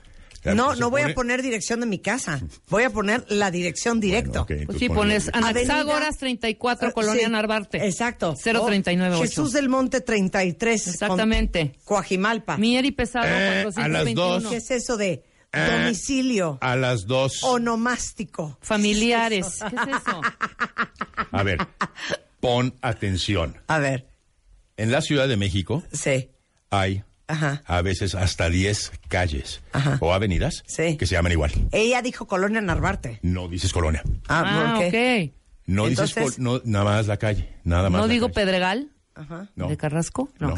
S1: No,
S11: Se
S1: no voy
S11: pone-
S1: a poner dirección de mi casa. Voy a poner la direcexción directo.
S4: Pues sí, pones Anaxágoras 34,
S1: Ah,
S4: Colonia
S1: sí,
S4: Narvarte.
S1: Exacto. Oh,
S4: 039
S1: Jesús del Monte 33.
S4: Exactamente.
S1: Coajimalpa. Mier
S4: y Pesado,
S11: Eh, 421. a las dos.
S1: ¿Qué es eso de
S11: Eh.
S1: domicilio?
S11: A las dos.
S1: Onomástico.
S4: Familiares. ¿Qué es eso?
S11: A ver, Pon atención.
S1: A ver.
S11: En la Ciudad de México
S1: Sí.
S11: hay
S1: Ajá.
S11: a veces hasta 10 calles o avenidas que se llaman igual.
S1: Ella dijo Colonia Narvarte.
S11: No dices colonia.
S1: Ah, ¿por qué?
S11: No dices
S1: Entonces-
S11: col- no, nada más la calle, nada más.
S4: ¿No
S11: la
S4: digo
S11: calle.
S4: Pedregal?
S1: Ajá.
S11: No.
S4: ¿De Carrasco?
S11: No.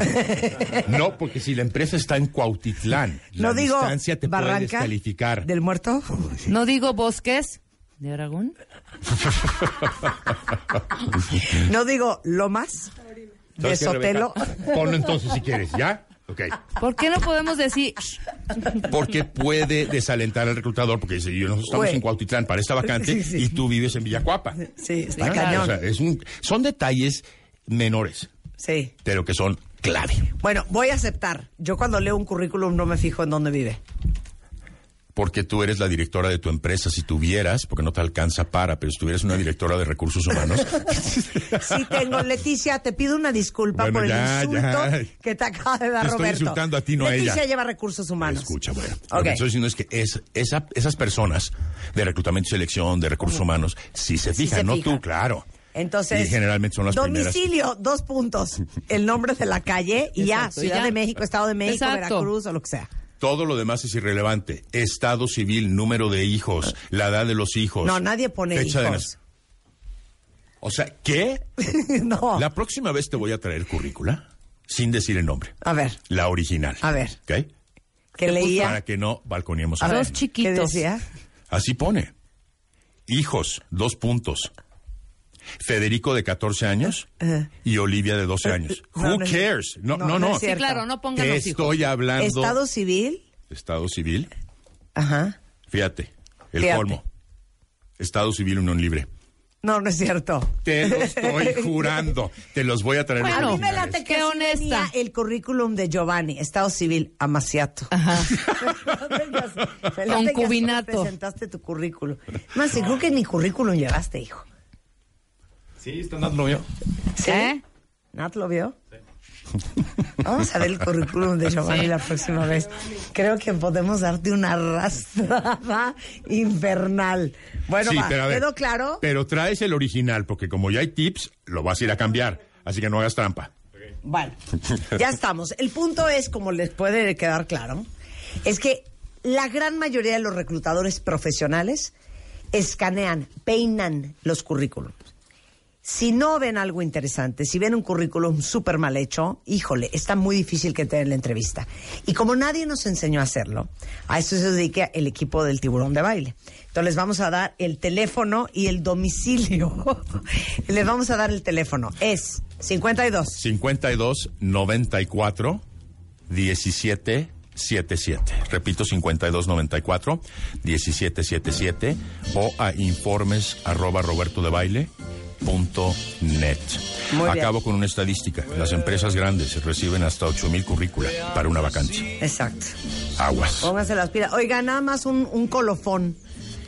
S11: No, porque si la empresa está en Cuautitlán, la
S4: No digo
S11: distancia te
S4: Barranca
S11: puede descalificar.
S1: ¿Del muerto?
S4: ¿No digo Bosques? ¿De Aragón?
S1: No digo Lomas. De
S11: ¿Sabes qué,
S1: Sotelo.
S11: Rebeca? Ponlo entonces si quieres, ¿ya? Ok.
S4: ¿Por qué no podemos decir...
S11: Porque puede desalentar al reclutador, porque dice, yo nosotros estamos
S4: Güey.
S11: en Cuautitlán para esta vacante
S4: Sí, sí.
S11: y tú vives en Villacuapa. Ah,
S1: Sí,
S4: está cañón.
S11: O sea, es un- son detalles menores,
S1: Sí.
S11: pero que son clave.
S1: Bueno, voy a aceptar. Yo cuando leo un currículum no me fijo en dónde vive.
S11: Porque tú eres la directora de tu empresa, si tuvieras, porque no te alcanza para, pero si tuvieras una directora de recursos humanos,
S1: Sí tengo, Leticia, te pido una disculpa
S11: Bueno,
S1: por el
S11: ya,
S1: insulto
S11: ya.
S1: que te acaba de dar
S11: Te estoy
S1: Roberto.
S11: insultando a ti, no a
S1: Leticia
S11: ella.
S1: lleva recursos humanos.
S11: Escucha, bueno. Lo
S1: Ok.
S11: que estoy diciendo es que es, esa- esas personas de reclutamiento y selección, de recursos humanos, si se
S1: Sí
S11: fijan,
S1: se
S11: no
S1: fijan.
S11: tú, claro.
S1: Entonces,
S11: Y generalmente son las primeras.
S1: domicilio, dos puntos. El nombre de la calle
S4: Exacto,
S1: y ya, Ciudad
S4: ya.
S1: de México, Estado de México,
S4: Exacto.
S1: Veracruz o lo que sea.
S11: Todo lo demás es irrelevante. Estado civil, número de hijos, la edad de los hijos.
S1: Ah. No, nadie pone
S11: Pues, fecha de
S1: hijos.
S11: nac- O sea, ¿qué?
S1: no.
S11: La próxima vez te voy a traer currícula sin decir el nombre.
S1: A ver,
S11: La original.
S1: a ver.
S11: ¿Ok? Pues,
S1: Que leía.
S11: Para que no balconeemos
S1: A
S11: a
S1: ver,
S11: nadie.
S1: ¿Qué decía?
S11: Así pone. Hijos, dos puntos. Federico de 14 años
S1: Ajá.
S11: y Olivia de 12 años.
S1: No,
S11: Who
S1: no es-
S11: cares? No,
S1: no, no
S11: no, no.
S1: es cierto. Sí, claro, no pongan
S11: Te
S1: los hijos.
S11: estoy hablando.
S1: Estado civil.
S11: Estado civil.
S1: Ajá.
S11: Fíjate, el
S1: Fíjate.
S11: colmo. Estado civil unión libre.
S1: No, no es cierto.
S11: Te lo estoy jurando. Te los voy a traer. los
S1: a mí me
S11: originales.
S1: late que honesta. el currículum de Giovanni, Estado Civil, Amaciato. Ajá.
S4: Concubinato.
S1: Presentaste tu currículum. Más, sí, creo que ni currículum llevaste, hijo.
S16: Sí, está andando mío.
S1: ¿Sí? ¿Nat lo vio? Vamos a ver el currículum de Giovanni la próxima vez. Creo que podemos darte una arrastrada infernal. Bueno,
S11: Sí,
S1: va,
S11: pero a ver,
S1: ¿quedó claro?
S11: Pero traes el original, porque como ya hay tips, lo vas a ir a cambiar. Así que no hagas trampa.
S1: Bueno. Ya estamos. El punto es, como les puede quedar claro, es que la gran mayoría de los reclutadores profesionales escanean, peinan los currículums. Si no ven algo interesante, si ven un currículum súper mal hecho, híjole, está muy difícil que te den la entrevista. Y como nadie nos enseñó a hacerlo, a eso se dedica el equipo del tiburón de baile. Entonces les vamos a dar el teléfono y el domicilio. les vamos a dar el teléfono. Es 52.
S11: 52 94 17 77. Repito, 52 94 17 77 o a informes arroba roberto de baile punto net.
S1: Muy bien.
S11: Acabo con una estadística. Las empresas grandes reciben hasta 8 mil currícula para una vacante.
S1: Exacto.
S11: Aguas.
S1: Póngase las pilas. Oiga, nada más un, un colofón.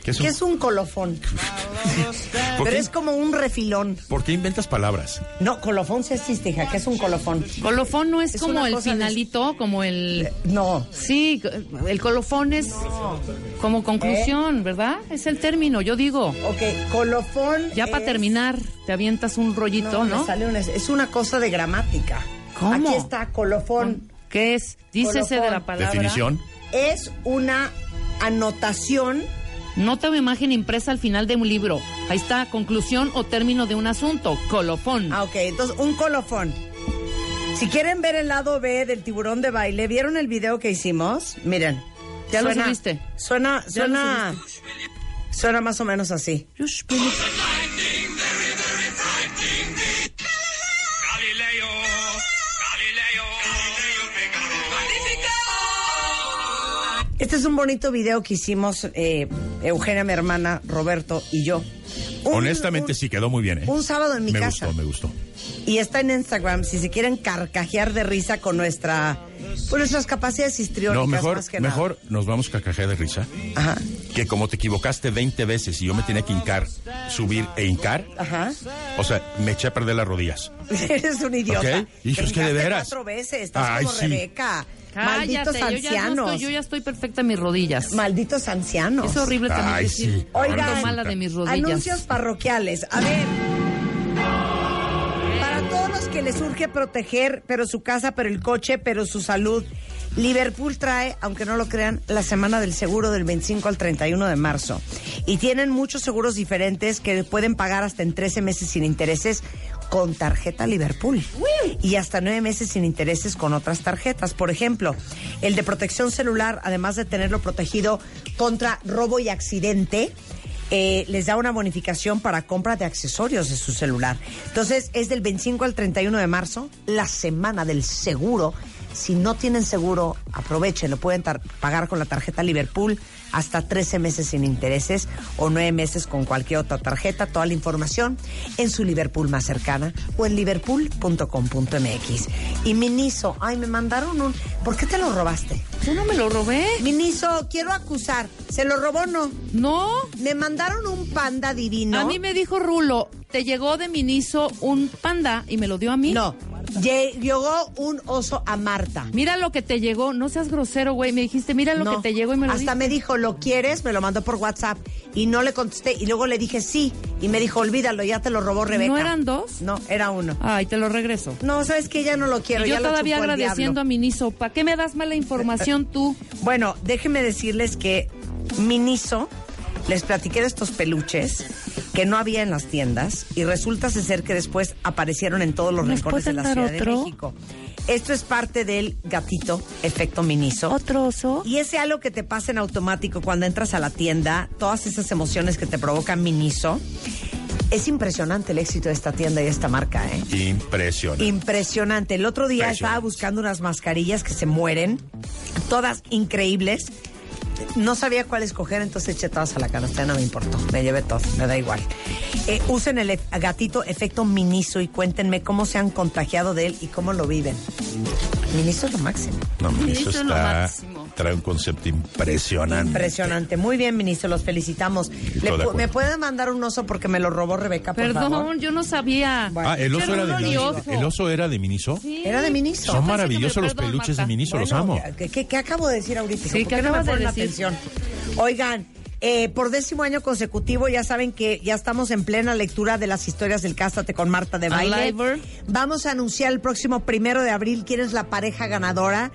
S11: ¿Qué es un-
S1: colofón?
S11: ¿Por
S1: Pero
S11: qué?
S1: es como un refilón.
S11: ¿Por qué inventas palabras?
S1: No, colofón sí existe, hija. ¿Qué es un colofón?
S4: Colofón no es,
S1: Es
S4: como
S1: una
S4: el
S1: cosa de- Eh,
S4: finalito, como el...
S1: No.
S4: Sí, el colofón es como conclusión, ¿verdad? Es el término, yo digo.
S1: ¿Eh? Ok, colofón
S4: Ya para
S1: es-
S4: terminar, te avientas un rollito,
S1: me
S4: ¿no?
S1: sale una- es una cosa de gramática.
S4: ¿Cómo?
S1: Aquí está, colofón.
S4: ¿Qué es? Dícese de la
S1: Colofón.
S4: palabra.
S11: Definición.
S1: Es una anotación.
S4: Nota o imagen impresa al final de un libro. Ahí está, conclusión o término de un asunto. Colofón.
S1: Ah, ok, entonces un colofón. Si quieren ver el lado B del tiburón de baile, ¿vieron el video que hicimos? Miren.
S4: Ya lo
S1: suena,
S4: subiste.
S1: Suena,
S4: Ya lo
S1: suena, suena más o menos así. Este es un bonito video que hicimos eh, Eugenia, mi hermana, Roberto y yo. Un-
S11: Honestamente, sí quedó muy bien, ¿eh?
S1: un sábado en mi
S11: me
S1: casa.
S11: gustó, me gustó.
S1: Y está en Instagram si se quieren carcajear de risa con nuestra con nuestras capacidades histriónicas
S11: No, mejor,
S1: más que nada.
S11: mejor nos vamos cacaje de risa.
S1: Ajá.
S11: Que como te equivocaste 20 veces y yo me tenía que hincar, subir e hincar,
S1: Ajá.
S11: o sea, me eché a perder las rodillas.
S1: Eres un idiota.
S11: Ok. Hijo, es que
S1: Te
S11: de
S1: hincaste
S11: veras.
S1: cuatro veces, estás
S11: Ay,
S1: como
S11: sí.
S1: Rebeca.
S4: Cállate,
S1: Malditos
S4: yo ya no
S1: ancianos.
S4: estoy- yo ya estoy perfecta en mis rodillas.
S1: Malditos ancianos.
S4: Es horrible también
S11: Ay,
S4: decir
S11: sí.
S4: "Cuánto
S1: Oigan,
S4: mala de mis rodillas.
S1: Anuncios parroquiales. A ver. que les urge proteger, pero su casa, pero el coche, pero su salud. Liverpool trae, aunque no lo crean, la semana del seguro del 25 al 31 de marzo. Y tienen muchos seguros diferentes que pueden pagar hasta en 13 meses sin intereses con tarjeta Liverpool. Y hasta nueve meses sin intereses con otras tarjetas. Por ejemplo, el de protección celular, además de tenerlo protegido contra robo y accidente, eh, les da una bonificación para compra de accesorios de su celular. Entonces, es del 25 al 31 de marzo, la semana del seguro. Si no tienen seguro, aprovechen, lo pueden tar- pagar con la tarjeta Liverpool hasta 13 meses sin intereses o 9 meses con cualquier otra tarjeta. Toda la información en su Liverpool más cercana o en liverpool.com.mx. Y Miniso, ay, me mandaron un... ¿Por qué te lo robaste?
S4: Yo no me lo robé.
S1: Miniso, quiero acusar. ¿Se lo robó o no?
S4: No.
S1: Me mandaron un panda divino.
S4: A mí me dijo Rulo, te llegó de Miniso un panda y me lo dio a mí.
S1: No. Llegó un oso a Marta.
S4: Mira lo que te llegó, no seas grosero, güey. Me dijiste, mira lo
S1: No.
S4: que te llegó y me lo
S1: Hasta me dijo, ¿lo quieres? Me lo mandó por WhatsApp y no le contesté. Y luego le dije sí. Y me dijo, olvídalo, ya te lo robó Rebeca.
S4: ¿No eran dos?
S1: No, era uno.
S4: Ay, te lo regreso.
S1: No, sabes que ya no lo quiero.
S4: Y yo
S1: ya lo
S4: todavía
S1: chupó el
S4: agradeciendo
S1: diablo.
S4: a Miniso. ¿Para qué me das mala información tú?
S1: Bueno, déjenme decirles que Miniso, les platiqué de estos peluches que no había en las tiendas y resulta ser que después aparecieron en todos los
S4: ¿Nos
S1: rincones de
S4: pueden
S1: la
S4: dar
S1: Ciudad de
S4: otro?
S1: México. Esto es parte del gatito efecto Miniso.
S4: Otro oso.
S1: Y ese algo que te pasa en automático cuando entras a la tienda, todas esas emociones que te provocan Miniso. Es impresionante el éxito de esta tienda y de esta marca, ¿eh?
S11: Impresionante.
S1: Impresionante. El otro día estaba buscando unas mascarillas que se mueren, todas increíbles. No sabía cuál escoger, entonces eché todas a la canasta, no me importó, me llevé todo, me da igual. Eh, usen el ef- gatito efecto Miniso y cuéntenme cómo se han contagiado de él y cómo lo viven. Miniso es lo máximo.
S11: No,
S1: Eso
S11: Miniso
S1: es lo
S11: está.
S1: máximo.
S11: Trae un concepto impresionante.
S1: Impresionante. Muy bien, ministro, los felicitamos. Le
S11: de
S1: pu-
S11: acuerdo.
S1: ¿Me pueden mandar un oso porque me lo robó Rebeca, por
S4: Perdón,
S1: favor?
S4: yo no sabía.
S11: Ah, el oso, era de Miniso.
S4: Miniso.
S11: el oso era de Miniso.
S1: Era de ministro.
S11: Son maravillosos los peluches de Miniso, los
S1: Bueno,
S11: amo.
S1: ¿qué- ¿Qué, qué acabo de decir ahorita?
S4: Sí,
S1: ¿Por
S4: ¿qué
S1: qué no me
S4: acabas de
S1: ponen
S4: decir?
S1: atención? Oigan, eh, por décimo año consecutivo, ya saben que ya estamos en plena lectura de las historias del Cástate con Marta de Baile.
S4: Aliver.
S1: Vamos a anunciar el próximo primero de abril quién es la pareja ganadora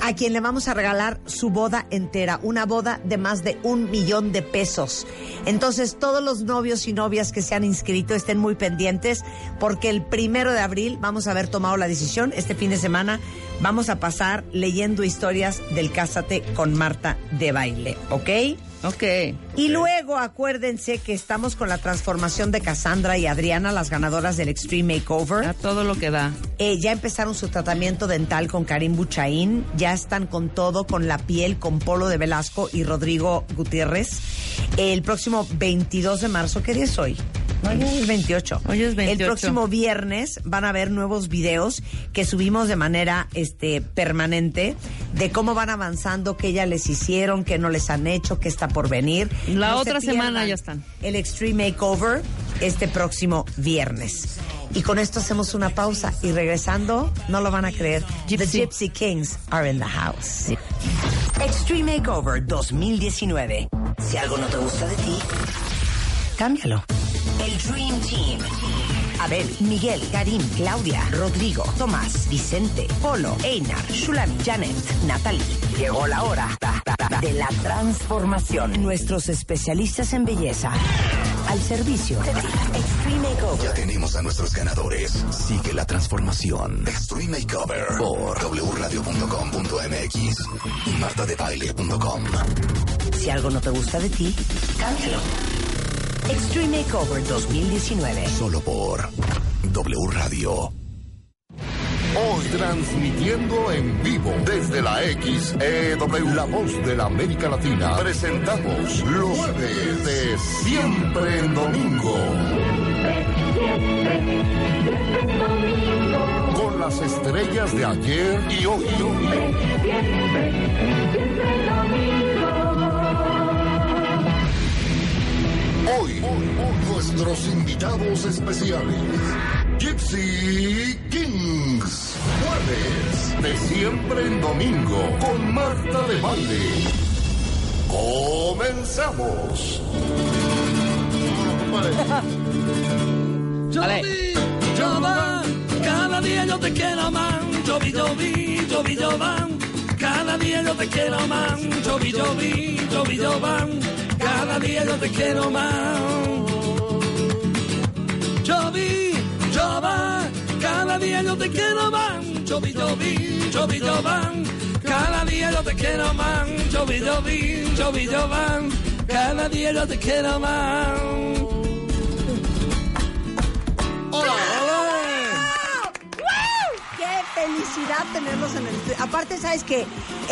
S1: a quien le vamos a regalar su boda entera, una boda de más de un millón de pesos. Entonces todos los novios y novias que se han inscrito estén muy pendientes porque el primero de abril vamos a haber tomado la decisión. Este fin de semana vamos a pasar leyendo historias del Cásate con Marta de baile, ¿ok?
S4: Ok.
S1: Y luego acuérdense que estamos con la transformación de Cassandra y Adriana, las ganadoras del Extreme Makeover.
S4: A todo lo que da.
S1: Eh, ya empezaron su tratamiento dental con Karim Buchaín, ya están con todo, con la piel, con Polo de Velasco y Rodrigo Gutiérrez. El próximo 22 de marzo, ¿qué día es hoy? Hoy es 28.
S4: Hoy es 28.
S1: El próximo viernes van a ver nuevos videos que subimos de manera este, permanente de cómo van avanzando, qué ya les hicieron, qué no les han hecho, qué está por venir.
S4: La
S1: No se
S4: otra semana
S1: pierdan
S4: ya están.
S1: el Extreme Makeover este próximo viernes. Y con esto hacemos una pausa y regresando, no lo van a creer, The Gypsy Kings are in the house. Extreme Makeover 2019.
S14: Si algo no te gusta de ti,
S1: Cámbialo.
S14: el Dream Team.
S1: Abel, Miguel, Karim, Claudia, Rodrigo, Tomás, Vicente, Polo, Einar, Shulam, Janet, Natalie.
S14: Llegó la hora ta, ta, ta, de la transformación. Nuestros especialistas en belleza al servicio de ti. Extreme Makeover.
S15: Ya tenemos a nuestros ganadores. Sigue la transformación. Extreme Makeover por wradio.com.mx y martadebaile.com.
S14: Si algo no te gusta de ti, cámbialo. Extreme Makeover 2019.
S15: Solo por W Radio. Hoy transmitiendo en vivo desde la XEW, la voz de la América Latina, presentamos los jueves de siempre en domingo. Con las estrellas de ayer y hoy. Hoy, nuestros invitados especiales. Gypsy Kings. Jueves de siempre en domingo con Marta de Baile. Comenzamos. Vale.
S17: Cada día yo te quiero más, yo vi, yo vi, yo vi, yo van. Cada día yo te quiero más, yo vi, yo vi, yo vi, yo van. Cada día yo te quiero más. Yo vi, yo van. Cada día yo te quiero más, yo vi, yo vi, yo vi, yo van. Cada día yo te quiero más, yo vi, yo vi, yo vi, yo van. Cada día yo te quiero más.
S1: ¡Hola! ¡Qué felicidad tenerlos en el... Aparte, ¿sabes qué?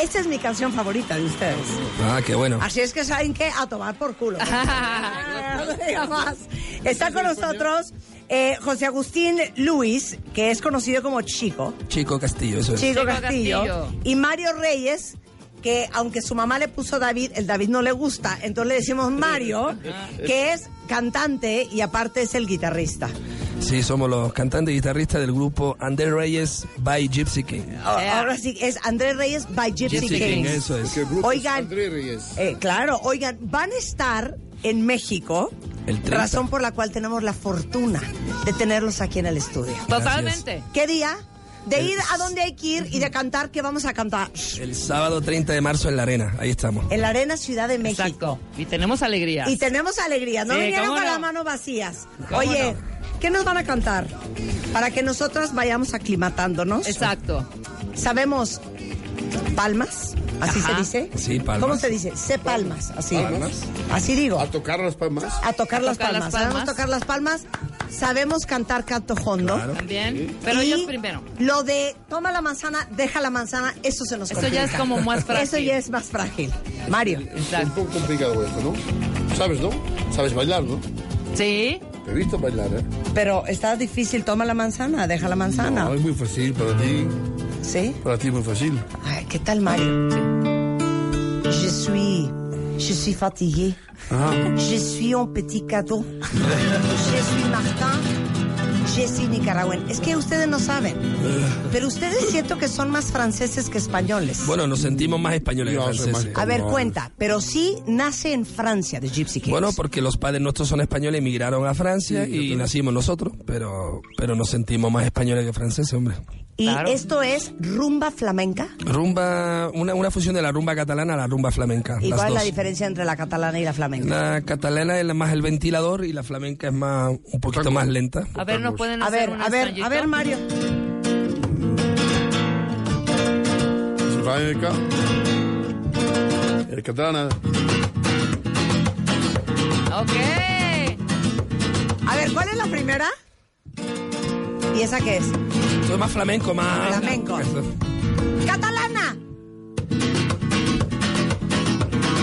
S1: Esta es mi canción favorita de ustedes.
S18: Ah, qué bueno.
S1: Así es que saben que a tomar por culo. No diga más. Está con nosotros eh, José Agustín Luis, que es conocido como Chico.
S18: Chico Castillo, eso es.
S1: Chico Castillo. Y Mario Reyes, que aunque su mamá le puso David, el David no le gusta. Entonces le decimos Mario, que es cantante y aparte es el guitarrista.
S18: Sí, somos los cantantes y guitarristas del grupo Andrés Reyes by Gypsy King.
S4: Ah.
S1: A- Eh, Ahora sí, es Andrés Reyes by Gypsy,
S18: Gypsy King,
S1: Kings.
S18: eso es. Porque el grupo es
S1: Oigan, eh, claro, oigan, van a estar en México,
S18: El 30.
S1: razón por la cual tenemos la fortuna de tenerlos aquí en el estudio.
S18: Totalmente.
S1: ¿Qué día? De
S18: El-
S1: ir a donde hay que ir y de cantar que vamos a cantar.
S18: El sábado 30 de marzo en la arena, ahí estamos.
S1: En la Arena Ciudad de México.
S4: Y tenemos alegría.
S1: Y tenemos alegría, no
S4: Sí,
S1: vinieron
S4: cómo
S1: con
S4: no.
S1: las manos vacías.
S4: ¿Cómo
S1: Oye, ¿qué nos van a cantar? Para que nosotras vayamos aclimatándonos.
S4: Exacto.
S1: Sabemos palmas, así
S18: Ajá.
S1: se dice.
S18: Sí, palmas.
S1: ¿Cómo se dice? Sé palmas, así.
S18: Palmas.
S1: Así digo.
S19: ¿A tocar las palmas?
S1: A tocar, las,
S4: tocar las
S1: palmas. Sabemos
S4: palmas.
S1: tocar las palmas. Sabemos cantar canto hondo.
S4: También. Pero
S1: Y
S4: ellos primero.
S1: Lo de toma la manzana, deja la manzana, eso se nos
S4: Eso ya es
S1: complica.
S4: como más frágil.
S1: Eso ya es más frágil. Mario.
S19: Es un poco complicado esto, ¿no? ¿Sabes, no? ¿Sabes bailar, no?
S4: Sí.
S19: Te he visto bailar, ¿eh?
S1: Pero está difícil, toma la manzana, deja la manzana.
S19: No, es muy fácil para ti.
S1: ¿Sí?
S19: Para ti es muy fácil.
S1: Ay, Ah, ¿Qué tal, Mario? Je suis, je suis fatigué.
S18: Ah.
S1: Je suis un petit cadeau. Je suis Martin. Je suis nicaragüense. Es que ustedes no saben. Pero ustedes siento que son más franceses que españoles.
S18: Bueno, nos sentimos más españoles que franceses.
S1: A ver, cuenta. Pero sí nace en Francia de Gypsy Kings.
S18: Bueno, porque los padres nuestros son españoles, emigraron a Francia y nacimos nosotros, pero, pero nos sentimos más españoles que franceses, hombre.
S1: y esto es rumba flamenca.
S18: Rumba, una, una fusión de la rumba catalana a la rumba flamenca.
S1: ¿Y
S18: las
S1: cuál es la
S18: dos.
S1: diferencia entre la catalana y la flamenca?
S18: La catalana es la más el ventilador y la flamenca es más un poquito más lenta.
S4: A ver, nos pueden
S1: A
S4: hacer
S1: ver,
S4: un
S1: a ver,
S4: ensayito?
S1: a ver, Mario.
S19: Flamenca. El catalana.
S4: Ok.
S1: A ver, ¿cuál es la primera? ¿Y esa qué es?
S18: Esto es más flamenco, más
S1: flamenco. ¡Catalana!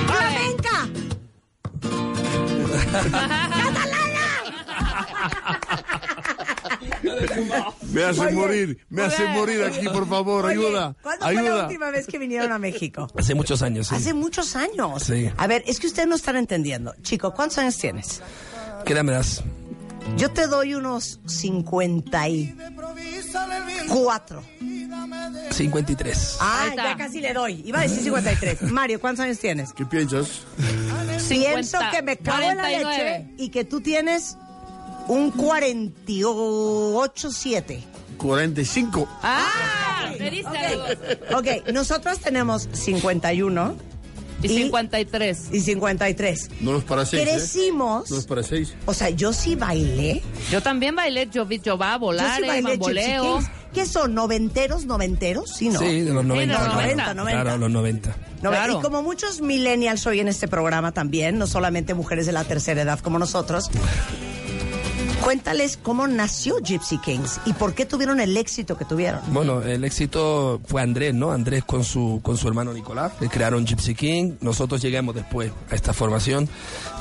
S1: ¡Flamenca!
S19: Me hacen
S1: Oye,
S19: morir, me hacen
S1: oye,
S19: morir aquí, por favor,
S1: oye,
S19: ayuda.
S1: ¿Cuándo fue la
S19: Ayuda.
S1: última vez que vinieron a México?
S18: Hace muchos años, sí.
S1: Hace muchos años.
S18: Sí.
S1: A ver, es que ustedes no están entendiendo. Chico, ¿cuántos años tienes?
S18: ¿Qué edad me das?
S1: Yo te doy unos 54.
S18: 53.
S1: Ah, ya casi le doy. Iba a decir 53. Mario, ¿cuántos años tienes?
S19: ¿Qué piensas?
S1: Pienso que me cago en la
S4: 49.
S1: leche y que tú tienes un 48-7.
S19: 45.
S4: ¡Ah! Me diste algo.
S1: Ok, nosotros tenemos 51. Y,
S4: 53.
S1: Y 53.
S19: No los para seis. ¿eh?
S1: Crecimos.
S19: No los para seis.
S1: O sea, yo sí bailé.
S4: Yo también bailé, yo, vi- yo va a
S1: yo
S4: volar,
S1: sí
S4: eh,
S1: bailé
S4: bamboleo.
S1: Gypsy Kings. ¿Qué son? ¿Noventeros, noventeros? Sí, ¿no?
S18: Sí, de los 90.
S1: los
S18: claro.
S1: 90, 90.
S18: Claro, los 90.
S1: No, Y como muchos millennials hoy en este programa también, no solamente mujeres de la tercera edad como nosotros, cuéntales cómo nació Gypsy Kings y por qué tuvieron el éxito que tuvieron.
S18: Bueno, el éxito fue Andrés, ¿no? Andrés con su con su hermano Nicolás, que crearon Gypsy King. Nosotros llegamos después a esta formación.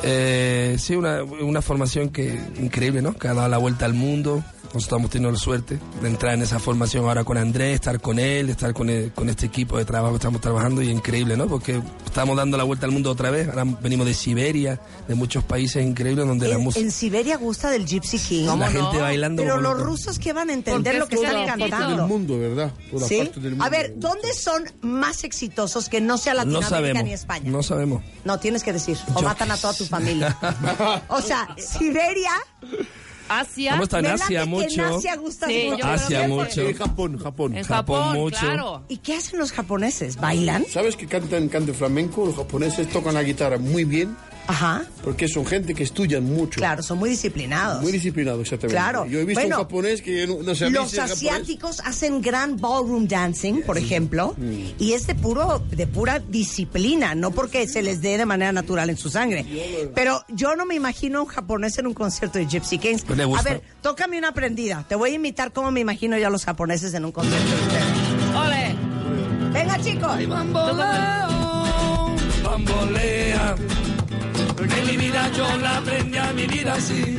S18: Eh, sí, una, una formación que increíble, ¿no? Que ha dado la vuelta al mundo. Nosotros estamos teniendo la suerte de entrar en esa formación ahora con Andrés, estar con él, estar con, el- con este equipo de trabajo que estamos trabajando y increíble, ¿no? Porque estamos dando la vuelta al mundo otra vez. Ahora venimos de Siberia, de muchos países increíbles donde la
S1: En,
S18: música...
S1: en Siberia gusta del Gypsy King.
S18: La ¿Cómo gente no? bailando
S1: Pero
S18: como
S1: los
S18: loco.
S1: rusos que van a entender lo que están
S19: Parte del
S1: cantando.
S19: mundo, ¿verdad? Toda
S1: ¿Sí?
S19: parte del mundo.
S1: A ver, ¿dónde son más exitosos que no sea
S18: No
S1: Latinoamérica
S18: sabemos.
S1: ni España?
S18: No sabemos.
S1: No, tienes que decir. O
S18: Yo
S1: matan a toda tu familia. O sea, Siberia
S4: Asia.
S18: ¿Cómo están?
S1: Me late
S18: Asia
S1: que en
S18: mucho.
S1: Asia gustas mucho.
S18: Asia mucho.
S19: En Japón, Japón.
S4: En Japón, claro.
S1: ¿Y qué hacen los japoneses? ¿Bailan?
S19: ¿Sabes que cantan canto flamenco? Los japoneses tocan la guitarra muy bien.
S1: Ajá.
S19: Porque son gente que estudian mucho.
S1: Claro, son muy disciplinados.
S19: Muy disciplinados, exactamente.
S1: Claro.
S19: Yo he visto
S1: Bueno,
S19: un japonés que no, no se
S1: Los asiáticos hacen gran ballroom dancing, por ejemplo,
S18: Mm.
S1: y es de puro, de pura disciplina, no porque se les dé de manera natural en su sangre. Pero yo no me imagino a un japonés en un concierto de Gypsy Kings.
S18: Pues le gusta.
S1: A ver, tócame una prendida. Te voy a imitar cómo me imagino yo a los japoneses en un concierto de ustedes.
S4: ¡Ole!
S1: Venga, chicos.
S17: Bamboleo, bambolea. Porque mi vida yo la aprendí a mi vida así.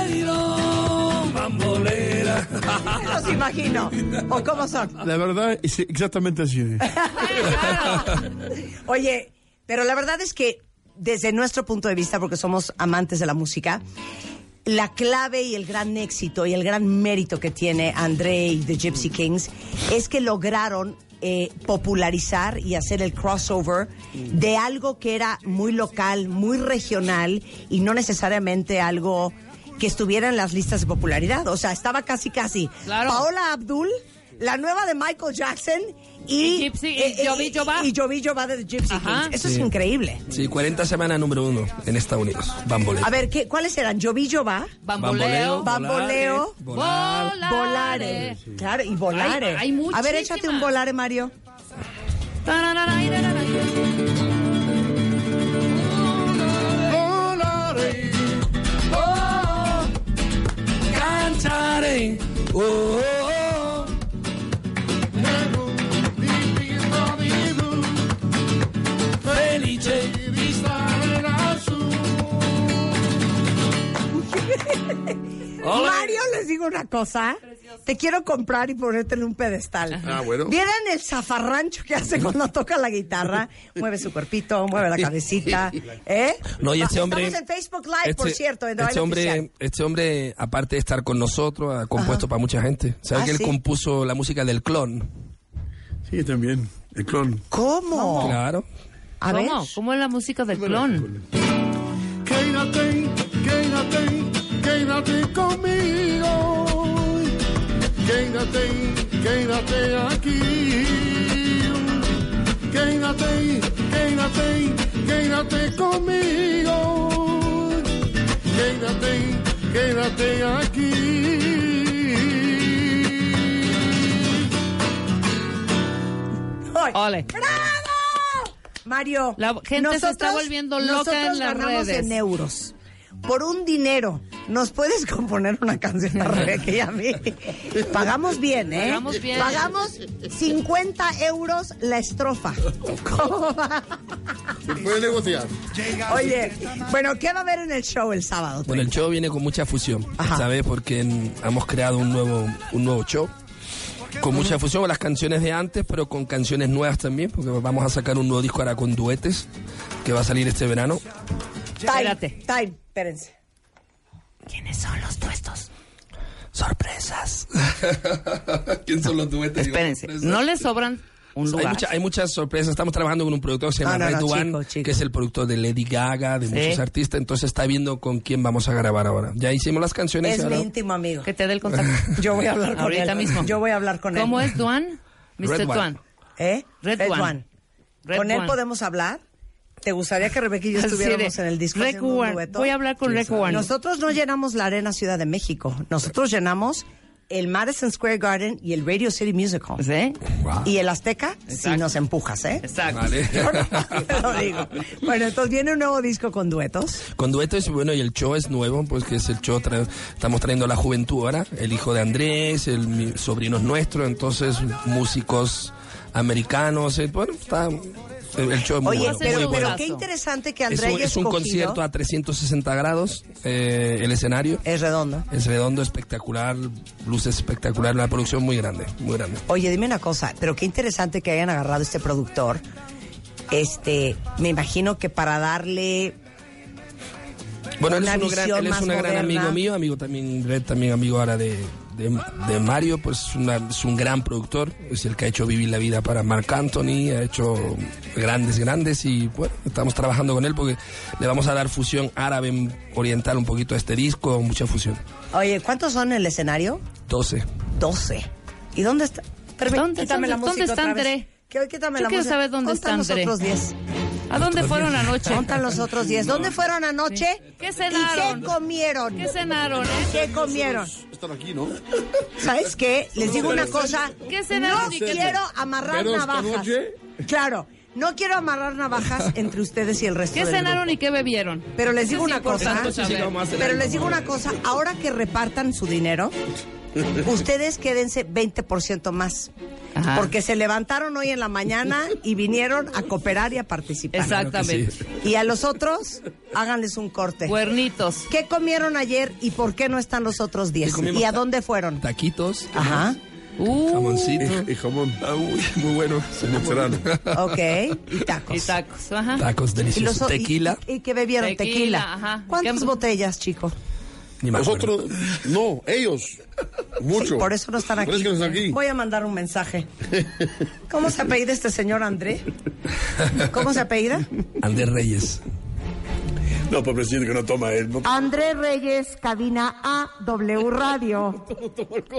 S17: Bamboleo, bambolera.
S1: Los imagino. ¿O cómo son?
S19: La verdad es exactamente así.
S1: Oye, pero la verdad es que desde nuestro punto de vista, porque somos amantes de la música, la clave y el gran éxito y el gran mérito que tiene André y The Gypsy
S4: Mm.
S1: Kings es que lograron eh, popularizar y hacer el crossover
S4: Mm.
S1: de algo que era muy local, muy regional y no necesariamente algo que estuviera en las listas de popularidad. O sea, estaba casi, casi. Paola Abdul, la nueva de Michael Jackson y,
S4: Y Gypsy- y
S1: eh, eh,
S4: Jovi Jova.
S1: y Jovi Jova de The Gypsy
S4: Ajá.
S1: Kings. Eso es
S18: Sí.
S1: increíble.
S18: Sí, 40 semanas número uno en Estados Unidos. Bamboleo.
S1: A ver, ¿qué, ¿cuáles eran? Jovi Jova,
S18: Bamboleo,
S1: Bamboleo,
S4: Volare.
S1: Volare. Claro, y Volare.
S4: Hay- hay
S1: A ver, échate un
S4: muchísimas.
S1: Volare, Mario.
S17: Volare, oh, cantare, oh, oh, oh. Felice di stare lassù.
S19: Ole.
S1: Mario, les digo una cosa. Te quiero comprar y ponerte en un pedestal.
S19: Ah, bueno.
S1: ¿Vieran el zafarrancho que hace cuando toca la guitarra? mueve su cuerpito, mueve la cabecita. ¿Eh?
S18: No, y este
S1: Estamos
S18: hombre.
S1: en Facebook Live, por
S18: este-
S1: cierto. En The
S18: este
S1: Baile Oficial.
S18: hombre, este hombre, aparte de estar con nosotros, ha compuesto para mucha gente. ¿Sabes
S1: Ah,
S18: que él
S1: ¿sí?
S18: compuso la música del clon?
S19: Sí, también. El clon.
S1: ¿Cómo?
S18: Claro.
S1: A ver.
S4: ¿Cómo? ¿Cómo es la música del clon?
S17: Quédate, quédate, quédate conmigo. Quédate, quédate aquí. Quédate, quédate, quédate conmigo. Quédate, quédate aquí.
S1: Hoy.
S4: Ole.
S1: ¡Bravo! Mario,
S4: La gente se está volviendo loca
S1: nosotros
S4: en las
S1: ganamos
S4: redes.
S1: en euros. Por un dinero, ¿nos puedes componer una canción a Rebeca y a mí? Pagamos bien, ¿eh?
S4: Pagamos bien.
S1: Pagamos 50 euros la estrofa. ¿Cómo va?
S19: Se puede negociar.
S1: Oye, bueno, ¿qué va a haber en el show el sábado?
S18: Bueno, el show viene con mucha fusión,
S1: Ajá.
S18: ¿sabes? Porque en- hemos creado un nuevo, un nuevo show. Con mucha fusión, con las canciones de antes, pero con canciones nuevas también, porque vamos a sacar un nuevo disco ahora con duetes, que va a salir este verano.
S1: Time, time, espérense.
S4: ¿Quiénes son los tuestos?
S18: Sorpresas. ¿Quién son los duetes?
S4: Espérense, no les sobran un
S18: Hay,
S4: lugar.
S18: mucha- hay muchas sorpresas. Estamos trabajando con un productor que se llama
S1: No, no, no,
S18: Red One,
S1: chico, chico.
S18: que es el productor de Lady Gaga, de
S4: Sí.
S18: muchos artistas. Entonces está viendo con quién vamos a grabar ahora. Ya hicimos las canciones. y
S1: Es
S18: ahora-
S1: mi íntimo amigo.
S4: Que te dé el contacto.
S1: Yo voy a hablar con
S4: Ahorita
S1: él.
S4: mismo.
S1: Yo voy a hablar con él.
S4: ¿Cómo es Duan? Mr.
S18: Red One.
S4: Duan.
S1: ¿Eh?
S4: Red One. Red
S1: con él
S4: One.
S1: podemos hablar. ¿Te gustaría que Rebeca y yo
S4: Así de,
S1: estuviéramos en el disco
S4: Rec
S1: haciendo un
S4: One.
S1: dueto?
S4: Voy a hablar con
S1: ¿Quién
S4: Rec
S1: sabe?
S4: One.
S1: Nosotros no llenamos la Arena Ciudad de México. Nosotros llenamos el Madison Square Garden y el Radio City Music Hall.
S4: ¿Sí?
S1: Y el Azteca, si
S4: Exacto.
S1: nos empujas, ¿eh?
S4: Exacto.
S1: Yo no te lo digo. Bueno, entonces viene un nuevo disco con duetos.
S18: Con duetos, bueno, y el show es nuevo, pues que es el show, tra- estamos trayendo a la juventud ahora, el hijo de Andrés, el mi- sobrino es nuestro, entonces músicos americanos, eh, bueno, está, el el show es muy
S1: Oye,
S18: bueno.
S1: pero,
S18: muy
S1: pero
S18: bueno.
S1: qué interesante que
S18: es
S1: Andrea
S18: un,
S1: haya
S18: es un
S1: escogido-
S18: concierto a 360 grados, eh, el escenario.
S1: Es redondo.
S18: Es redondo, espectacular, luces espectacular, una producción muy grande, muy grande.
S1: Oye, dime una cosa, pero qué interesante que hayan agarrado este productor. Este, me imagino que para darle
S18: Bueno, él
S1: Una
S18: es, uno gran,
S1: visión
S18: él es
S1: más
S18: un gran
S1: moderna.
S18: amigo mío, amigo también, Red también amigo ahora de, de, de Mario, pues es una- es un gran productor, es el que ha hecho vivir la vida para Marc Anthony, ha hecho grandes, grandes y bueno, estamos trabajando con él porque le vamos a dar fusión árabe oriental un poquito a este disco, mucha fusión.
S1: Oye, ¿cuántos son en el escenario?
S18: 12.
S1: 12. ¿Y dónde está? Permi-
S4: ¿Dónde-
S1: quítame la
S4: dónde-
S1: música
S4: dónde está
S1: otra vez.
S4: André?
S1: Que- Quítame
S4: Yo
S1: la
S4: quiero
S1: música.
S4: saber dónde está
S1: ¿Dónde
S4: André.
S1: los otros 10?
S4: ¿A dónde fueron anoche?
S1: ¿Dónde están los otros 10? ¿Dónde fueron anoche?
S4: ¿Qué cenaron?
S1: ¿Y qué comieron?
S4: ¿Qué cenaron? eh?
S1: ¿Qué comieron?
S19: Están aquí, ¿no?
S1: ¿Sabes qué? Les digo una cosa.
S4: ¿Qué cenaron
S1: No
S4: y qué-
S1: quiero amarrar
S4: ¿Pero esta
S1: navajas.
S4: noche?
S1: Claro, no quiero amarrar navajas entre ustedes y el resto
S4: ¿Qué
S1: del
S4: cenaron
S1: grupo.
S4: y qué bebieron?
S1: Pero les
S4: Eso
S1: digo
S4: es
S1: una cosa.
S4: importante saber.
S1: Pero les digo una cosa. Ahora que repartan su dinero, ustedes quédense 20% más.
S4: Ajá.
S1: Porque se levantaron hoy en la mañana y vinieron a cooperar y a participar.
S4: Exactamente. Claro
S1: Y a los otros, háganles un corte.
S4: Cuernitos.
S1: ¿Qué comieron ayer y por qué no están los otros 10?
S18: comimos?
S1: ¿Y a dónde fueron?
S18: Taquitos.
S1: Ajá.
S4: Uh.
S18: Jamoncito.
S19: Y, y jamón.
S18: Ah, uy, muy bueno.
S19: Serrano.
S1: Ok, y tacos.
S4: Y tacos, ajá.
S18: Tacos deliciosos.
S1: los o-
S18: Tequila.
S1: ¿Y, y que bebieron tequila?
S4: Tequila, ajá.
S1: ¿Cuántas botellas, chico?
S18: Ni me acuerdo.
S19: Nosotros, no, ellos.
S1: Sí,
S19: Mucho.
S1: por eso no están aquí.
S19: Por eso que no están aquí.
S1: Voy a mandar un mensaje. ¿Cómo se apellida este señor André? ¿Cómo se apellida?
S18: Andrés Reyes.
S19: No, pobrecito que no toma él. No,
S1: André Reyes, cabina A, W Radio.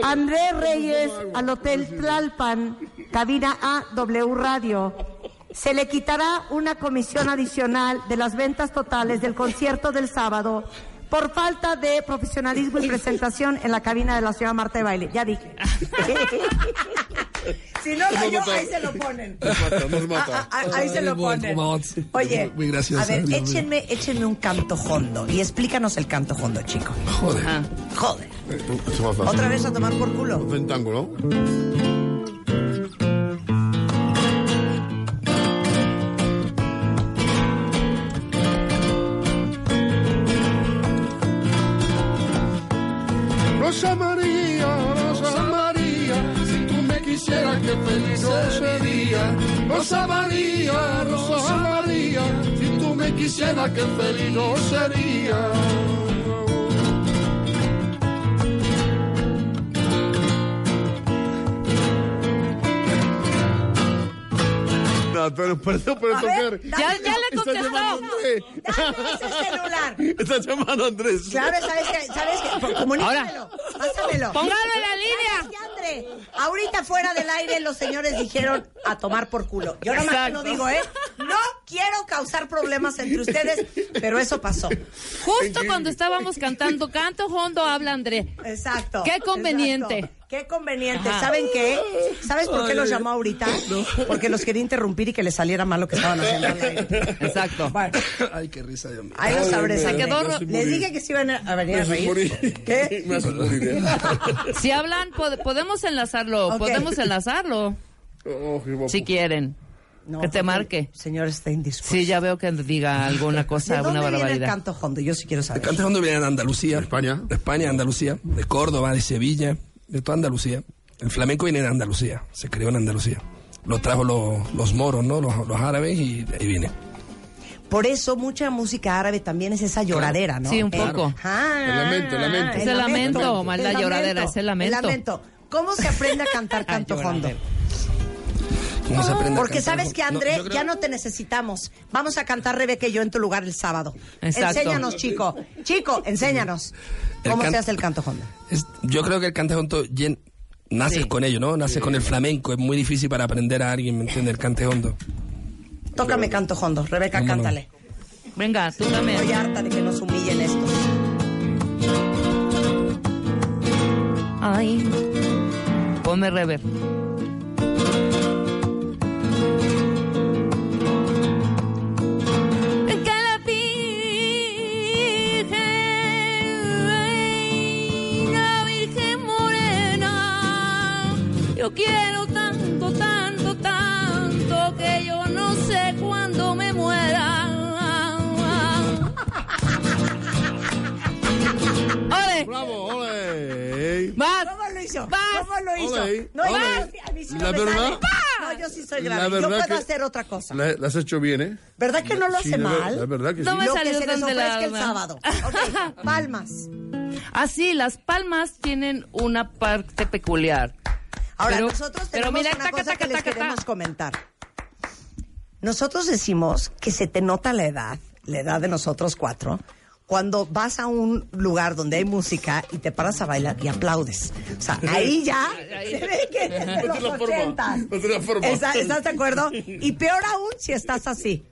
S1: André Reyes, al Hotel Tlalpan, cabina A, W Radio. Se le quitará una comisión adicional de las ventas totales del concierto del sábado por falta de profesionalismo y presentación en la cabina de la señora Marta de Baile. Ya dije. si no
S17: soy yo, ahí se
S1: lo ponen. Ah,
S19: mata, nos mata.
S1: ahí se lo ponen. Oye,
S18: Muy graciosa,
S1: a ver,
S18: la
S1: échenme, échenme un canto hondo y explícanos el canto hondo, chico.
S18: Joder.
S1: Joder.
S19: se Eh, va fácil.
S1: Otra vez a tomar por culo.
S19: Fue en tango, ¿no?
S17: Rosa María, Rosa María, si tú me quisieras que feliz sería. Rosa María, Rosa María, si tú me quisieras que feliz no sería.
S19: No, pero perdió por
S17: A
S19: tocar.
S17: ver, ya- ya le
S19: Está
S17: contestó.
S19: llamando Andrés.
S1: celular.
S19: Está llamando Andrés.
S1: Claro, sabes que, sabes que, comunícamelo, pásamelo.
S17: Póngalo
S4: en la
S1: línea. André, ahorita fuera del aire los señores dijeron a tomar por culo. Yo nada más
S4: Exacto.
S1: no digo, ¿eh? No quiero causar problemas entre ustedes, pero eso pasó.
S4: Justo cuando estábamos cantando Canto Hondo habla André.
S1: Exacto.
S4: Qué conveniente.
S1: exacto. Qué conveniente.
S4: Ajá.
S1: ¿Saben qué? ¿Sabes por qué los llamó ahorita? Porque los quería interrumpir y que les saliera mal lo que estaban haciendo al aire.
S4: Exacto.
S1: Bueno,
S18: Ay, qué risa, Dios mío.
S1: ahí los sabré.
S4: Se quedó ro-
S1: Les dije que se iban a venir a reír. ¿Eh? ¿Qué?
S19: Me haces morir.
S4: Si hablan, pod- podemos enlazarlo,
S1: Ok.
S4: podemos enlazarlo,
S19: Oh, qué guapo.
S4: si quieren.
S1: No,
S4: que te marque.
S1: Señor, está indispuesto.
S4: Sí, ya veo que diga alguna cosa,
S1: ¿De dónde
S4: alguna
S1: viene el
S4: barbaridad.
S1: canto hondo? Yo sí quiero
S18: El
S1: saber.
S18: cante hondo viene de Andalucía. De
S19: España.
S18: De España, Andalucía. De Córdoba, de Sevilla, de toda Andalucía. El flamenco viene de Andalucía. Se creó en Andalucía. Lo trajo lo- los moros, ¿no? Los, los árabes y de ahí viene.
S1: Por eso mucha música árabe también es esa lloradera, ¿no?
S4: Sí, un poco.
S1: Ah,
S19: El lamento, el lamento.
S4: Es el lamento, más la lloradera, es el lamento.
S1: ¿Cómo se aprende a cantar canto hondo?
S18: ¿Cómo se aprende a
S1: Porque
S18: cantar?
S1: sabes que André,
S18: yo creo-
S1: ya no te necesitamos. Vamos a cantar Rebeca y yo en tu lugar el sábado.
S4: Exacto.
S1: Enséñanos, chico. Chico, enséñanos.
S18: El
S1: ¿Cómo se
S18: canto-
S1: hace el canto hondo?
S18: Es- yo creo que el cante hondo llen- naces
S1: Sí.
S18: con ello, ¿no? Naces con el flamenco. Es muy difícil para aprender a alguien, ¿me entiendes? El cante hondo.
S1: Tócame canto hondo. Rebeca,
S18: Vámonos.
S1: cántale.
S4: Venga, tú también.
S1: Estoy harta de que nos humillen estos.
S4: Ay. Ponme rever. Que la virgen, la virgen morena, yo quiero tanto, tanto, tanto que yo no sé cuándo me muera. ¡Ole!
S19: Bravo, ole.
S4: ¡Vas!
S1: ¿Cómo lo hizo?
S4: Vas.
S1: ¿Cómo lo hizo?
S19: Ole,
S1: No, yo-
S19: ole.
S1: a mí sí no
S19: ¿eh? La
S1: me
S19: verdad-
S1: sale. No, yo sí soy
S19: La
S1: grave. Yo
S19: verdad
S1: puedo
S19: que-
S1: hacer otra cosa.
S19: La, la has hecho bien, ¿eh?
S1: ¿Verdad que no lo
S19: Sí,
S1: hace
S19: la ver-
S1: mal?
S19: La verdad que sí.
S4: No me
S1: Lo que
S4: salió
S1: se les
S4: tan de
S1: ofrezca
S4: la
S1: el
S4: alma.
S1: sábado. Ok, palmas.
S4: Así, Ah, Las Palmas tienen una parte peculiar.
S1: Ahora,
S4: Pero-
S1: nosotros
S4: pero
S1: tenemos
S4: mira,
S1: una
S4: taca,
S1: cosa
S4: taca,
S1: que les
S4: taca,
S1: queremos comentar. Nosotros decimos que se te nota la edad, la edad de nosotros cuatro, cuando vas a un lugar donde hay música y te paras a bailar y aplaudes. O sea, ahí ya se ve que eres de
S17: No tiene
S1: los
S17: forma,
S1: 80.
S17: no tiene forma.
S1: Está- ¿Estás de acuerdo? Y peor aún si estás así.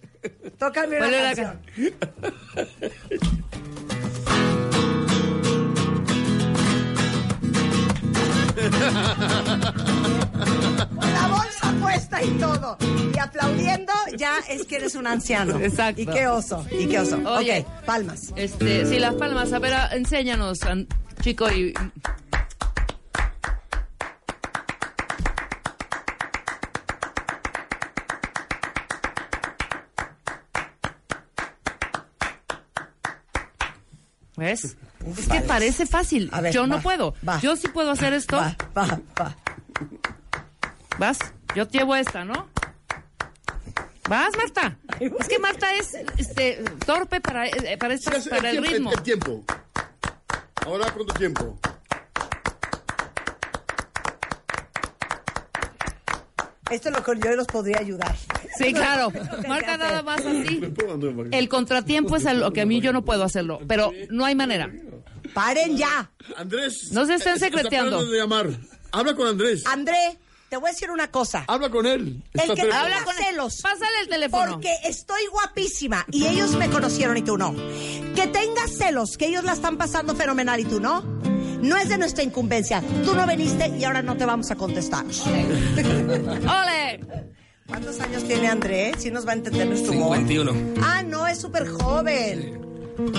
S1: Tócame una
S17: ¿Cuál era la
S1: canción. Con la bolsa puesta y todo. Y aplaudiendo, ya es que eres un anciano. Exacto. Y qué oso, y qué oso.
S4: Oye.
S1: ok, palmas.
S4: Este, sí, Las Palmas, a ver, a- enséñanos, an- chico, y... ¿Ves? Es que parece fácil.
S1: A ver,
S4: Yo
S1: va,
S4: no puedo.
S1: va.
S4: Yo sí puedo hacer esto.
S1: Va, va, va.
S4: ¿Vas? Yo te llevo esta, ¿no? ¿Vas, Marta? Es que Marta es este, torpe para, eh, para,
S19: Sí,
S4: esta-
S19: es-
S4: para el
S19: tiempo,
S4: ritmo.
S19: el tiempo. Ahora, ¿cuánto tiempo?
S1: Esto es lo que yo los podría ayudar.
S4: Sí, claro. Marta nada más así. El contratiempo es a lo que a mí yo no puedo hacerlo, pero no hay manera.
S1: ¡Paren ya!
S19: Andrés. eh,
S4: No se estén
S19: está
S4: secreteando.
S19: parando de llamar. Habla con Andrés.
S1: André, te voy a decir una cosa.
S19: Habla con él.
S1: El
S19: Está
S1: que
S19: preso.
S1: habla con celos.
S4: Pásale el teléfono.
S1: Porque estoy guapísima y ellos me conocieron y tú no. Que tengas celos, que ellos la están pasando fenomenal y tú no. No es de nuestra incumbencia. Tú no viniste y ahora no te vamos a contestar.
S4: ¡Ole!
S1: ¿Cuántos años tiene André? Si nos va a entender nuestro humor.
S18: 51.
S1: Ah, no, es súper joven.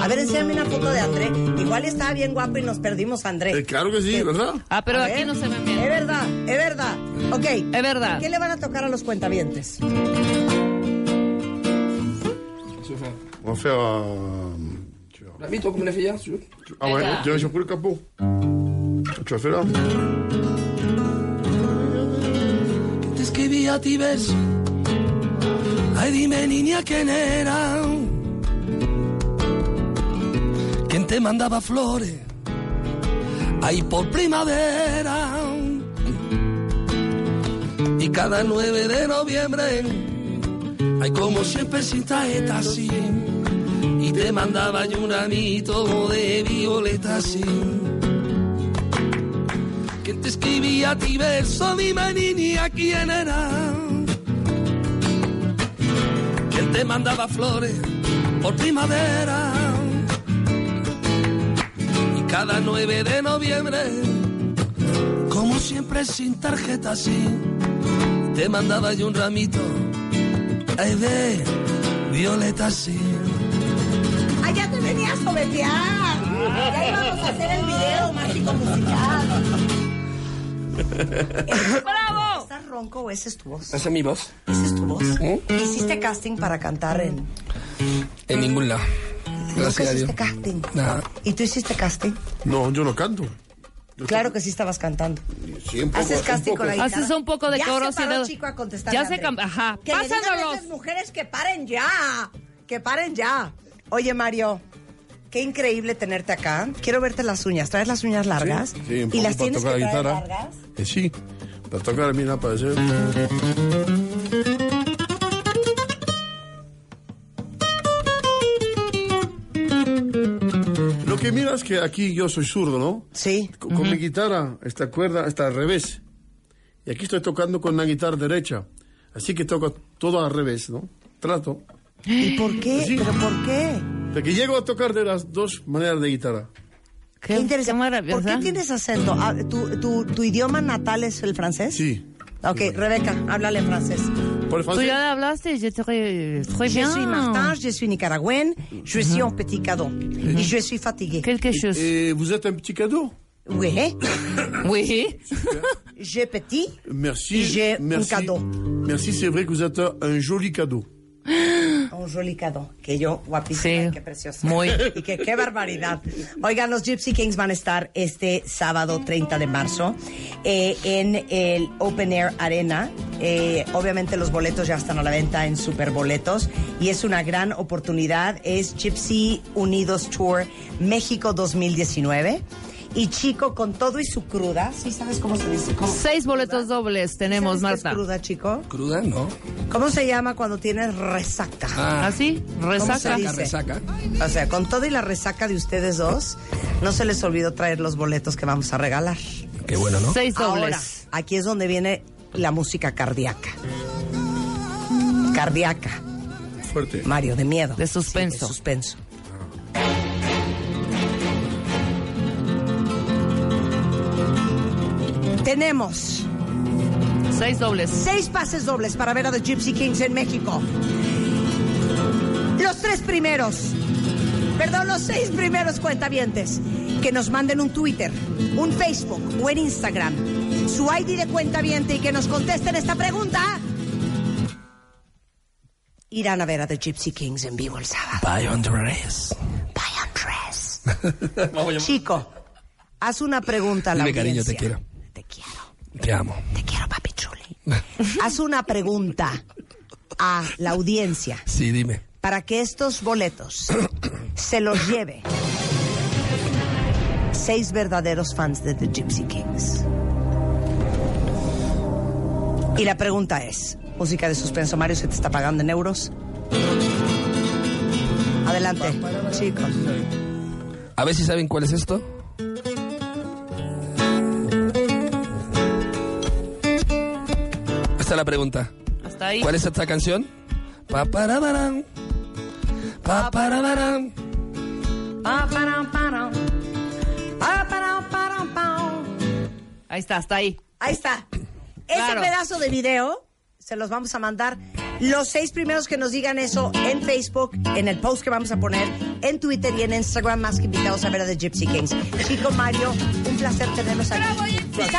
S1: A ver, enséñame una foto de André. Igual estaba bien guapo y nos perdimos, a André.
S19: Eh, claro que sí, ¿verdad?
S4: Ah, pero
S1: A
S4: aquí
S1: ver.
S4: no se ven bien.
S1: Es verdad, es verdad. Ok. Es
S4: verdad.
S1: ¿Qué le van a tocar a los cuentavientes?
S19: On va faire. euh,
S18: Rami, toi, comme on a fait hier, tu veux
S19: Ah ouais, direction pour le capot. Tu as fait là
S17: Te escribí a ti, ves. Ay, dime, niña, quién era. ¿Quién te mandaba flores? Ay, por primavera. Y cada 9 de noviembre, ay, como siempre, sin tarjeta así. Y te mandaba yo un ramito de violeta así. que te escribía a ti verso, dime niña quién era. Quien te mandaba flores por primavera. Y cada 9 de noviembre, como siempre sin tarjeta así, te mandaba yo un ramito. Ay, de violeta así.
S1: Ah, ya te venía a sobetear. Ya íbamos a hacer el video mágico musical. ¡Bravo! ¿Estás ronco o esa es tu voz?
S18: ¿Esa es mi voz?
S1: ¿Esa es tu voz? ¿Hiciste casting para cantar en...?
S18: En ningún lado. Gracias
S1: ¿Nunca
S18: a Dios.
S1: hiciste casting?
S18: Nah.
S1: ¿Y tú hiciste casting?
S19: No, yo no canto.
S1: Claro que sí estabas cantando. Haces casting con la guitarra.
S4: Haces un poco de
S1: ya
S4: coros y
S1: se paró
S4: de-
S1: chico a contestar.
S4: Ya se cam- ajá,
S1: Que le digan a
S4: pásanos.
S1: esas mujeres que paren ya. Que paren ya. Oye, Mario. Qué increíble tenerte acá. Quiero verte las uñas. ¿Traes las uñas largas?
S19: Sí, sí, un
S1: ¿Y
S19: poco
S1: las
S19: para
S1: tienes que
S19: tocar
S1: traer
S19: la guitarra.
S1: largas?
S19: Eh, sí, para tocar, mira, para hacer. Lo que mira es que aquí yo soy zurdo, ¿no?
S1: Sí.
S19: Con, mi guitarra, esta cuerda está al revés. Y aquí estoy tocando con la guitarra derecha. Así que toco todo al revés, ¿no? Trato.
S1: ¿Y por qué? ¿Pero por qué?
S19: Porque llego a tocar de las dos maneras de guitarra.
S1: Qué, interesante. ¿Por qué tienes acento? Ah, ¿tu, tu, tu idioma natal es el francés?
S19: Sí.
S1: Ok, Rebeca, háblale en francés.
S19: Por
S4: Tú ya hablaste, yo te estoy
S1: Je
S4: bien.
S1: suis Martin, je suis Nicaragüen, je suis un petit cadeau. Y je suis fatigué.
S4: Quelque chose.
S19: Et Eh, vous êtes un petit cadeau?
S1: Oui.
S4: oui.
S1: Je petit.
S19: Merci.
S1: J'ai un
S19: merci.
S1: cadeau.
S19: Merci, c'est vrai que vous êtes un joli cadeau.
S1: voz rolicado, que yo guapísima,
S4: Sí,
S1: qué preciosa.
S4: muy.
S1: Y que qué barbaridad. Oigan, los Gypsy Kings van a estar este sábado 30 de marzo eh, en el Open Air Arena. Eh, obviamente los boletos ya están a la venta en Superboletos y es una gran oportunidad. Es Gypsy Unidos Tour México 2019. Y Chico con todo y su cruda, ¿sí sabes cómo se dice? ¿Cómo?
S4: Seis boletos dobles tenemos,
S1: ¿Sabes qué
S4: Marta.
S1: es cruda, chico?
S18: ¿Cruda? No.
S1: ¿Cómo se llama cuando tienes resaca?
S18: Ah. ¿Ah, sí? Resaca.
S1: ¿Cómo se dice?
S18: Resaca,
S1: O sea, con todo y la resaca de ustedes dos, no se les olvidó traer los boletos que vamos a regalar.
S18: Qué bueno, ¿no?
S1: Ahora, aquí es donde viene la música cardíaca. Cardíaca.
S19: Fuerte.
S1: Mario, de miedo. De suspenso. de suspenso. Tenemos
S4: seis dobles.
S1: Seis pases dobles para ver a The Gypsy Kings en México. Los tres primeros, perdón, los seis primeros cuentavientes que nos manden un Twitter, un Facebook o en Instagram su ID de cuentaviente y que nos contesten esta pregunta. Irán a ver a The Gypsy Kings en vivo el sábado.
S18: Bye, Andrés.
S1: Chico, haz una pregunta a la
S18: Dile, cariño,
S1: audiencia.
S18: te quiero. Te quiero. Te amo.
S1: Haz una pregunta a la audiencia.
S18: Sí, dime.
S1: para que estos boletos se los lleve seis verdaderos fans de The Gypsy Kings. Y la pregunta es, música de suspenso, Mario, ¿se te está pagando en euros? Adelante, chicos.
S18: A ver si saben cuál es esto. Esta es la pregunta.
S4: Hasta ahí.
S18: ¿Cuál es esta canción? Paparabarán. Paparabarán.
S4: Ahí está, hasta ahí.
S1: Ahí está. Ese
S4: Claro.
S1: pedazo de video se los vamos a mandar los seis primeros que nos digan eso en Facebook, en el post que vamos a poner, en Twitter y en Instagram, más que invitados a ver a The Gypsy Kings. Chico Mario, un placer tenerlos aquí. ¿Saben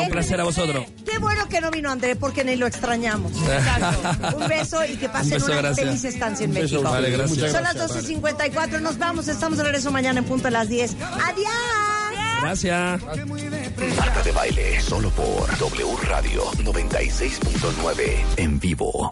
S1: qué?
S18: un placer a vosotros.
S1: Qué bueno que no vino André porque ni lo extrañamos.
S18: Exacto.
S1: Un beso y que
S18: Un
S1: pasen
S18: beso,
S1: una
S18: gracias.
S1: feliz estancia en
S18: Un beso,
S1: México.
S18: vale, gracias.
S1: Son las
S18: Muchas gracias.
S1: 12.54. Nos vamos. Estamos de regreso mañana en punto a las 10. ¡Adiós!
S18: Gracias.
S6: Marta de baile, solo por W Radio 96.9 en vivo.